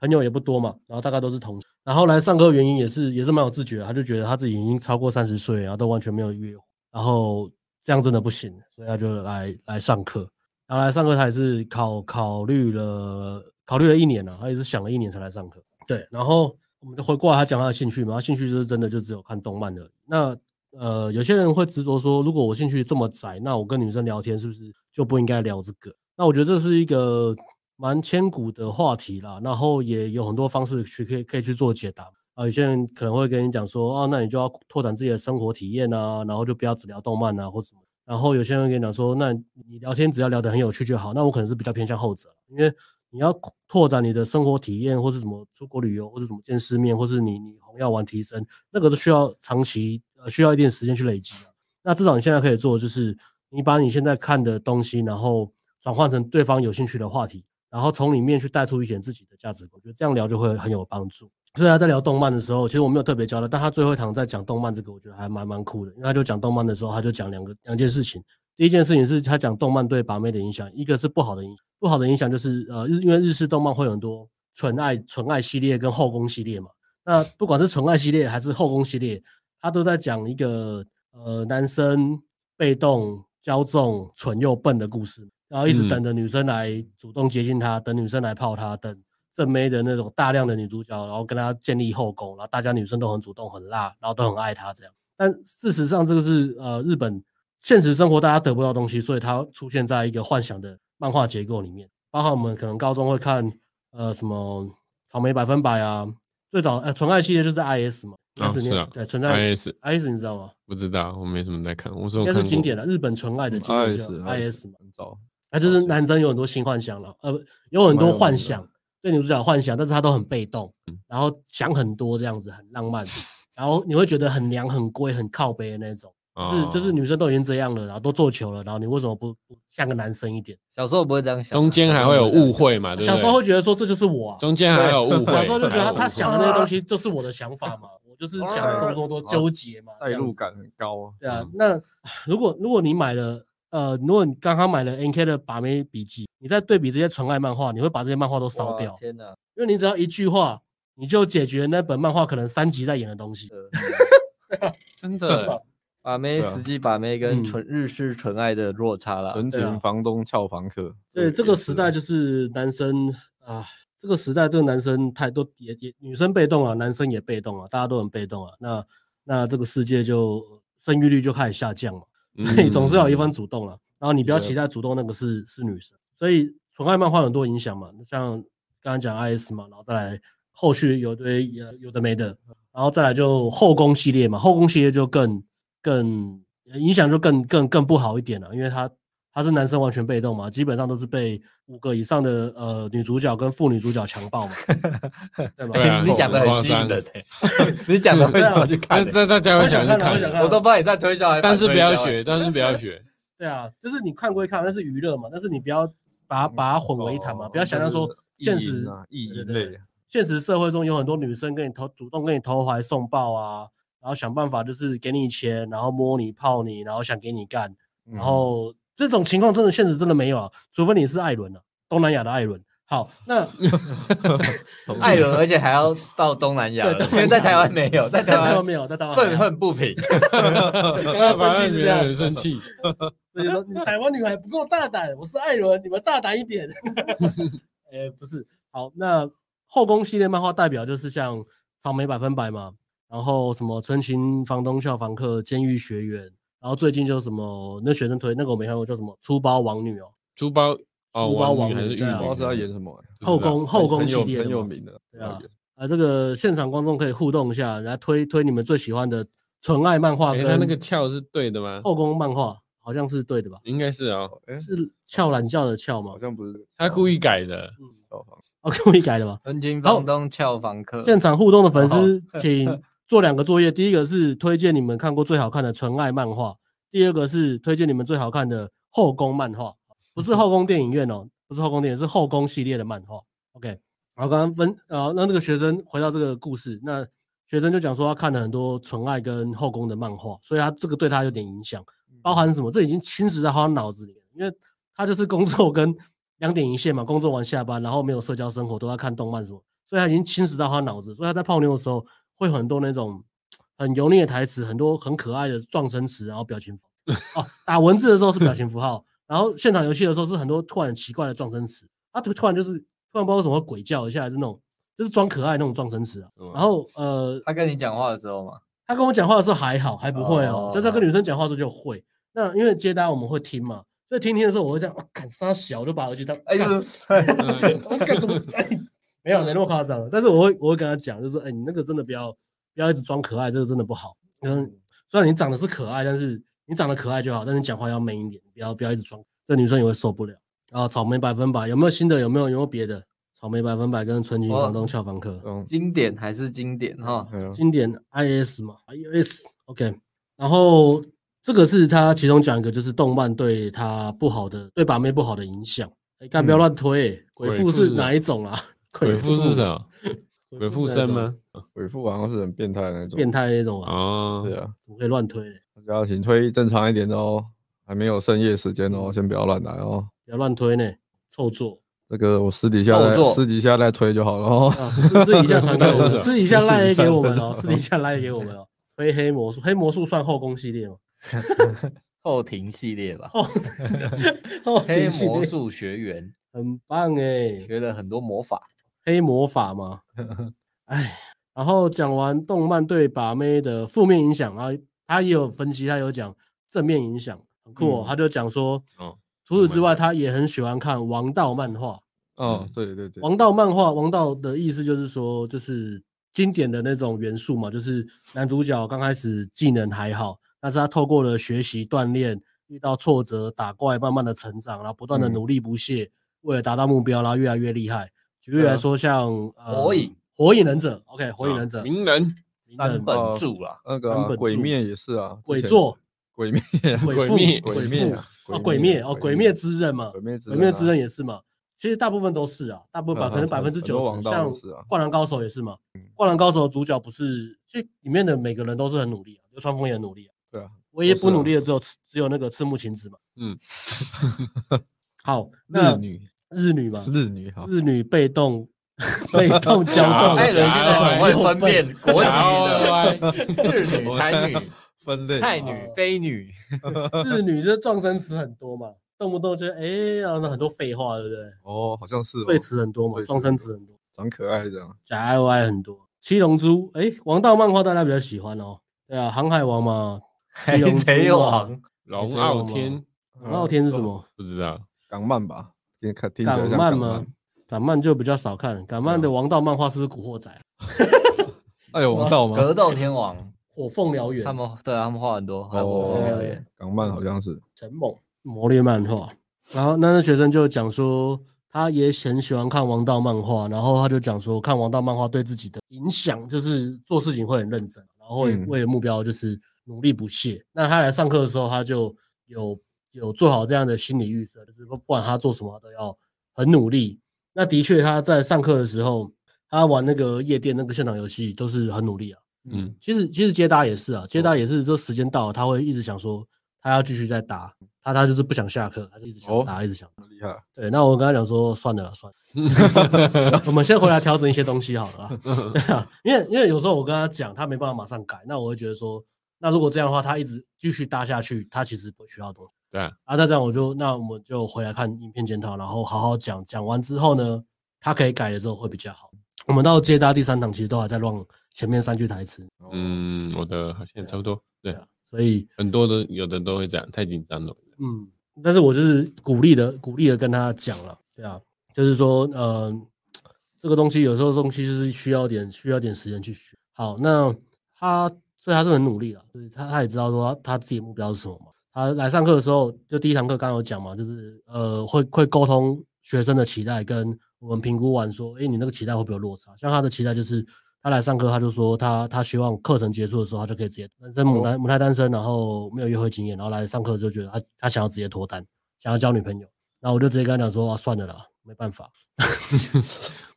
[SPEAKER 1] 朋友也不多嘛，然后大概都是同学。然后来上课的原因也是也是蛮有自觉的，他就觉得他自己已经超过三十岁了，然后都完全没有约会，然后这样真的不行，所以他就来来上课。然后来上课，他也是考考虑了考虑了一年了、他也是想了一年才来上课。对，然后我们就回过来，他讲他的兴趣嘛，他兴趣就是真的就只有看动漫的。那呃，有些人会执着说，如果我兴趣这么窄，那我跟女生聊天是不是就不应该聊这个？那我觉得这是一个蛮千古的话题啦，然后也有很多方式去可以可以去做解答。啊，有些人可能会跟你讲说，哦，那你就要拓展自己的生活体验啊，然后就不要只聊动漫啊或什么。然后有些人会跟你讲说，那你聊天只要聊得很有趣就好。那我可能是比较偏向后者，因为你要扩拓展你的生活体验，或是什么出国旅游，或是什么见世面，或是你你红药丸提升，那个都需要长期呃需要一定时间去累积啊。那至少你现在可以做的就是，你把你现在看的东西，然后转换成对方有兴趣的话题，然后从里面去带出一点自己的价值观，我觉得这样聊就会很有帮助。所以他在聊动漫的时候，其实我没有特别教他，但他最后一堂在讲动漫这个，我觉得还蛮蛮酷的，因为他就讲动漫的时候，他就讲两个两件事情。第一件事情是他讲动漫对把妹的影响，一个是不好的影，不好的影响就是呃，日因为日式动漫会有很多纯爱纯爱系列跟后宫系列嘛，那不管是纯爱系列还是后宫系列，他都在讲一个呃男生被动、骄纵、蠢又笨的故事。然后一直
[SPEAKER 2] 嗯
[SPEAKER 1] 等着女生来主动接近他，等女生来泡他，等正妹的那种大量的女主角，然后跟他建立后宫，然后大家女生都很主动、很辣，然后都很爱他这样。但事实上，这个是呃日本现实生活大家得不到的东西，所以它出现在一个幻想的漫画结构里面，包括我们可能高中会看呃什么草莓百分百啊，最早呃纯爱系列就是 IS 嘛，
[SPEAKER 2] 啊
[SPEAKER 1] 1990
[SPEAKER 2] 是啊
[SPEAKER 1] 对存在
[SPEAKER 2] ，IS
[SPEAKER 1] IS 你知道吗？
[SPEAKER 2] 不知道，我没什么在看，我说
[SPEAKER 1] 应
[SPEAKER 2] 我
[SPEAKER 1] 该
[SPEAKER 2] 看
[SPEAKER 1] 是
[SPEAKER 2] 过嗯
[SPEAKER 1] 经典的日本纯爱的经典叫
[SPEAKER 3] IS
[SPEAKER 1] IS 嘛，
[SPEAKER 3] 很早，
[SPEAKER 1] 那就是
[SPEAKER 2] 哦
[SPEAKER 3] 了解
[SPEAKER 1] 男生有很多性幻想了，呃，有很
[SPEAKER 3] 蛮
[SPEAKER 1] 多
[SPEAKER 3] 有名
[SPEAKER 1] 幻
[SPEAKER 3] 的
[SPEAKER 1] 想，对女主角幻想，但是他都很被动，
[SPEAKER 2] 嗯
[SPEAKER 1] 然后想很多这样子，很浪漫，然后你会觉得很娘、很龟、很靠背的那种，
[SPEAKER 2] 哦
[SPEAKER 1] 就是就是女生都已经这样了，然后都做球了，然后你为什么不不像个男生一点？
[SPEAKER 4] 小时候不会这样想啊，
[SPEAKER 2] 中间还会有误会啊嘛，对不
[SPEAKER 1] 小
[SPEAKER 2] 对？
[SPEAKER 1] 时候会觉得说这就是我、啊，
[SPEAKER 2] 中间还有误会，
[SPEAKER 1] 小时候就觉得他
[SPEAKER 2] 还有误
[SPEAKER 1] 他
[SPEAKER 2] 会
[SPEAKER 1] 想的那些东西就是我的想法嘛，我就是想这么多多纠结嘛，
[SPEAKER 3] 代
[SPEAKER 1] 这样
[SPEAKER 3] 入
[SPEAKER 1] 子
[SPEAKER 3] 感很高啊。
[SPEAKER 1] 对啊
[SPEAKER 3] 嗯，
[SPEAKER 1] 那如果如果你买了呃，如果你刚刚买了 N K 的《把妹笔记》，你再对比这些纯爱漫画，你会把这些漫画都
[SPEAKER 4] 哇
[SPEAKER 1] 烧掉，
[SPEAKER 4] 天
[SPEAKER 1] [laughs]
[SPEAKER 4] 哪，
[SPEAKER 1] 因为你只要一句话，你就解决那本漫画可能三集在演的东西。
[SPEAKER 2] 真的，
[SPEAKER 4] 把妹
[SPEAKER 3] 对啊
[SPEAKER 4] 实际把妹
[SPEAKER 1] 嗯
[SPEAKER 4] 跟纯日式纯爱的落差了，
[SPEAKER 3] 纯
[SPEAKER 1] 对啊
[SPEAKER 3] 情房东俏房客，
[SPEAKER 1] 对，这个时代
[SPEAKER 3] 就
[SPEAKER 1] 就是男生啊，这个时代这个男生太多也也女生被动啊，男生也被动啊，大家都很被动啊。那那这个世界就生育率就开始下降嘛。[laughs]
[SPEAKER 2] 嗯
[SPEAKER 3] 嗯
[SPEAKER 1] 你总是要有一方主动了。然后你不要期待主动那个是是女生，所以纯爱漫画有很多影响嘛，像刚刚讲 IS 嘛，然后再来后续有一堆呃有的没的，然后再来就后宫系列嘛，后宫系列就更更呃影响就更更更不好一点了，因为它它是男生完全被动嘛，基本上都是被五个以上的呃女主角跟副女主角强
[SPEAKER 3] [laughs]
[SPEAKER 1] 暴嘛，对吧？
[SPEAKER 2] 对啊
[SPEAKER 4] 你讲的很
[SPEAKER 2] 夸
[SPEAKER 4] 吸引
[SPEAKER 2] 张啊
[SPEAKER 4] 人欸， [laughs] 你讲的会让我去看
[SPEAKER 2] 但
[SPEAKER 4] 欸，
[SPEAKER 2] 但大家会想去
[SPEAKER 1] 我想看我想看
[SPEAKER 2] 看，
[SPEAKER 4] 我都不知道你在推销还反
[SPEAKER 2] 但
[SPEAKER 4] 推销欸，
[SPEAKER 2] 是不要学，但是不
[SPEAKER 1] [laughs]
[SPEAKER 2] 要学，
[SPEAKER 1] 对啊，就是你看归看，但是娱乐嘛，但是你不要把它把它混为一谈嘛，
[SPEAKER 3] 哦
[SPEAKER 1] 不要想象说
[SPEAKER 3] 就
[SPEAKER 1] 现
[SPEAKER 3] 是意淫
[SPEAKER 1] 实
[SPEAKER 3] 啊意
[SPEAKER 1] 对
[SPEAKER 3] 淫
[SPEAKER 1] 对
[SPEAKER 3] 类，
[SPEAKER 1] 现实社会中有很多女生跟你投主动跟你投怀送抱啊，然后想办法就是给你钱，然后摸你泡你，然后想给你干，
[SPEAKER 3] 嗯
[SPEAKER 1] 然后这种情况真的现实真的没有啊，除非你是艾伦啊，东南亚的艾伦。好，那
[SPEAKER 4] 艾伦，而且还要到东南亚
[SPEAKER 1] 对东
[SPEAKER 4] 了，因
[SPEAKER 1] 南亚
[SPEAKER 4] 为在台湾没有，在
[SPEAKER 1] 在
[SPEAKER 4] 台
[SPEAKER 1] [laughs] 台湾
[SPEAKER 4] 湾
[SPEAKER 1] 没有，在台湾还
[SPEAKER 4] 愤
[SPEAKER 1] 好
[SPEAKER 4] 恨不平，
[SPEAKER 1] 刚刚生
[SPEAKER 2] 反正
[SPEAKER 1] 气啊是这
[SPEAKER 2] 别人
[SPEAKER 1] 样
[SPEAKER 2] 很，
[SPEAKER 1] [laughs]
[SPEAKER 2] 生气，
[SPEAKER 1] 所以说你台湾女孩不够大胆，我是艾伦，你们大胆一
[SPEAKER 2] [laughs]
[SPEAKER 1] 点。哎、不是，好，那后宫系列漫画代表就是像草莓百分百嘛，然后什么春情房东俏房客、监狱学员，然后最近就什么那学生推那个我没看过，叫什么粗包王女哦，
[SPEAKER 2] 珠包哦，
[SPEAKER 1] 珠包
[SPEAKER 2] 王
[SPEAKER 1] 王
[SPEAKER 2] 女
[SPEAKER 1] 女
[SPEAKER 2] 还是玉
[SPEAKER 1] 对啊
[SPEAKER 3] 不知道
[SPEAKER 2] 女
[SPEAKER 3] 是要演什么欸，
[SPEAKER 1] 后宫后宫
[SPEAKER 3] 很
[SPEAKER 1] 系
[SPEAKER 3] 有
[SPEAKER 1] 列的
[SPEAKER 3] 很有
[SPEAKER 1] 嘛
[SPEAKER 3] 名的，
[SPEAKER 1] 对啊啊，这个现场观众可以互动一下，来推推你们最喜欢的纯爱漫画
[SPEAKER 2] 哎，他那个
[SPEAKER 1] 跟
[SPEAKER 2] 翘是对的吗？
[SPEAKER 1] 后宫漫画，好像是对的吧？
[SPEAKER 2] 应该是哦，
[SPEAKER 3] 哎，
[SPEAKER 1] 是翘懒觉的翘吗
[SPEAKER 3] 好？像不是
[SPEAKER 2] 他故意改的，
[SPEAKER 1] 嗯，
[SPEAKER 3] 俏房，
[SPEAKER 1] 哦，故意改的吗？
[SPEAKER 4] 纯情房东俏房 [laughs] 客，
[SPEAKER 1] 现场互动的粉丝， [laughs] 请做两个作业。第一个是推荐你们看过最好看的纯爱漫画，第二个是推荐你们最好看的后宫漫画，不是后宫电影院哦，不是后宫电影，是后宫系列的漫画。OK，然后刚刚分，呃，那这个学生回到这个故事，那学生就讲说他看了很多纯爱跟后宫的漫画，所以他这个对他有点影响，包含什么？这已经侵蚀在他脑子里了，因为他就是工作跟两点一线嘛，工作完下班，然后没有社交生活，都在看动漫什么，所以他已经侵蚀到他脑子，所以他在泡妞的时候会很多那种很油腻的台词，很多很可爱的撞声词，然后表情符哦，打文字的时候是表情符号，然后现场游戏的时候是很多突然很奇怪的撞声词，他突突然就是突然不知道为什么会鬼叫一下，还是那种就是装可爱那种撞声词啊
[SPEAKER 2] 是吗。
[SPEAKER 1] 然后呃，
[SPEAKER 4] 他跟你讲话的时候嘛，
[SPEAKER 1] 他跟我讲话的时候还好，还不会哦，
[SPEAKER 4] 哦
[SPEAKER 1] 但是他跟女生讲话的时候就会。那因为接单我们会听嘛，所以听听的时候我会这样，哦干、啥小，我就把耳机当，
[SPEAKER 4] 哎
[SPEAKER 1] 哎
[SPEAKER 4] 呦，
[SPEAKER 2] 嗯 [laughs]
[SPEAKER 1] 我干怎么？ [laughs] 哎，没有没那么夸张，但是我会我会跟他讲，就是哎、你那个真的不要不要一直装可爱，这个真的不好。嗯，虽然你长得是可爱，但是你长得可爱就好，但是你讲话要 man 一点，不要不要一直装，这女生也会受不了。然后草莓百分百有没有新的？有没有有没有别的？草莓百分百跟纯情
[SPEAKER 4] 哦
[SPEAKER 1] 房东俏房客，
[SPEAKER 3] 嗯，
[SPEAKER 4] 经典还是经典哈，
[SPEAKER 2] 嗯
[SPEAKER 3] 对啊
[SPEAKER 1] 经典 IS 嘛，IS OK，然后这个是他其中讲一个，就是动漫对他不好的，对把妹不好的影响。哎，干不要
[SPEAKER 3] 嗯
[SPEAKER 1] 乱推、鬼
[SPEAKER 2] 鬼
[SPEAKER 1] 父
[SPEAKER 2] 父
[SPEAKER 1] 是
[SPEAKER 2] 是
[SPEAKER 1] 哪一种啊？
[SPEAKER 2] 鬼父是什么？鬼父
[SPEAKER 1] 是哪
[SPEAKER 2] 生
[SPEAKER 1] 种？
[SPEAKER 2] 吗？
[SPEAKER 3] 鬼父好像是很变态的那种，
[SPEAKER 1] 变态那种啊？
[SPEAKER 2] 哦
[SPEAKER 3] 对，啊，
[SPEAKER 1] 怎么可以乱推嘞？
[SPEAKER 3] 大家请推正常一点的哦，还没有深夜时间
[SPEAKER 1] 嗯
[SPEAKER 3] 哦，先不要乱来哦。
[SPEAKER 1] 不要乱推呢，臭
[SPEAKER 2] [laughs]
[SPEAKER 1] 作
[SPEAKER 3] 这个我私底下
[SPEAKER 4] 动作
[SPEAKER 3] 再私底下再推就好了哦。
[SPEAKER 1] 啊！私私底下传给我们，私底下赖给我们哦，私
[SPEAKER 3] 私
[SPEAKER 1] 底
[SPEAKER 3] 底
[SPEAKER 1] [laughs] 下赖给我们哦。推黑魔术，黑魔术算后宫系列吗？
[SPEAKER 4] 后庭系列吧，
[SPEAKER 1] 哦，哦
[SPEAKER 4] 黑
[SPEAKER 1] 挺系
[SPEAKER 4] 魔
[SPEAKER 1] 列
[SPEAKER 4] 术学员
[SPEAKER 1] 很棒哎，
[SPEAKER 4] 学了很多魔法，
[SPEAKER 1] 黑魔法
[SPEAKER 2] [laughs]
[SPEAKER 1] 嘛，哎，然后讲完动漫对把妹的负面影响，然后他也有分析，他有讲正面影响，很酷、哦，他就讲说，
[SPEAKER 2] 嗯哦
[SPEAKER 1] 除此之
[SPEAKER 2] 动漫
[SPEAKER 1] 外，
[SPEAKER 2] 对
[SPEAKER 1] 他也很喜欢看王道漫画，
[SPEAKER 3] 嗯，对对对，
[SPEAKER 1] 王道漫画，王道的意思就是说，就是经典的那种元素嘛，就是男主角刚开始技能还好，但是他透过了学习锻炼，遇到挫折打怪，慢慢的成长，然后不断的
[SPEAKER 3] 嗯
[SPEAKER 1] 努力不懈，为了达到目标，然后越来越厉害。举例
[SPEAKER 3] 对啊
[SPEAKER 1] 来说，像、呃
[SPEAKER 4] 火影、
[SPEAKER 1] 火影忍者，OK，火
[SPEAKER 2] 啊
[SPEAKER 1] 影忍者、
[SPEAKER 2] 名人
[SPEAKER 1] 鸣
[SPEAKER 4] 三
[SPEAKER 1] 人
[SPEAKER 4] 本柱啦，
[SPEAKER 3] 那个
[SPEAKER 1] 版
[SPEAKER 3] 啊
[SPEAKER 1] 本
[SPEAKER 3] 鬼
[SPEAKER 1] 柱
[SPEAKER 3] 灭也是啊，
[SPEAKER 1] 鬼
[SPEAKER 3] 座
[SPEAKER 1] 作、
[SPEAKER 3] 鬼灭、
[SPEAKER 1] 鬼
[SPEAKER 2] 鬼
[SPEAKER 1] 父
[SPEAKER 2] 灭、
[SPEAKER 3] 鬼
[SPEAKER 1] 鬼
[SPEAKER 3] 灭
[SPEAKER 1] 父
[SPEAKER 3] 啊
[SPEAKER 1] 哦，鬼灭哦，鬼灭之刃嘛，
[SPEAKER 3] 鬼灭之
[SPEAKER 1] 鬼灭之刃
[SPEAKER 3] 刃啊
[SPEAKER 1] 也是嘛。其实大部分都是啊，大部分
[SPEAKER 3] 嗯
[SPEAKER 1] 百可能
[SPEAKER 3] 很
[SPEAKER 1] 百分之
[SPEAKER 3] 很多
[SPEAKER 1] 九
[SPEAKER 3] 王
[SPEAKER 1] 十，
[SPEAKER 3] 道
[SPEAKER 1] 像
[SPEAKER 3] 都是啊嗯
[SPEAKER 1] 《灌篮高手》也是嘛，《灌篮高手》主角不是，其实里面的每个人都是很努力啊，流川枫也很努力啊，
[SPEAKER 3] 对啊，
[SPEAKER 1] 唯一
[SPEAKER 3] 都是
[SPEAKER 1] 不努
[SPEAKER 3] 啊
[SPEAKER 1] 力的只有只有那个赤木晴子嘛。
[SPEAKER 2] 嗯，
[SPEAKER 1] 好，
[SPEAKER 3] 啊日
[SPEAKER 1] 那
[SPEAKER 3] 女
[SPEAKER 1] 日女嘛，
[SPEAKER 3] 日女哦啊哈，
[SPEAKER 1] 日女被动被动交
[SPEAKER 2] 假
[SPEAKER 1] 动，
[SPEAKER 4] 哎，人家很会分辨国籍的
[SPEAKER 2] 的，
[SPEAKER 4] 日女、台女、
[SPEAKER 3] 分类
[SPEAKER 4] 泰
[SPEAKER 3] 嘛
[SPEAKER 4] 女、非女，
[SPEAKER 1] 日女就是撞生词很多嘛，动不动就哎，然后很多废话，对不对？
[SPEAKER 3] 哦，好像是哦
[SPEAKER 1] 废词很多嘛，
[SPEAKER 3] 废词
[SPEAKER 1] 撞生词很多。
[SPEAKER 3] 长可爱这样，
[SPEAKER 1] 假 I O I 很多。七龙珠，哎、王道漫画大家比较喜欢哦。对啊，航海王嘛，七
[SPEAKER 4] [laughs]
[SPEAKER 1] 龙珠嘛
[SPEAKER 4] 贼王，
[SPEAKER 2] 龙傲天
[SPEAKER 1] 航傲天是什么？
[SPEAKER 2] 不知道，
[SPEAKER 3] 港漫吧，听看嗯听起来
[SPEAKER 1] 港
[SPEAKER 3] 像
[SPEAKER 1] 漫
[SPEAKER 3] 港
[SPEAKER 1] 吗
[SPEAKER 3] 漫，？
[SPEAKER 1] 港漫就比较少看，港漫的王道漫画是不是《古惑仔》啊
[SPEAKER 3] 那有哎王道吗？
[SPEAKER 4] 格斗天王，
[SPEAKER 1] 火凤燎原
[SPEAKER 4] 他》、们对他们画很多，还有
[SPEAKER 3] 哦
[SPEAKER 4] 我表
[SPEAKER 1] 哎
[SPEAKER 4] 演，
[SPEAKER 3] 港漫好像是，
[SPEAKER 1] 陈猛魔力漫画？然后那那学生就讲说，他也很喜欢看王道漫画，然后他就讲说，看王道漫画对自己的影响就是做事情会很认真，然后会
[SPEAKER 3] 嗯
[SPEAKER 1] 为了目标就是努力不懈。那他来上课的时候，他就有有做好这样的心理预设，就是不管他做什么他都要很努力。那的确他在上课的时候，他玩那个夜店那个现场游戏都是很努力啊。
[SPEAKER 2] 嗯，
[SPEAKER 1] 其实其实接搭也是啊，接搭也是，这时间到了，他会一直想说他要继续再搭，他他就是不想下课，他就一直想
[SPEAKER 3] 哦
[SPEAKER 1] 搭，一直想搭。
[SPEAKER 3] 厉害，
[SPEAKER 1] 对，那我跟他讲说，算了啦，算了，我们先回来调整一些东西好了啦。 [laughs] 对啊，因为因为有时候我跟他讲，他没办法马上改，那我会觉得说，那如果这样的话，他一直继续搭下去，他其实不会学到东西。
[SPEAKER 2] 对啊
[SPEAKER 1] 啊，那这样我就那我们就回来看影片检讨，然后好好讲，讲完之后呢，他可以改了之后会比较好。我们到接搭第三堂，其实都还在乱前面三句台词。
[SPEAKER 3] 哦
[SPEAKER 2] 嗯，我的好像也差不多，对
[SPEAKER 1] 啊，所以
[SPEAKER 2] 很多的有的都会这样，太紧张了。
[SPEAKER 1] 嗯，但是我就是鼓励的，鼓励的跟他讲了，对啊，就是说，呃，这个东西有时候东西就是需要点需要点时间去学。好，那他所以他是很努力了，就是他他也知道说他他自己的目标是什么嘛。他来上课的时候，就第一堂课刚刚有讲嘛，就是呃会会沟通学生的期待，跟我们评估完说，诶，你那个期待会不会有落差？像他的期待就是。他来上课，他就说他他希望课程结束的时候，他就可以直接单身母胎母胎单身，然后没有约会经验，然后来上课就觉得他他想要直接脱单，想要交女朋友，然后我就直接跟他讲说啊，算了啦，没办法，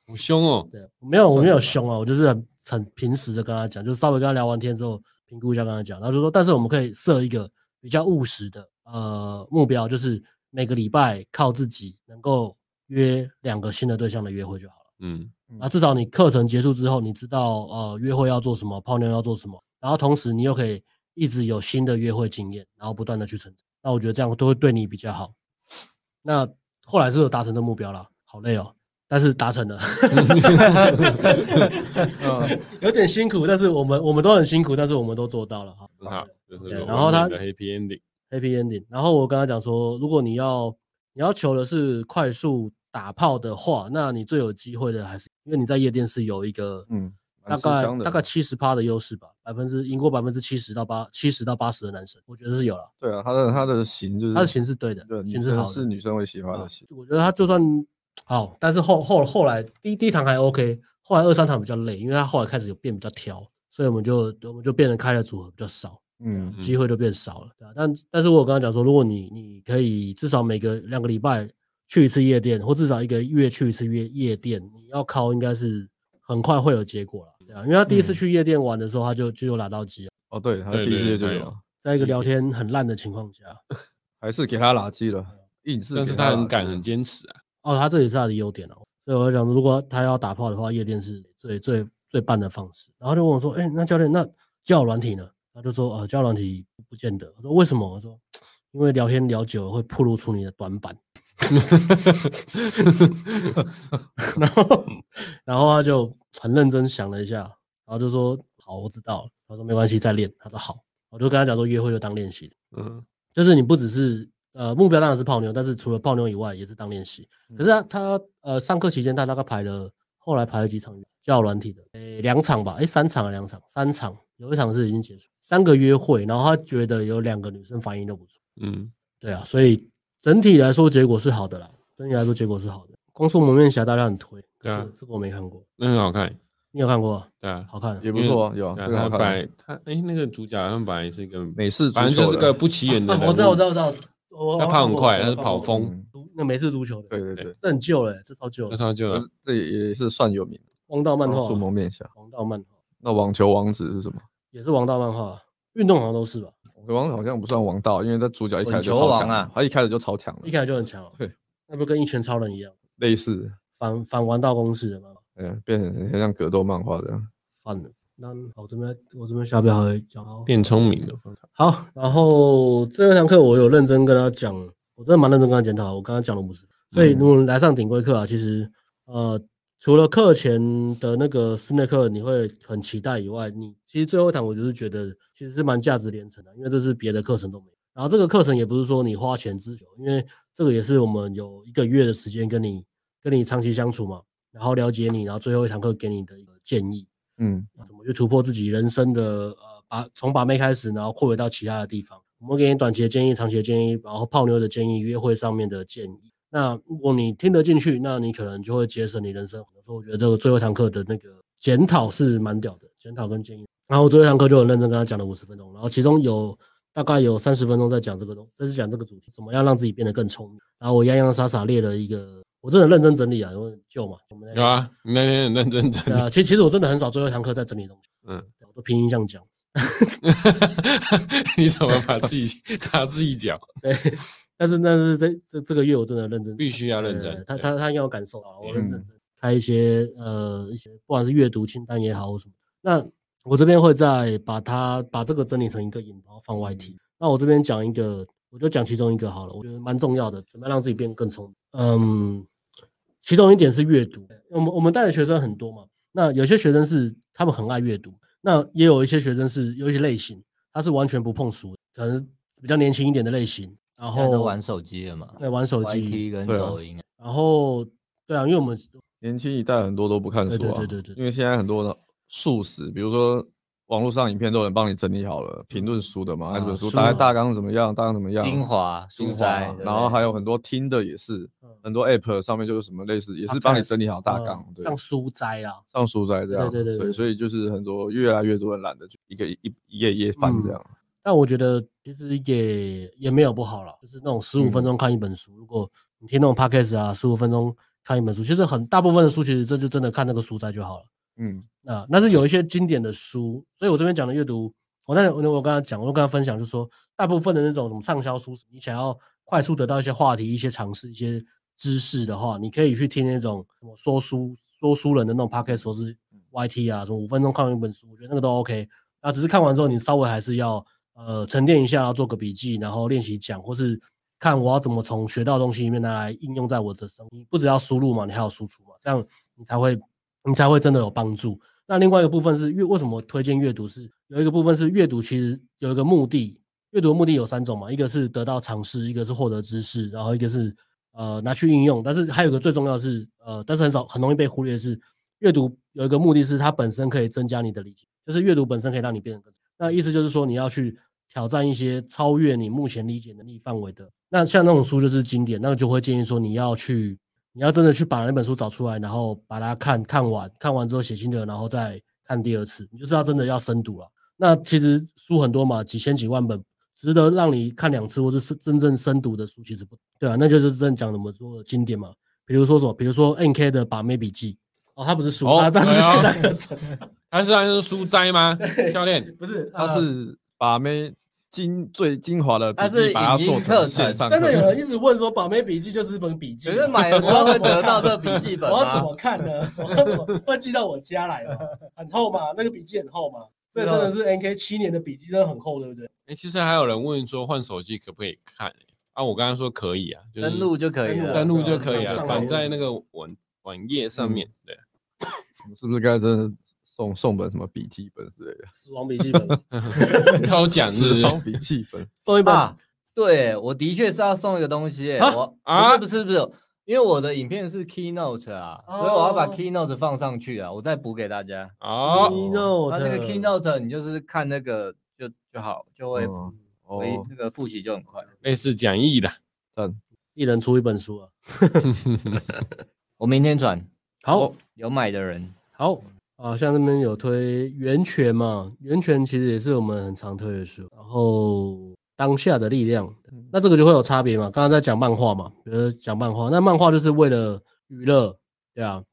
[SPEAKER 2] 好凶哦，
[SPEAKER 1] 对，我没有我没有凶啊，我就是很很平时的跟他讲，就稍微跟他聊完天之后，评估一下跟他讲，然后就说，但是我们可以设一个比较务实的呃目标，就是每个礼拜靠自己能够约两个新的对象的约会就好了。
[SPEAKER 2] 嗯，
[SPEAKER 1] 啊，至少你课程结束之后，你知道呃约会要做什么，泡妞要做什么，然后同时你又可以一直有新的约会经验，然后不断的去成长。那我觉得这样都会对你比较好。那后来是有达成这目标了，好累哦，但是达成了，
[SPEAKER 3] 嗯
[SPEAKER 1] 有点辛苦，但是我们我们都很辛苦，但是我们都做到了哈。
[SPEAKER 2] 很好，就是
[SPEAKER 1] 对
[SPEAKER 2] 我
[SPEAKER 1] 然后他
[SPEAKER 2] 们的 happy ending，
[SPEAKER 1] Happy ending。然后我跟他讲说，如果你要你要求的是快速打炮的话，那你最有机会的还是因为你在夜店是有一个
[SPEAKER 3] 嗯，
[SPEAKER 1] 大
[SPEAKER 3] 蛮吃
[SPEAKER 1] 概
[SPEAKER 3] 香的
[SPEAKER 1] 大概七十趴的优势吧，百分之赢过百分之七十到八七十到八十的男生，我觉得是有了，
[SPEAKER 3] 对啊，他的他的型就是
[SPEAKER 1] 他的型是对的
[SPEAKER 3] 对，
[SPEAKER 1] 型
[SPEAKER 3] 女
[SPEAKER 1] 是
[SPEAKER 3] 生
[SPEAKER 1] 好的
[SPEAKER 3] 是。女生会喜欢
[SPEAKER 1] 啊
[SPEAKER 3] 的型，
[SPEAKER 1] 我觉得他就算好，但是后后后来第一第一堂还 OK，后来二三堂比较累，因为他后来开始有变比较挑，所以我们就我们就变成开的组合比较少，
[SPEAKER 3] 嗯
[SPEAKER 1] 机会就变少了。对啊，但但是我有跟他讲说，如果你你可以至少每个两个礼拜去一次夜店，或至少一个月去一次夜夜店，你要靠应该是很快会有结果了。对啊，因为他第一次
[SPEAKER 3] 嗯
[SPEAKER 1] 去夜店玩的时候，他就就有拿到机了。
[SPEAKER 3] 哦，对，他
[SPEAKER 2] 对
[SPEAKER 3] 第一
[SPEAKER 2] 对
[SPEAKER 3] 届就
[SPEAKER 2] 他有
[SPEAKER 3] 有，
[SPEAKER 1] 在一个聊天很烂的情况下，
[SPEAKER 3] 还是给他垃圾了，硬是，
[SPEAKER 2] 但是他很敢，很，坚持啊， [laughs]
[SPEAKER 1] 哦，他这也是他的优点哦。所以我就想说，如果他要打炮的话，夜店是最最最棒的方式。然后就问我说：“哎、那教练，那交友软体呢？”他就说：“呃，交友软体不见得。”我说：“为什么？”我说：“因为聊天聊久了会暴露出你的短板。然后， [laughs] 然后他就很认真想了一下，然后就说：“好，我知道了。”他说：“没关系，再练。”他说：“好。”我就跟他讲说：“约会就当练习。”
[SPEAKER 2] 嗯，
[SPEAKER 1] 就是你不只是呃目标当然是泡妞，但是除了泡妞以外，也是当练习。可
[SPEAKER 3] 嗯
[SPEAKER 1] 是他他呃上课期间，他大概排了后来排了几场教软体的，诶、两场吧，诶、三场啊两场，三场有一场是已经结束，三个约会，然后他觉得有两个女生反应都不错，
[SPEAKER 2] 嗯，
[SPEAKER 1] 对啊，所以整体来说结果是好的啦，整体来说结果是好的。光速蒙面侠大家很推，
[SPEAKER 2] 对啊
[SPEAKER 1] 可是这个我没看过，
[SPEAKER 2] 那很好看，
[SPEAKER 1] 你有看过？
[SPEAKER 2] 对啊，
[SPEAKER 1] 好看啊，
[SPEAKER 3] 也不错啊，有啊，
[SPEAKER 2] 对啊
[SPEAKER 3] 这个好
[SPEAKER 2] 他
[SPEAKER 3] 看啊。
[SPEAKER 2] 摆他哎、那个主角好像本来是一个，
[SPEAKER 3] 美式足
[SPEAKER 2] 反正就
[SPEAKER 3] 球
[SPEAKER 2] 是个
[SPEAKER 3] 的，
[SPEAKER 2] 不起眼的人物、
[SPEAKER 1] 啊 [laughs] 我知道，我知道，我知道，我
[SPEAKER 2] 他跑很快，他是跑
[SPEAKER 1] 风，
[SPEAKER 2] 风，
[SPEAKER 1] 那美式足球的，
[SPEAKER 3] 嗯对对对，
[SPEAKER 1] 这很旧了、这超旧
[SPEAKER 2] 那
[SPEAKER 1] 了，
[SPEAKER 2] 他就
[SPEAKER 3] 这这也也是算有名的。
[SPEAKER 1] 王道漫画啊，
[SPEAKER 3] 数蒙面侠，
[SPEAKER 1] 王道漫画
[SPEAKER 3] 那网球王子是什么？
[SPEAKER 1] 也是王道漫画，运动好像都是吧，
[SPEAKER 3] 网球王子好像不算王道，因为他主角一开始就
[SPEAKER 4] 网球
[SPEAKER 3] 超
[SPEAKER 4] 王
[SPEAKER 3] 强
[SPEAKER 4] 啊
[SPEAKER 3] 他一开始就超强了
[SPEAKER 1] 一，开始就很强、哦。
[SPEAKER 3] 对，
[SPEAKER 1] 那不跟一拳超人一样，
[SPEAKER 3] 类似，
[SPEAKER 1] 反反王道公式的漫画，
[SPEAKER 3] 嗯，变成很像格斗漫画这样。
[SPEAKER 1] 反了。那好，这边我这边下标还讲到
[SPEAKER 2] 变聪明的方法。
[SPEAKER 1] 好，然后这堂课我有认真跟他讲，我真的蛮认真跟他检讨，我刚刚讲的不是。所以如果来上顶规课啊，其实呃，除了课前的那个室内课你会很期待以外，你其实最后一堂我就是觉得其实是蛮价值连城的，因为这是别的课程都没有。然后这个课程也不是说你花钱自求，因为这个也是我们有一个月的时间跟你跟你长期相处嘛，然后了解你，然后最后一堂课给你的一个建议。
[SPEAKER 3] 嗯，
[SPEAKER 1] 怎么去突破自己人生的呃，把从把妹开始，然后扩围到其他的地方。我们给你短期的建议、长期的建议，然后泡妞的建议、约会上面的建议。那如果你听得进去，那你可能就会节省你人生。所以我觉得这个最后一堂课的那个检讨是蛮屌的，检讨跟建议。然后我最后一堂课就很认真跟他讲了五十分钟，然后其中有大概有三十分钟在讲这个东，这是讲这个主题，怎么样让自己变得更聪明。然后我洋洋洒洒列了一个，我真的认真整理啊，因为旧嘛，我们那
[SPEAKER 2] 有啊，你那天很认真整
[SPEAKER 1] [laughs] 对
[SPEAKER 2] [laughs]
[SPEAKER 1] 啊，其其实我真的很少最后一堂课在整理东西，
[SPEAKER 2] 嗯
[SPEAKER 1] 嗯，我都拼音这样讲，
[SPEAKER 2] 你怎么把自己打自己 [laughs] 脚？
[SPEAKER 1] 对，但是但是这这这个月我真的认真，
[SPEAKER 2] 必须要认
[SPEAKER 1] 呃
[SPEAKER 2] 真。
[SPEAKER 1] 他
[SPEAKER 2] 对
[SPEAKER 1] 他他应该有感受到，我认真
[SPEAKER 3] 嗯
[SPEAKER 1] 开一些呃一些，不管是阅读清单也好或什么，那我这边会再把它把这个整理成一个引，然后放
[SPEAKER 4] 嗯
[SPEAKER 1] YT。那我这边讲一个，我就讲其中一个好了，我觉得蛮重要的，怎么样让自己变更聪明？嗯，其中一点是阅读。我们我们带的学生很多嘛，那有些学生是他们很爱阅读，那也有一些学生是有一些类型，他是完全不碰书的，可能比较年轻一点的类型，然
[SPEAKER 4] 现在都
[SPEAKER 1] 后
[SPEAKER 4] 玩手机了嘛
[SPEAKER 1] 对玩手
[SPEAKER 4] ，YT
[SPEAKER 1] 机，
[SPEAKER 4] 跟
[SPEAKER 3] 对啊
[SPEAKER 4] 抖音，
[SPEAKER 1] 然后对啊，因为我们
[SPEAKER 3] 年轻一代很多都不看
[SPEAKER 1] 对
[SPEAKER 3] 书
[SPEAKER 1] 对
[SPEAKER 3] 啊，
[SPEAKER 1] 对对对
[SPEAKER 3] 因为现在很多的素食，比如说网络上影片都有人帮你整理好了，评论书的嘛，那
[SPEAKER 4] 啊
[SPEAKER 3] 本书
[SPEAKER 1] 嗯书
[SPEAKER 3] 大概
[SPEAKER 1] 嘛
[SPEAKER 3] 大纲怎么样，大纲怎么样，
[SPEAKER 4] 精华、
[SPEAKER 3] 精
[SPEAKER 4] 书
[SPEAKER 3] 华
[SPEAKER 4] 斋
[SPEAKER 3] 啊，，然后还有很多听的也是，
[SPEAKER 1] 嗯
[SPEAKER 3] 很多 app 上面就是什么类似，也是帮你
[SPEAKER 1] Podcast，
[SPEAKER 3] 整理好大纲，
[SPEAKER 1] 啊呃
[SPEAKER 3] 对，
[SPEAKER 1] 像书斋啦，
[SPEAKER 3] 上书斋这样，
[SPEAKER 1] 对对对对
[SPEAKER 3] 所以
[SPEAKER 1] 对
[SPEAKER 3] 所以就是很多越来越多人懒得去一个一一页一页
[SPEAKER 1] 嗯
[SPEAKER 3] 翻这样，
[SPEAKER 1] 但我觉得其实也也没有不好了，就是那种十五
[SPEAKER 3] 嗯
[SPEAKER 1] 分钟看一本书，如果你听那种 podcast 啊，十五分钟看一本书，其实很大部分的书其实这就真的看那个书摘就好了。
[SPEAKER 3] 嗯，
[SPEAKER 1] 那那是有一些经典的书，所以我这边讲的阅读，我那我我跟他讲，我跟他分享，就是说大部分的那种什么畅销书，你想要快速得到一些话题、一些尝试、一些知识的话，你可以去听那种什么说书说书人的那种 podcast，或是 YT 啊，什么五分钟看完一本书，我觉得那个都 OK。那只是看完之后，你稍微还是要呃沉淀一下，然后做个笔记，然后练习讲，或是看我要怎么从学到的东西里面拿来应用在我的生活。你不只要输入嘛，你还有输出嘛，这样你才会你才会真的有帮助。那另外一个部分是阅，为什么推荐阅读是有一个部分是阅读，其实有一个目的，阅读的目的有三种嘛，一个是得到尝试，一个是获得知识，然后一个是呃拿去应用。但是还有一个最重要的是呃，但是很少很容易被忽略的是，阅读有一个目的是它本身可以增加你的理解，就是阅读本身可以让你变得更。那意思就是说你要去挑战一些超越你目前理解能力范围的。那像那种书就是经典，那就会建议说你要去，你要真的去把那本书找出来，然后把它看看完，看完之后写心得，然后再看第二次，你就是要真的要深读了。那其实书很多嘛，几千几万本，值得让你看两次或者是真正深读的书其实不对啊，那就是真正讲的我们说的经典嘛。比如说什么，比如说 N K 的《把妹笔记》，哦，它不是书，
[SPEAKER 2] 哦
[SPEAKER 1] 它它是
[SPEAKER 2] 哎呀
[SPEAKER 1] 现代课程，
[SPEAKER 2] 他是他是书斋吗？教练，
[SPEAKER 1] 不是，
[SPEAKER 3] 他
[SPEAKER 1] 呃
[SPEAKER 3] 是把妹精最精华的笔
[SPEAKER 4] 嗯它是
[SPEAKER 3] 记，把它
[SPEAKER 4] 影
[SPEAKER 3] 做
[SPEAKER 4] 音课
[SPEAKER 3] 成线
[SPEAKER 4] 程
[SPEAKER 3] 上课
[SPEAKER 1] 真
[SPEAKER 3] 程，
[SPEAKER 1] 的有人一直问说《把妹笔记》就是一本笔记
[SPEAKER 4] 只
[SPEAKER 1] 吗，
[SPEAKER 4] 是买了之后会得到这笔记本
[SPEAKER 1] 我要怎
[SPEAKER 4] 吗？
[SPEAKER 1] 么看呢？我要怎么会寄到我家来吗？很厚吗？那个笔记很厚吗？
[SPEAKER 4] 哦
[SPEAKER 1] 这真的是 NK 七年的笔记，真的很厚，对不对？
[SPEAKER 2] 哎、其实还有人问说换手机可不可以看、欸？啊，我刚刚说可以啊，就是
[SPEAKER 4] 登录就可以
[SPEAKER 1] 登录
[SPEAKER 4] 了，
[SPEAKER 2] 登录就可以
[SPEAKER 1] 上
[SPEAKER 2] 啊，
[SPEAKER 1] 上
[SPEAKER 2] 绑
[SPEAKER 1] 网
[SPEAKER 2] 在那个网网页上面。对，
[SPEAKER 3] 是不是该真的送送本什么笔记本之类的？
[SPEAKER 1] 死亡笔记本，
[SPEAKER 2] [laughs] 抽奖是不哦
[SPEAKER 3] [laughs] 时
[SPEAKER 2] 是
[SPEAKER 3] 光笔记
[SPEAKER 4] [laughs]
[SPEAKER 3] 本，
[SPEAKER 1] 送一本
[SPEAKER 4] 啊，对，我的确是要送一个东西耶，
[SPEAKER 2] 啊
[SPEAKER 4] 我
[SPEAKER 2] 啊
[SPEAKER 4] 不是不是不是，因为我的影片是 keynote 啊，所以我要把
[SPEAKER 1] 哦
[SPEAKER 4] keynote 放上去啊，我再补给大家。
[SPEAKER 2] 哦，
[SPEAKER 1] keynote，
[SPEAKER 4] 那那个 keynote 你就是看那个就就好，就会
[SPEAKER 3] 嗯哦
[SPEAKER 4] 回那个复习就很快。
[SPEAKER 2] 类似讲义的。
[SPEAKER 1] 一人出一本书啊。
[SPEAKER 4] 我明天转，
[SPEAKER 1] 好，
[SPEAKER 4] 有买的人
[SPEAKER 1] 好啊，像这边有推源泉嘛，源泉其实也是我们很常推的书，然后当下的力量，那这个就会有差别嘛。刚刚在讲漫画嘛，比如讲漫画，那漫画就是为了娱乐，对啊，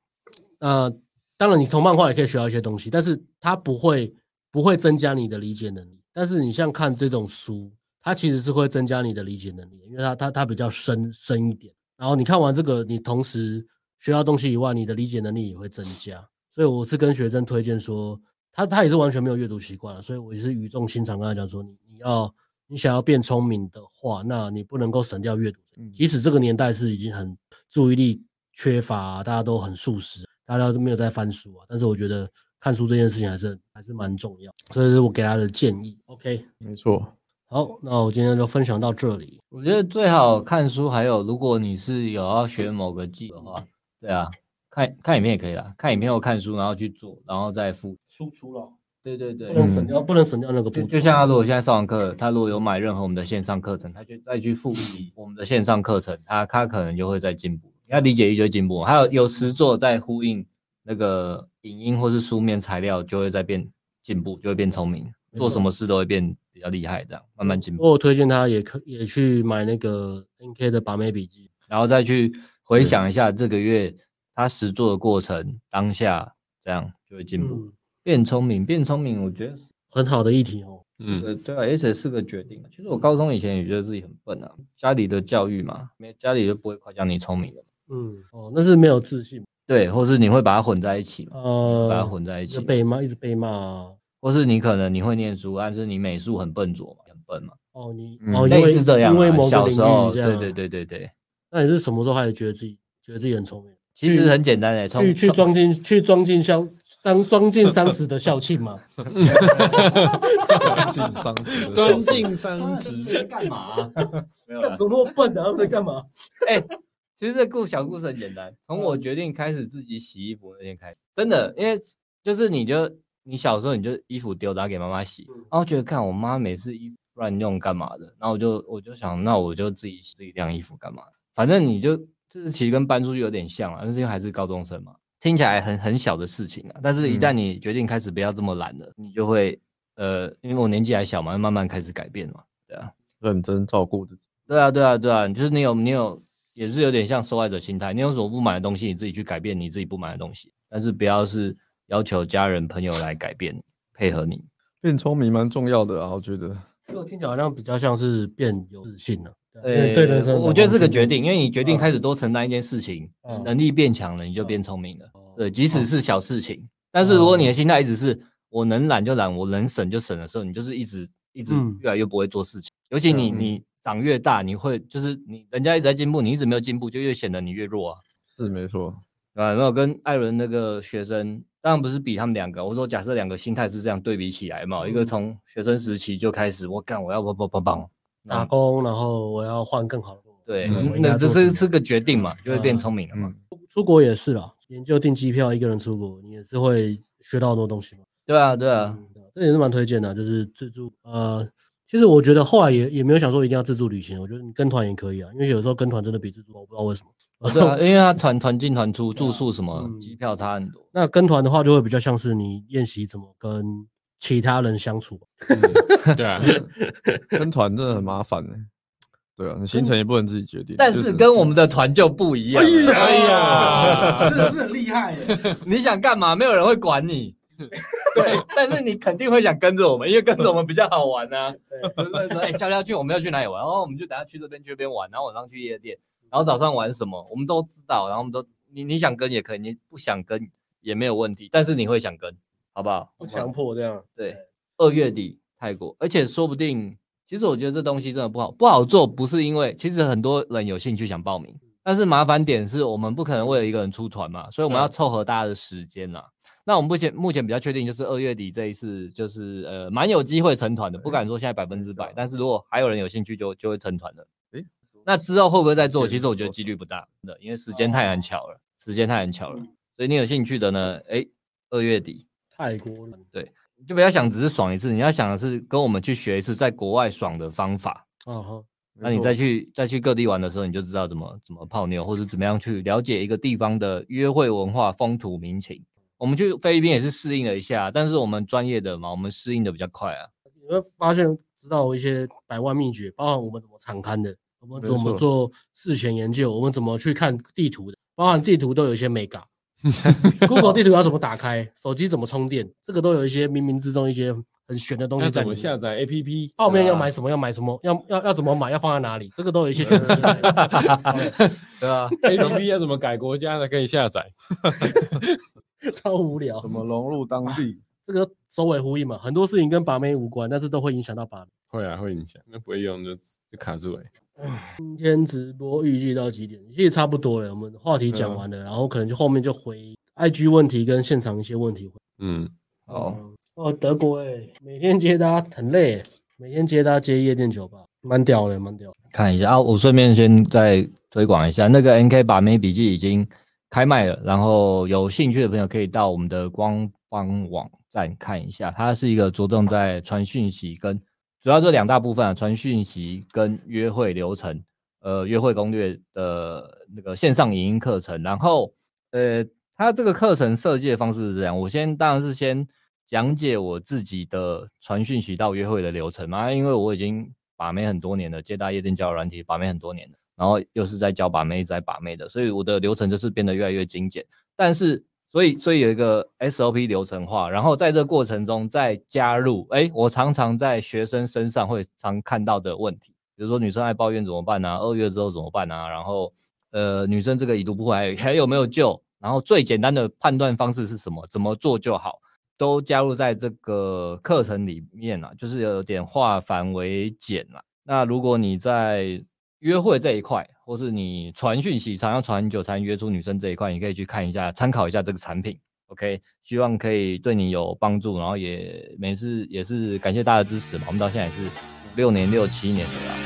[SPEAKER 1] 那当然你从漫画也可以学到一些东西，但是它不会不会增加你的理解能力，但是你像看这种书，它其实是会增加你的理解能力，因为它它它比较深深一点。然后你看完这个，你同时学到东西以外，你的理解能力也会增加。所以我是跟学生推荐说，他他也是完全没有阅读习惯啊了，所以我也是语重心长跟他讲说，你你要你想要变聪明的话，那你不能够省掉阅读。
[SPEAKER 3] 嗯
[SPEAKER 1] 即使这个年代是已经很注意力缺乏啊、大家都很素食，大家都没有在翻书啊，但是我觉得看书这件事情还是还是蛮重要，所以这是我给他的建议。OK，
[SPEAKER 3] 没错，
[SPEAKER 4] [laughs]
[SPEAKER 1] 好，那我今天就分享到这里。
[SPEAKER 4] 我觉得最好看书，还有如果你是有要学某个技的话，对啊，看看影片也可以啦，看影片后看书，然后去做，然后再复。
[SPEAKER 1] 输出了，
[SPEAKER 4] 对对对
[SPEAKER 1] 不，能省掉，不能省掉那个步
[SPEAKER 4] 就
[SPEAKER 1] 骤。
[SPEAKER 4] 嗯就像他如果现在上完课，他如果有买任何我们的线上课程，他就再去复习我们的线上课程，他他可能就会再进步，他理解力就会进步。还有有实作在呼应那个影音或是书面材料，就会在变进步，就会变聪明，
[SPEAKER 1] 没
[SPEAKER 4] 做
[SPEAKER 1] 错
[SPEAKER 4] 什么事都会变比较厉害，这样慢慢进步。
[SPEAKER 1] 我有推荐他也可也去买那个 NK 的把妹笔记，
[SPEAKER 4] 然后再去回想一下这个月他实做的过程，当下这样就会进步，
[SPEAKER 1] 嗯，
[SPEAKER 4] 变聪明，变聪明。我觉得是
[SPEAKER 1] 很好的议题哦。
[SPEAKER 2] 嗯，
[SPEAKER 4] 个对啊，而且是个决定。其实我高中以前也觉得自己很笨啊，家里的教育嘛，没家里就不会夸奖你聪明的，
[SPEAKER 1] 嗯，哦，那是没有自信，
[SPEAKER 4] 对，或是你会把它混在一起嘛，
[SPEAKER 1] 呃，
[SPEAKER 4] 把它混在一
[SPEAKER 1] 一
[SPEAKER 4] 起
[SPEAKER 1] 直
[SPEAKER 4] 嘛，
[SPEAKER 1] 被骂，一直被骂啊。
[SPEAKER 4] 或是你可能你会念书，但是你美术很笨拙嘛，很笨嘛，
[SPEAKER 1] 哦，你
[SPEAKER 3] 嗯
[SPEAKER 1] 哦，因
[SPEAKER 4] 类
[SPEAKER 1] 为
[SPEAKER 4] 似这样
[SPEAKER 1] 因为
[SPEAKER 4] 啊。
[SPEAKER 1] 某个
[SPEAKER 4] 小
[SPEAKER 1] 领
[SPEAKER 4] 时候，
[SPEAKER 1] 域这
[SPEAKER 4] 对
[SPEAKER 1] 样啊，
[SPEAKER 4] 对对对对，
[SPEAKER 1] 那你是什么时候开始觉得自己觉得自己很聪明？
[SPEAKER 4] 其实很简单的，从
[SPEAKER 1] 去去装进去装进校装装进商职的校庆
[SPEAKER 4] [laughs]
[SPEAKER 1] 嘛？
[SPEAKER 3] 尊敬上司，
[SPEAKER 2] 尊敬三职。
[SPEAKER 1] [laughs]
[SPEAKER 4] 干
[SPEAKER 2] 啊
[SPEAKER 4] 嘛？没有啦
[SPEAKER 1] 干怎么那么笨啊？在干嘛？
[SPEAKER 4] 哎、其实这故小故事很简单，从我决定开始自己洗衣服那天开始，真的，因为就是你就你小时候你就衣服丢，然后给妈妈洗，然后觉得看我妈每次衣服乱用干嘛的，然后我就我就想，那我就自己自己晾衣服干嘛？反正你就就是其实跟搬出去有点像啊，但是因为还是高中生嘛，听起来很很小的事情啊，但是一旦你决定开始不要这么懒了，你就会呃，因为我年纪还小嘛，慢慢开始改变嘛，对啊。
[SPEAKER 3] 认真照顾自己。
[SPEAKER 4] 对啊，对啊，对啊，就是你有你有，也是有点像受害者心态。你有什么不满的东西，你自己去改变你自己不满的东西，但是不要是要求家人朋友来改变配合你。
[SPEAKER 3] 变聪明蛮重要的啊，我觉得。
[SPEAKER 1] 这个听起来好像比较像是变有自信了。啊
[SPEAKER 4] 呃
[SPEAKER 1] 对人生，
[SPEAKER 4] 我我觉得是个决。定，因为你决定开始多承担一件事情，
[SPEAKER 1] 嗯
[SPEAKER 4] 能力变强了，你就变聪明了。
[SPEAKER 1] 哦
[SPEAKER 4] 对，即使是小事情，但是如果
[SPEAKER 1] 嗯
[SPEAKER 4] 你的心态一直是我能懒就懒，我能省就省的时候，你就是一直一直
[SPEAKER 1] 嗯
[SPEAKER 4] 越来越不会做事情。尤其你
[SPEAKER 3] 嗯
[SPEAKER 4] 你长越大，你会就是你人家一直在进步，你一直没有进步，就越显得你越弱啊。
[SPEAKER 3] 是没错，
[SPEAKER 4] 啊，没有跟艾伦那个学生，当然不是比他们两个。我说假设两个心态是这样对比起来嘛，一个从学生时期就开始，我干我要棒棒棒棒，
[SPEAKER 1] 打
[SPEAKER 4] 那
[SPEAKER 1] 工，然后我要换更好的工作。
[SPEAKER 4] 对，
[SPEAKER 3] 嗯
[SPEAKER 1] 我应
[SPEAKER 4] 那
[SPEAKER 1] 该
[SPEAKER 4] 这
[SPEAKER 1] 做
[SPEAKER 4] 是
[SPEAKER 1] 什么
[SPEAKER 4] 是个决定嘛，就会变
[SPEAKER 1] 嗯
[SPEAKER 4] 聪明了嘛。
[SPEAKER 3] 嗯，
[SPEAKER 1] 出国也是啦，研究订机票，一个人出国，你也是会学到很多东西嘛。
[SPEAKER 4] 对啊，对啊，
[SPEAKER 1] 嗯，这也是蛮推荐的，就是自助。呃，其实我觉得后来也也没有想说一定要自助旅行，我觉得你跟团也可以啊，因为有时候跟团真的比自助好，我不知道为什么。
[SPEAKER 4] 对啊，因为他团团进团出，
[SPEAKER 1] 对啊
[SPEAKER 4] 住宿什么
[SPEAKER 1] 嗯
[SPEAKER 4] 机票差很多。
[SPEAKER 1] 那跟团的话，就会比较像是你练习怎么跟其他人相处。
[SPEAKER 2] 对 [laughs] 啊，
[SPEAKER 3] 跟团真的很麻烦呢、欸对啊，你行程也不能自己决定，
[SPEAKER 4] 但
[SPEAKER 3] 就是
[SPEAKER 4] 跟我们的团就不一样了，
[SPEAKER 2] 哎
[SPEAKER 1] 的
[SPEAKER 2] 呀，
[SPEAKER 1] 是很厉害耶！
[SPEAKER 4] [laughs] 你想干嘛，没有人会管你。 [laughs] 对，但是你肯定会想跟着我们，因为跟着我们比较好玩啊。 [laughs] 对，说哎，教练去，我们要去哪里玩？哦，我们就等下去这边去那边玩，然后晚上去夜店，然后早上玩什么，我们都知道。然后我们都，你你想跟也可以，你不想跟也没有问题，但是你会想跟。好不好？
[SPEAKER 1] 不 [laughs] 强迫这样。
[SPEAKER 4] 对，二月底泰国，而且说不定，其实我觉得这东西真的不好不好做，不是因为其实很多人有兴趣想报名，但是麻烦点是我们不可能为了一个人出团嘛，所以我们要凑合大家的时间啦。那我们目前目前比较确定就是二月底这一次，就是呃蛮有机会成团的，不敢说现在百分之百，但是如果还有人有兴趣就，就会成团的。
[SPEAKER 3] 诶
[SPEAKER 4] 那之后会不会再做？
[SPEAKER 3] 是
[SPEAKER 4] 其实我觉得几率不大真的，因为时间太难巧了，时间太难巧了。所以你有兴趣的呢，诶，二月底
[SPEAKER 1] 泰国人
[SPEAKER 4] 就不要想只是爽一次，你要想的是跟我们去学一次在国外爽的方法。
[SPEAKER 1] 啊哈，
[SPEAKER 4] 那你再去再去各地玩的时候，你就知道怎么怎么泡妞，或者怎么样去了解一个地方的约会文化、风土民情。我们去菲律宾也是适应了一下，但是我们专业的嘛，我们适应的比较快啊。
[SPEAKER 1] 你会发现知道一些百万秘诀，包含我们怎么敞刊的，我们
[SPEAKER 3] 没
[SPEAKER 1] 怎么
[SPEAKER 3] 错
[SPEAKER 1] 做事前研究，我们怎么去看地图的，包含地图都有一些美
[SPEAKER 3] [laughs]
[SPEAKER 1] 感。Google 地图要怎么打开，手机怎么充电，这个都有一些冥冥之中一些很玄的东
[SPEAKER 2] 要
[SPEAKER 1] 西在
[SPEAKER 2] 怎
[SPEAKER 1] 里
[SPEAKER 2] 么下
[SPEAKER 1] 面。
[SPEAKER 2] 载 APP？
[SPEAKER 1] 泡面
[SPEAKER 2] 对啊
[SPEAKER 1] 要
[SPEAKER 2] 吧
[SPEAKER 1] 买什么？要买什么？要要要怎么买？要放在哪里？这个都有一些玄机在里面。
[SPEAKER 3] [laughs]
[SPEAKER 4] 对啊，
[SPEAKER 2] APP 要怎么改国家的可以下载？
[SPEAKER 1] 超无聊
[SPEAKER 3] 怎。么融入当地？
[SPEAKER 1] 这个首尾呼应嘛，很多事情跟把妹无关，但是都会影响到把妹。
[SPEAKER 2] 会啊，会影响。那不会用就就卡住哎、
[SPEAKER 1] 今天直播预计到几点？其实差不多了，我们话题讲
[SPEAKER 2] 嗯
[SPEAKER 1] 完了，然后可能就后面就回 IG 问题跟现场一些问题回。
[SPEAKER 2] 嗯，
[SPEAKER 4] 哦，
[SPEAKER 1] 嗯，哦，德国哎、每天接搭很累欸、每天接搭接夜店酒吧，蛮屌的，蛮屌的。
[SPEAKER 4] 看一下啊，我顺便先再推广一下，那个 NK 把妹笔记已经开卖了，然后有兴趣的朋友可以到我们的官方网站看一下，它是一个着重在传讯息跟主要这两大部分啊，传讯息跟约会流程，呃，约会攻略的那个线上影音课程，然后呃，它这个课程设计的方式是这样，我先当然是先讲解我自己的传讯息到约会的流程嘛，因为我已经把妹很多年了，接搭夜店交友软体把妹很多年了，然后又是在教把妹，在把妹的，所以我的流程就是变得越来越精简。但是，所以所以有一个 SOP 流程化，然后在这过程中再加入，哎，我常常在学生身上会常看到的问题，比如说女生爱抱怨怎么办啊？二月之后怎么办啊？然后呃，女生这个已读不回还还有没有救？然后最简单的判断方式是什么？怎么做就好，都加入在这个课程里面了、就是有点化繁为简啦、那如果你在约会这一块，或是你传讯息常要传很久才能约出女生这一块，你可以去看一下，参考一下这个产品。OK，希望可以对你有帮助，然后也每次也是感谢大家的支持嘛，我们到现在也是五六年、六七年的啦。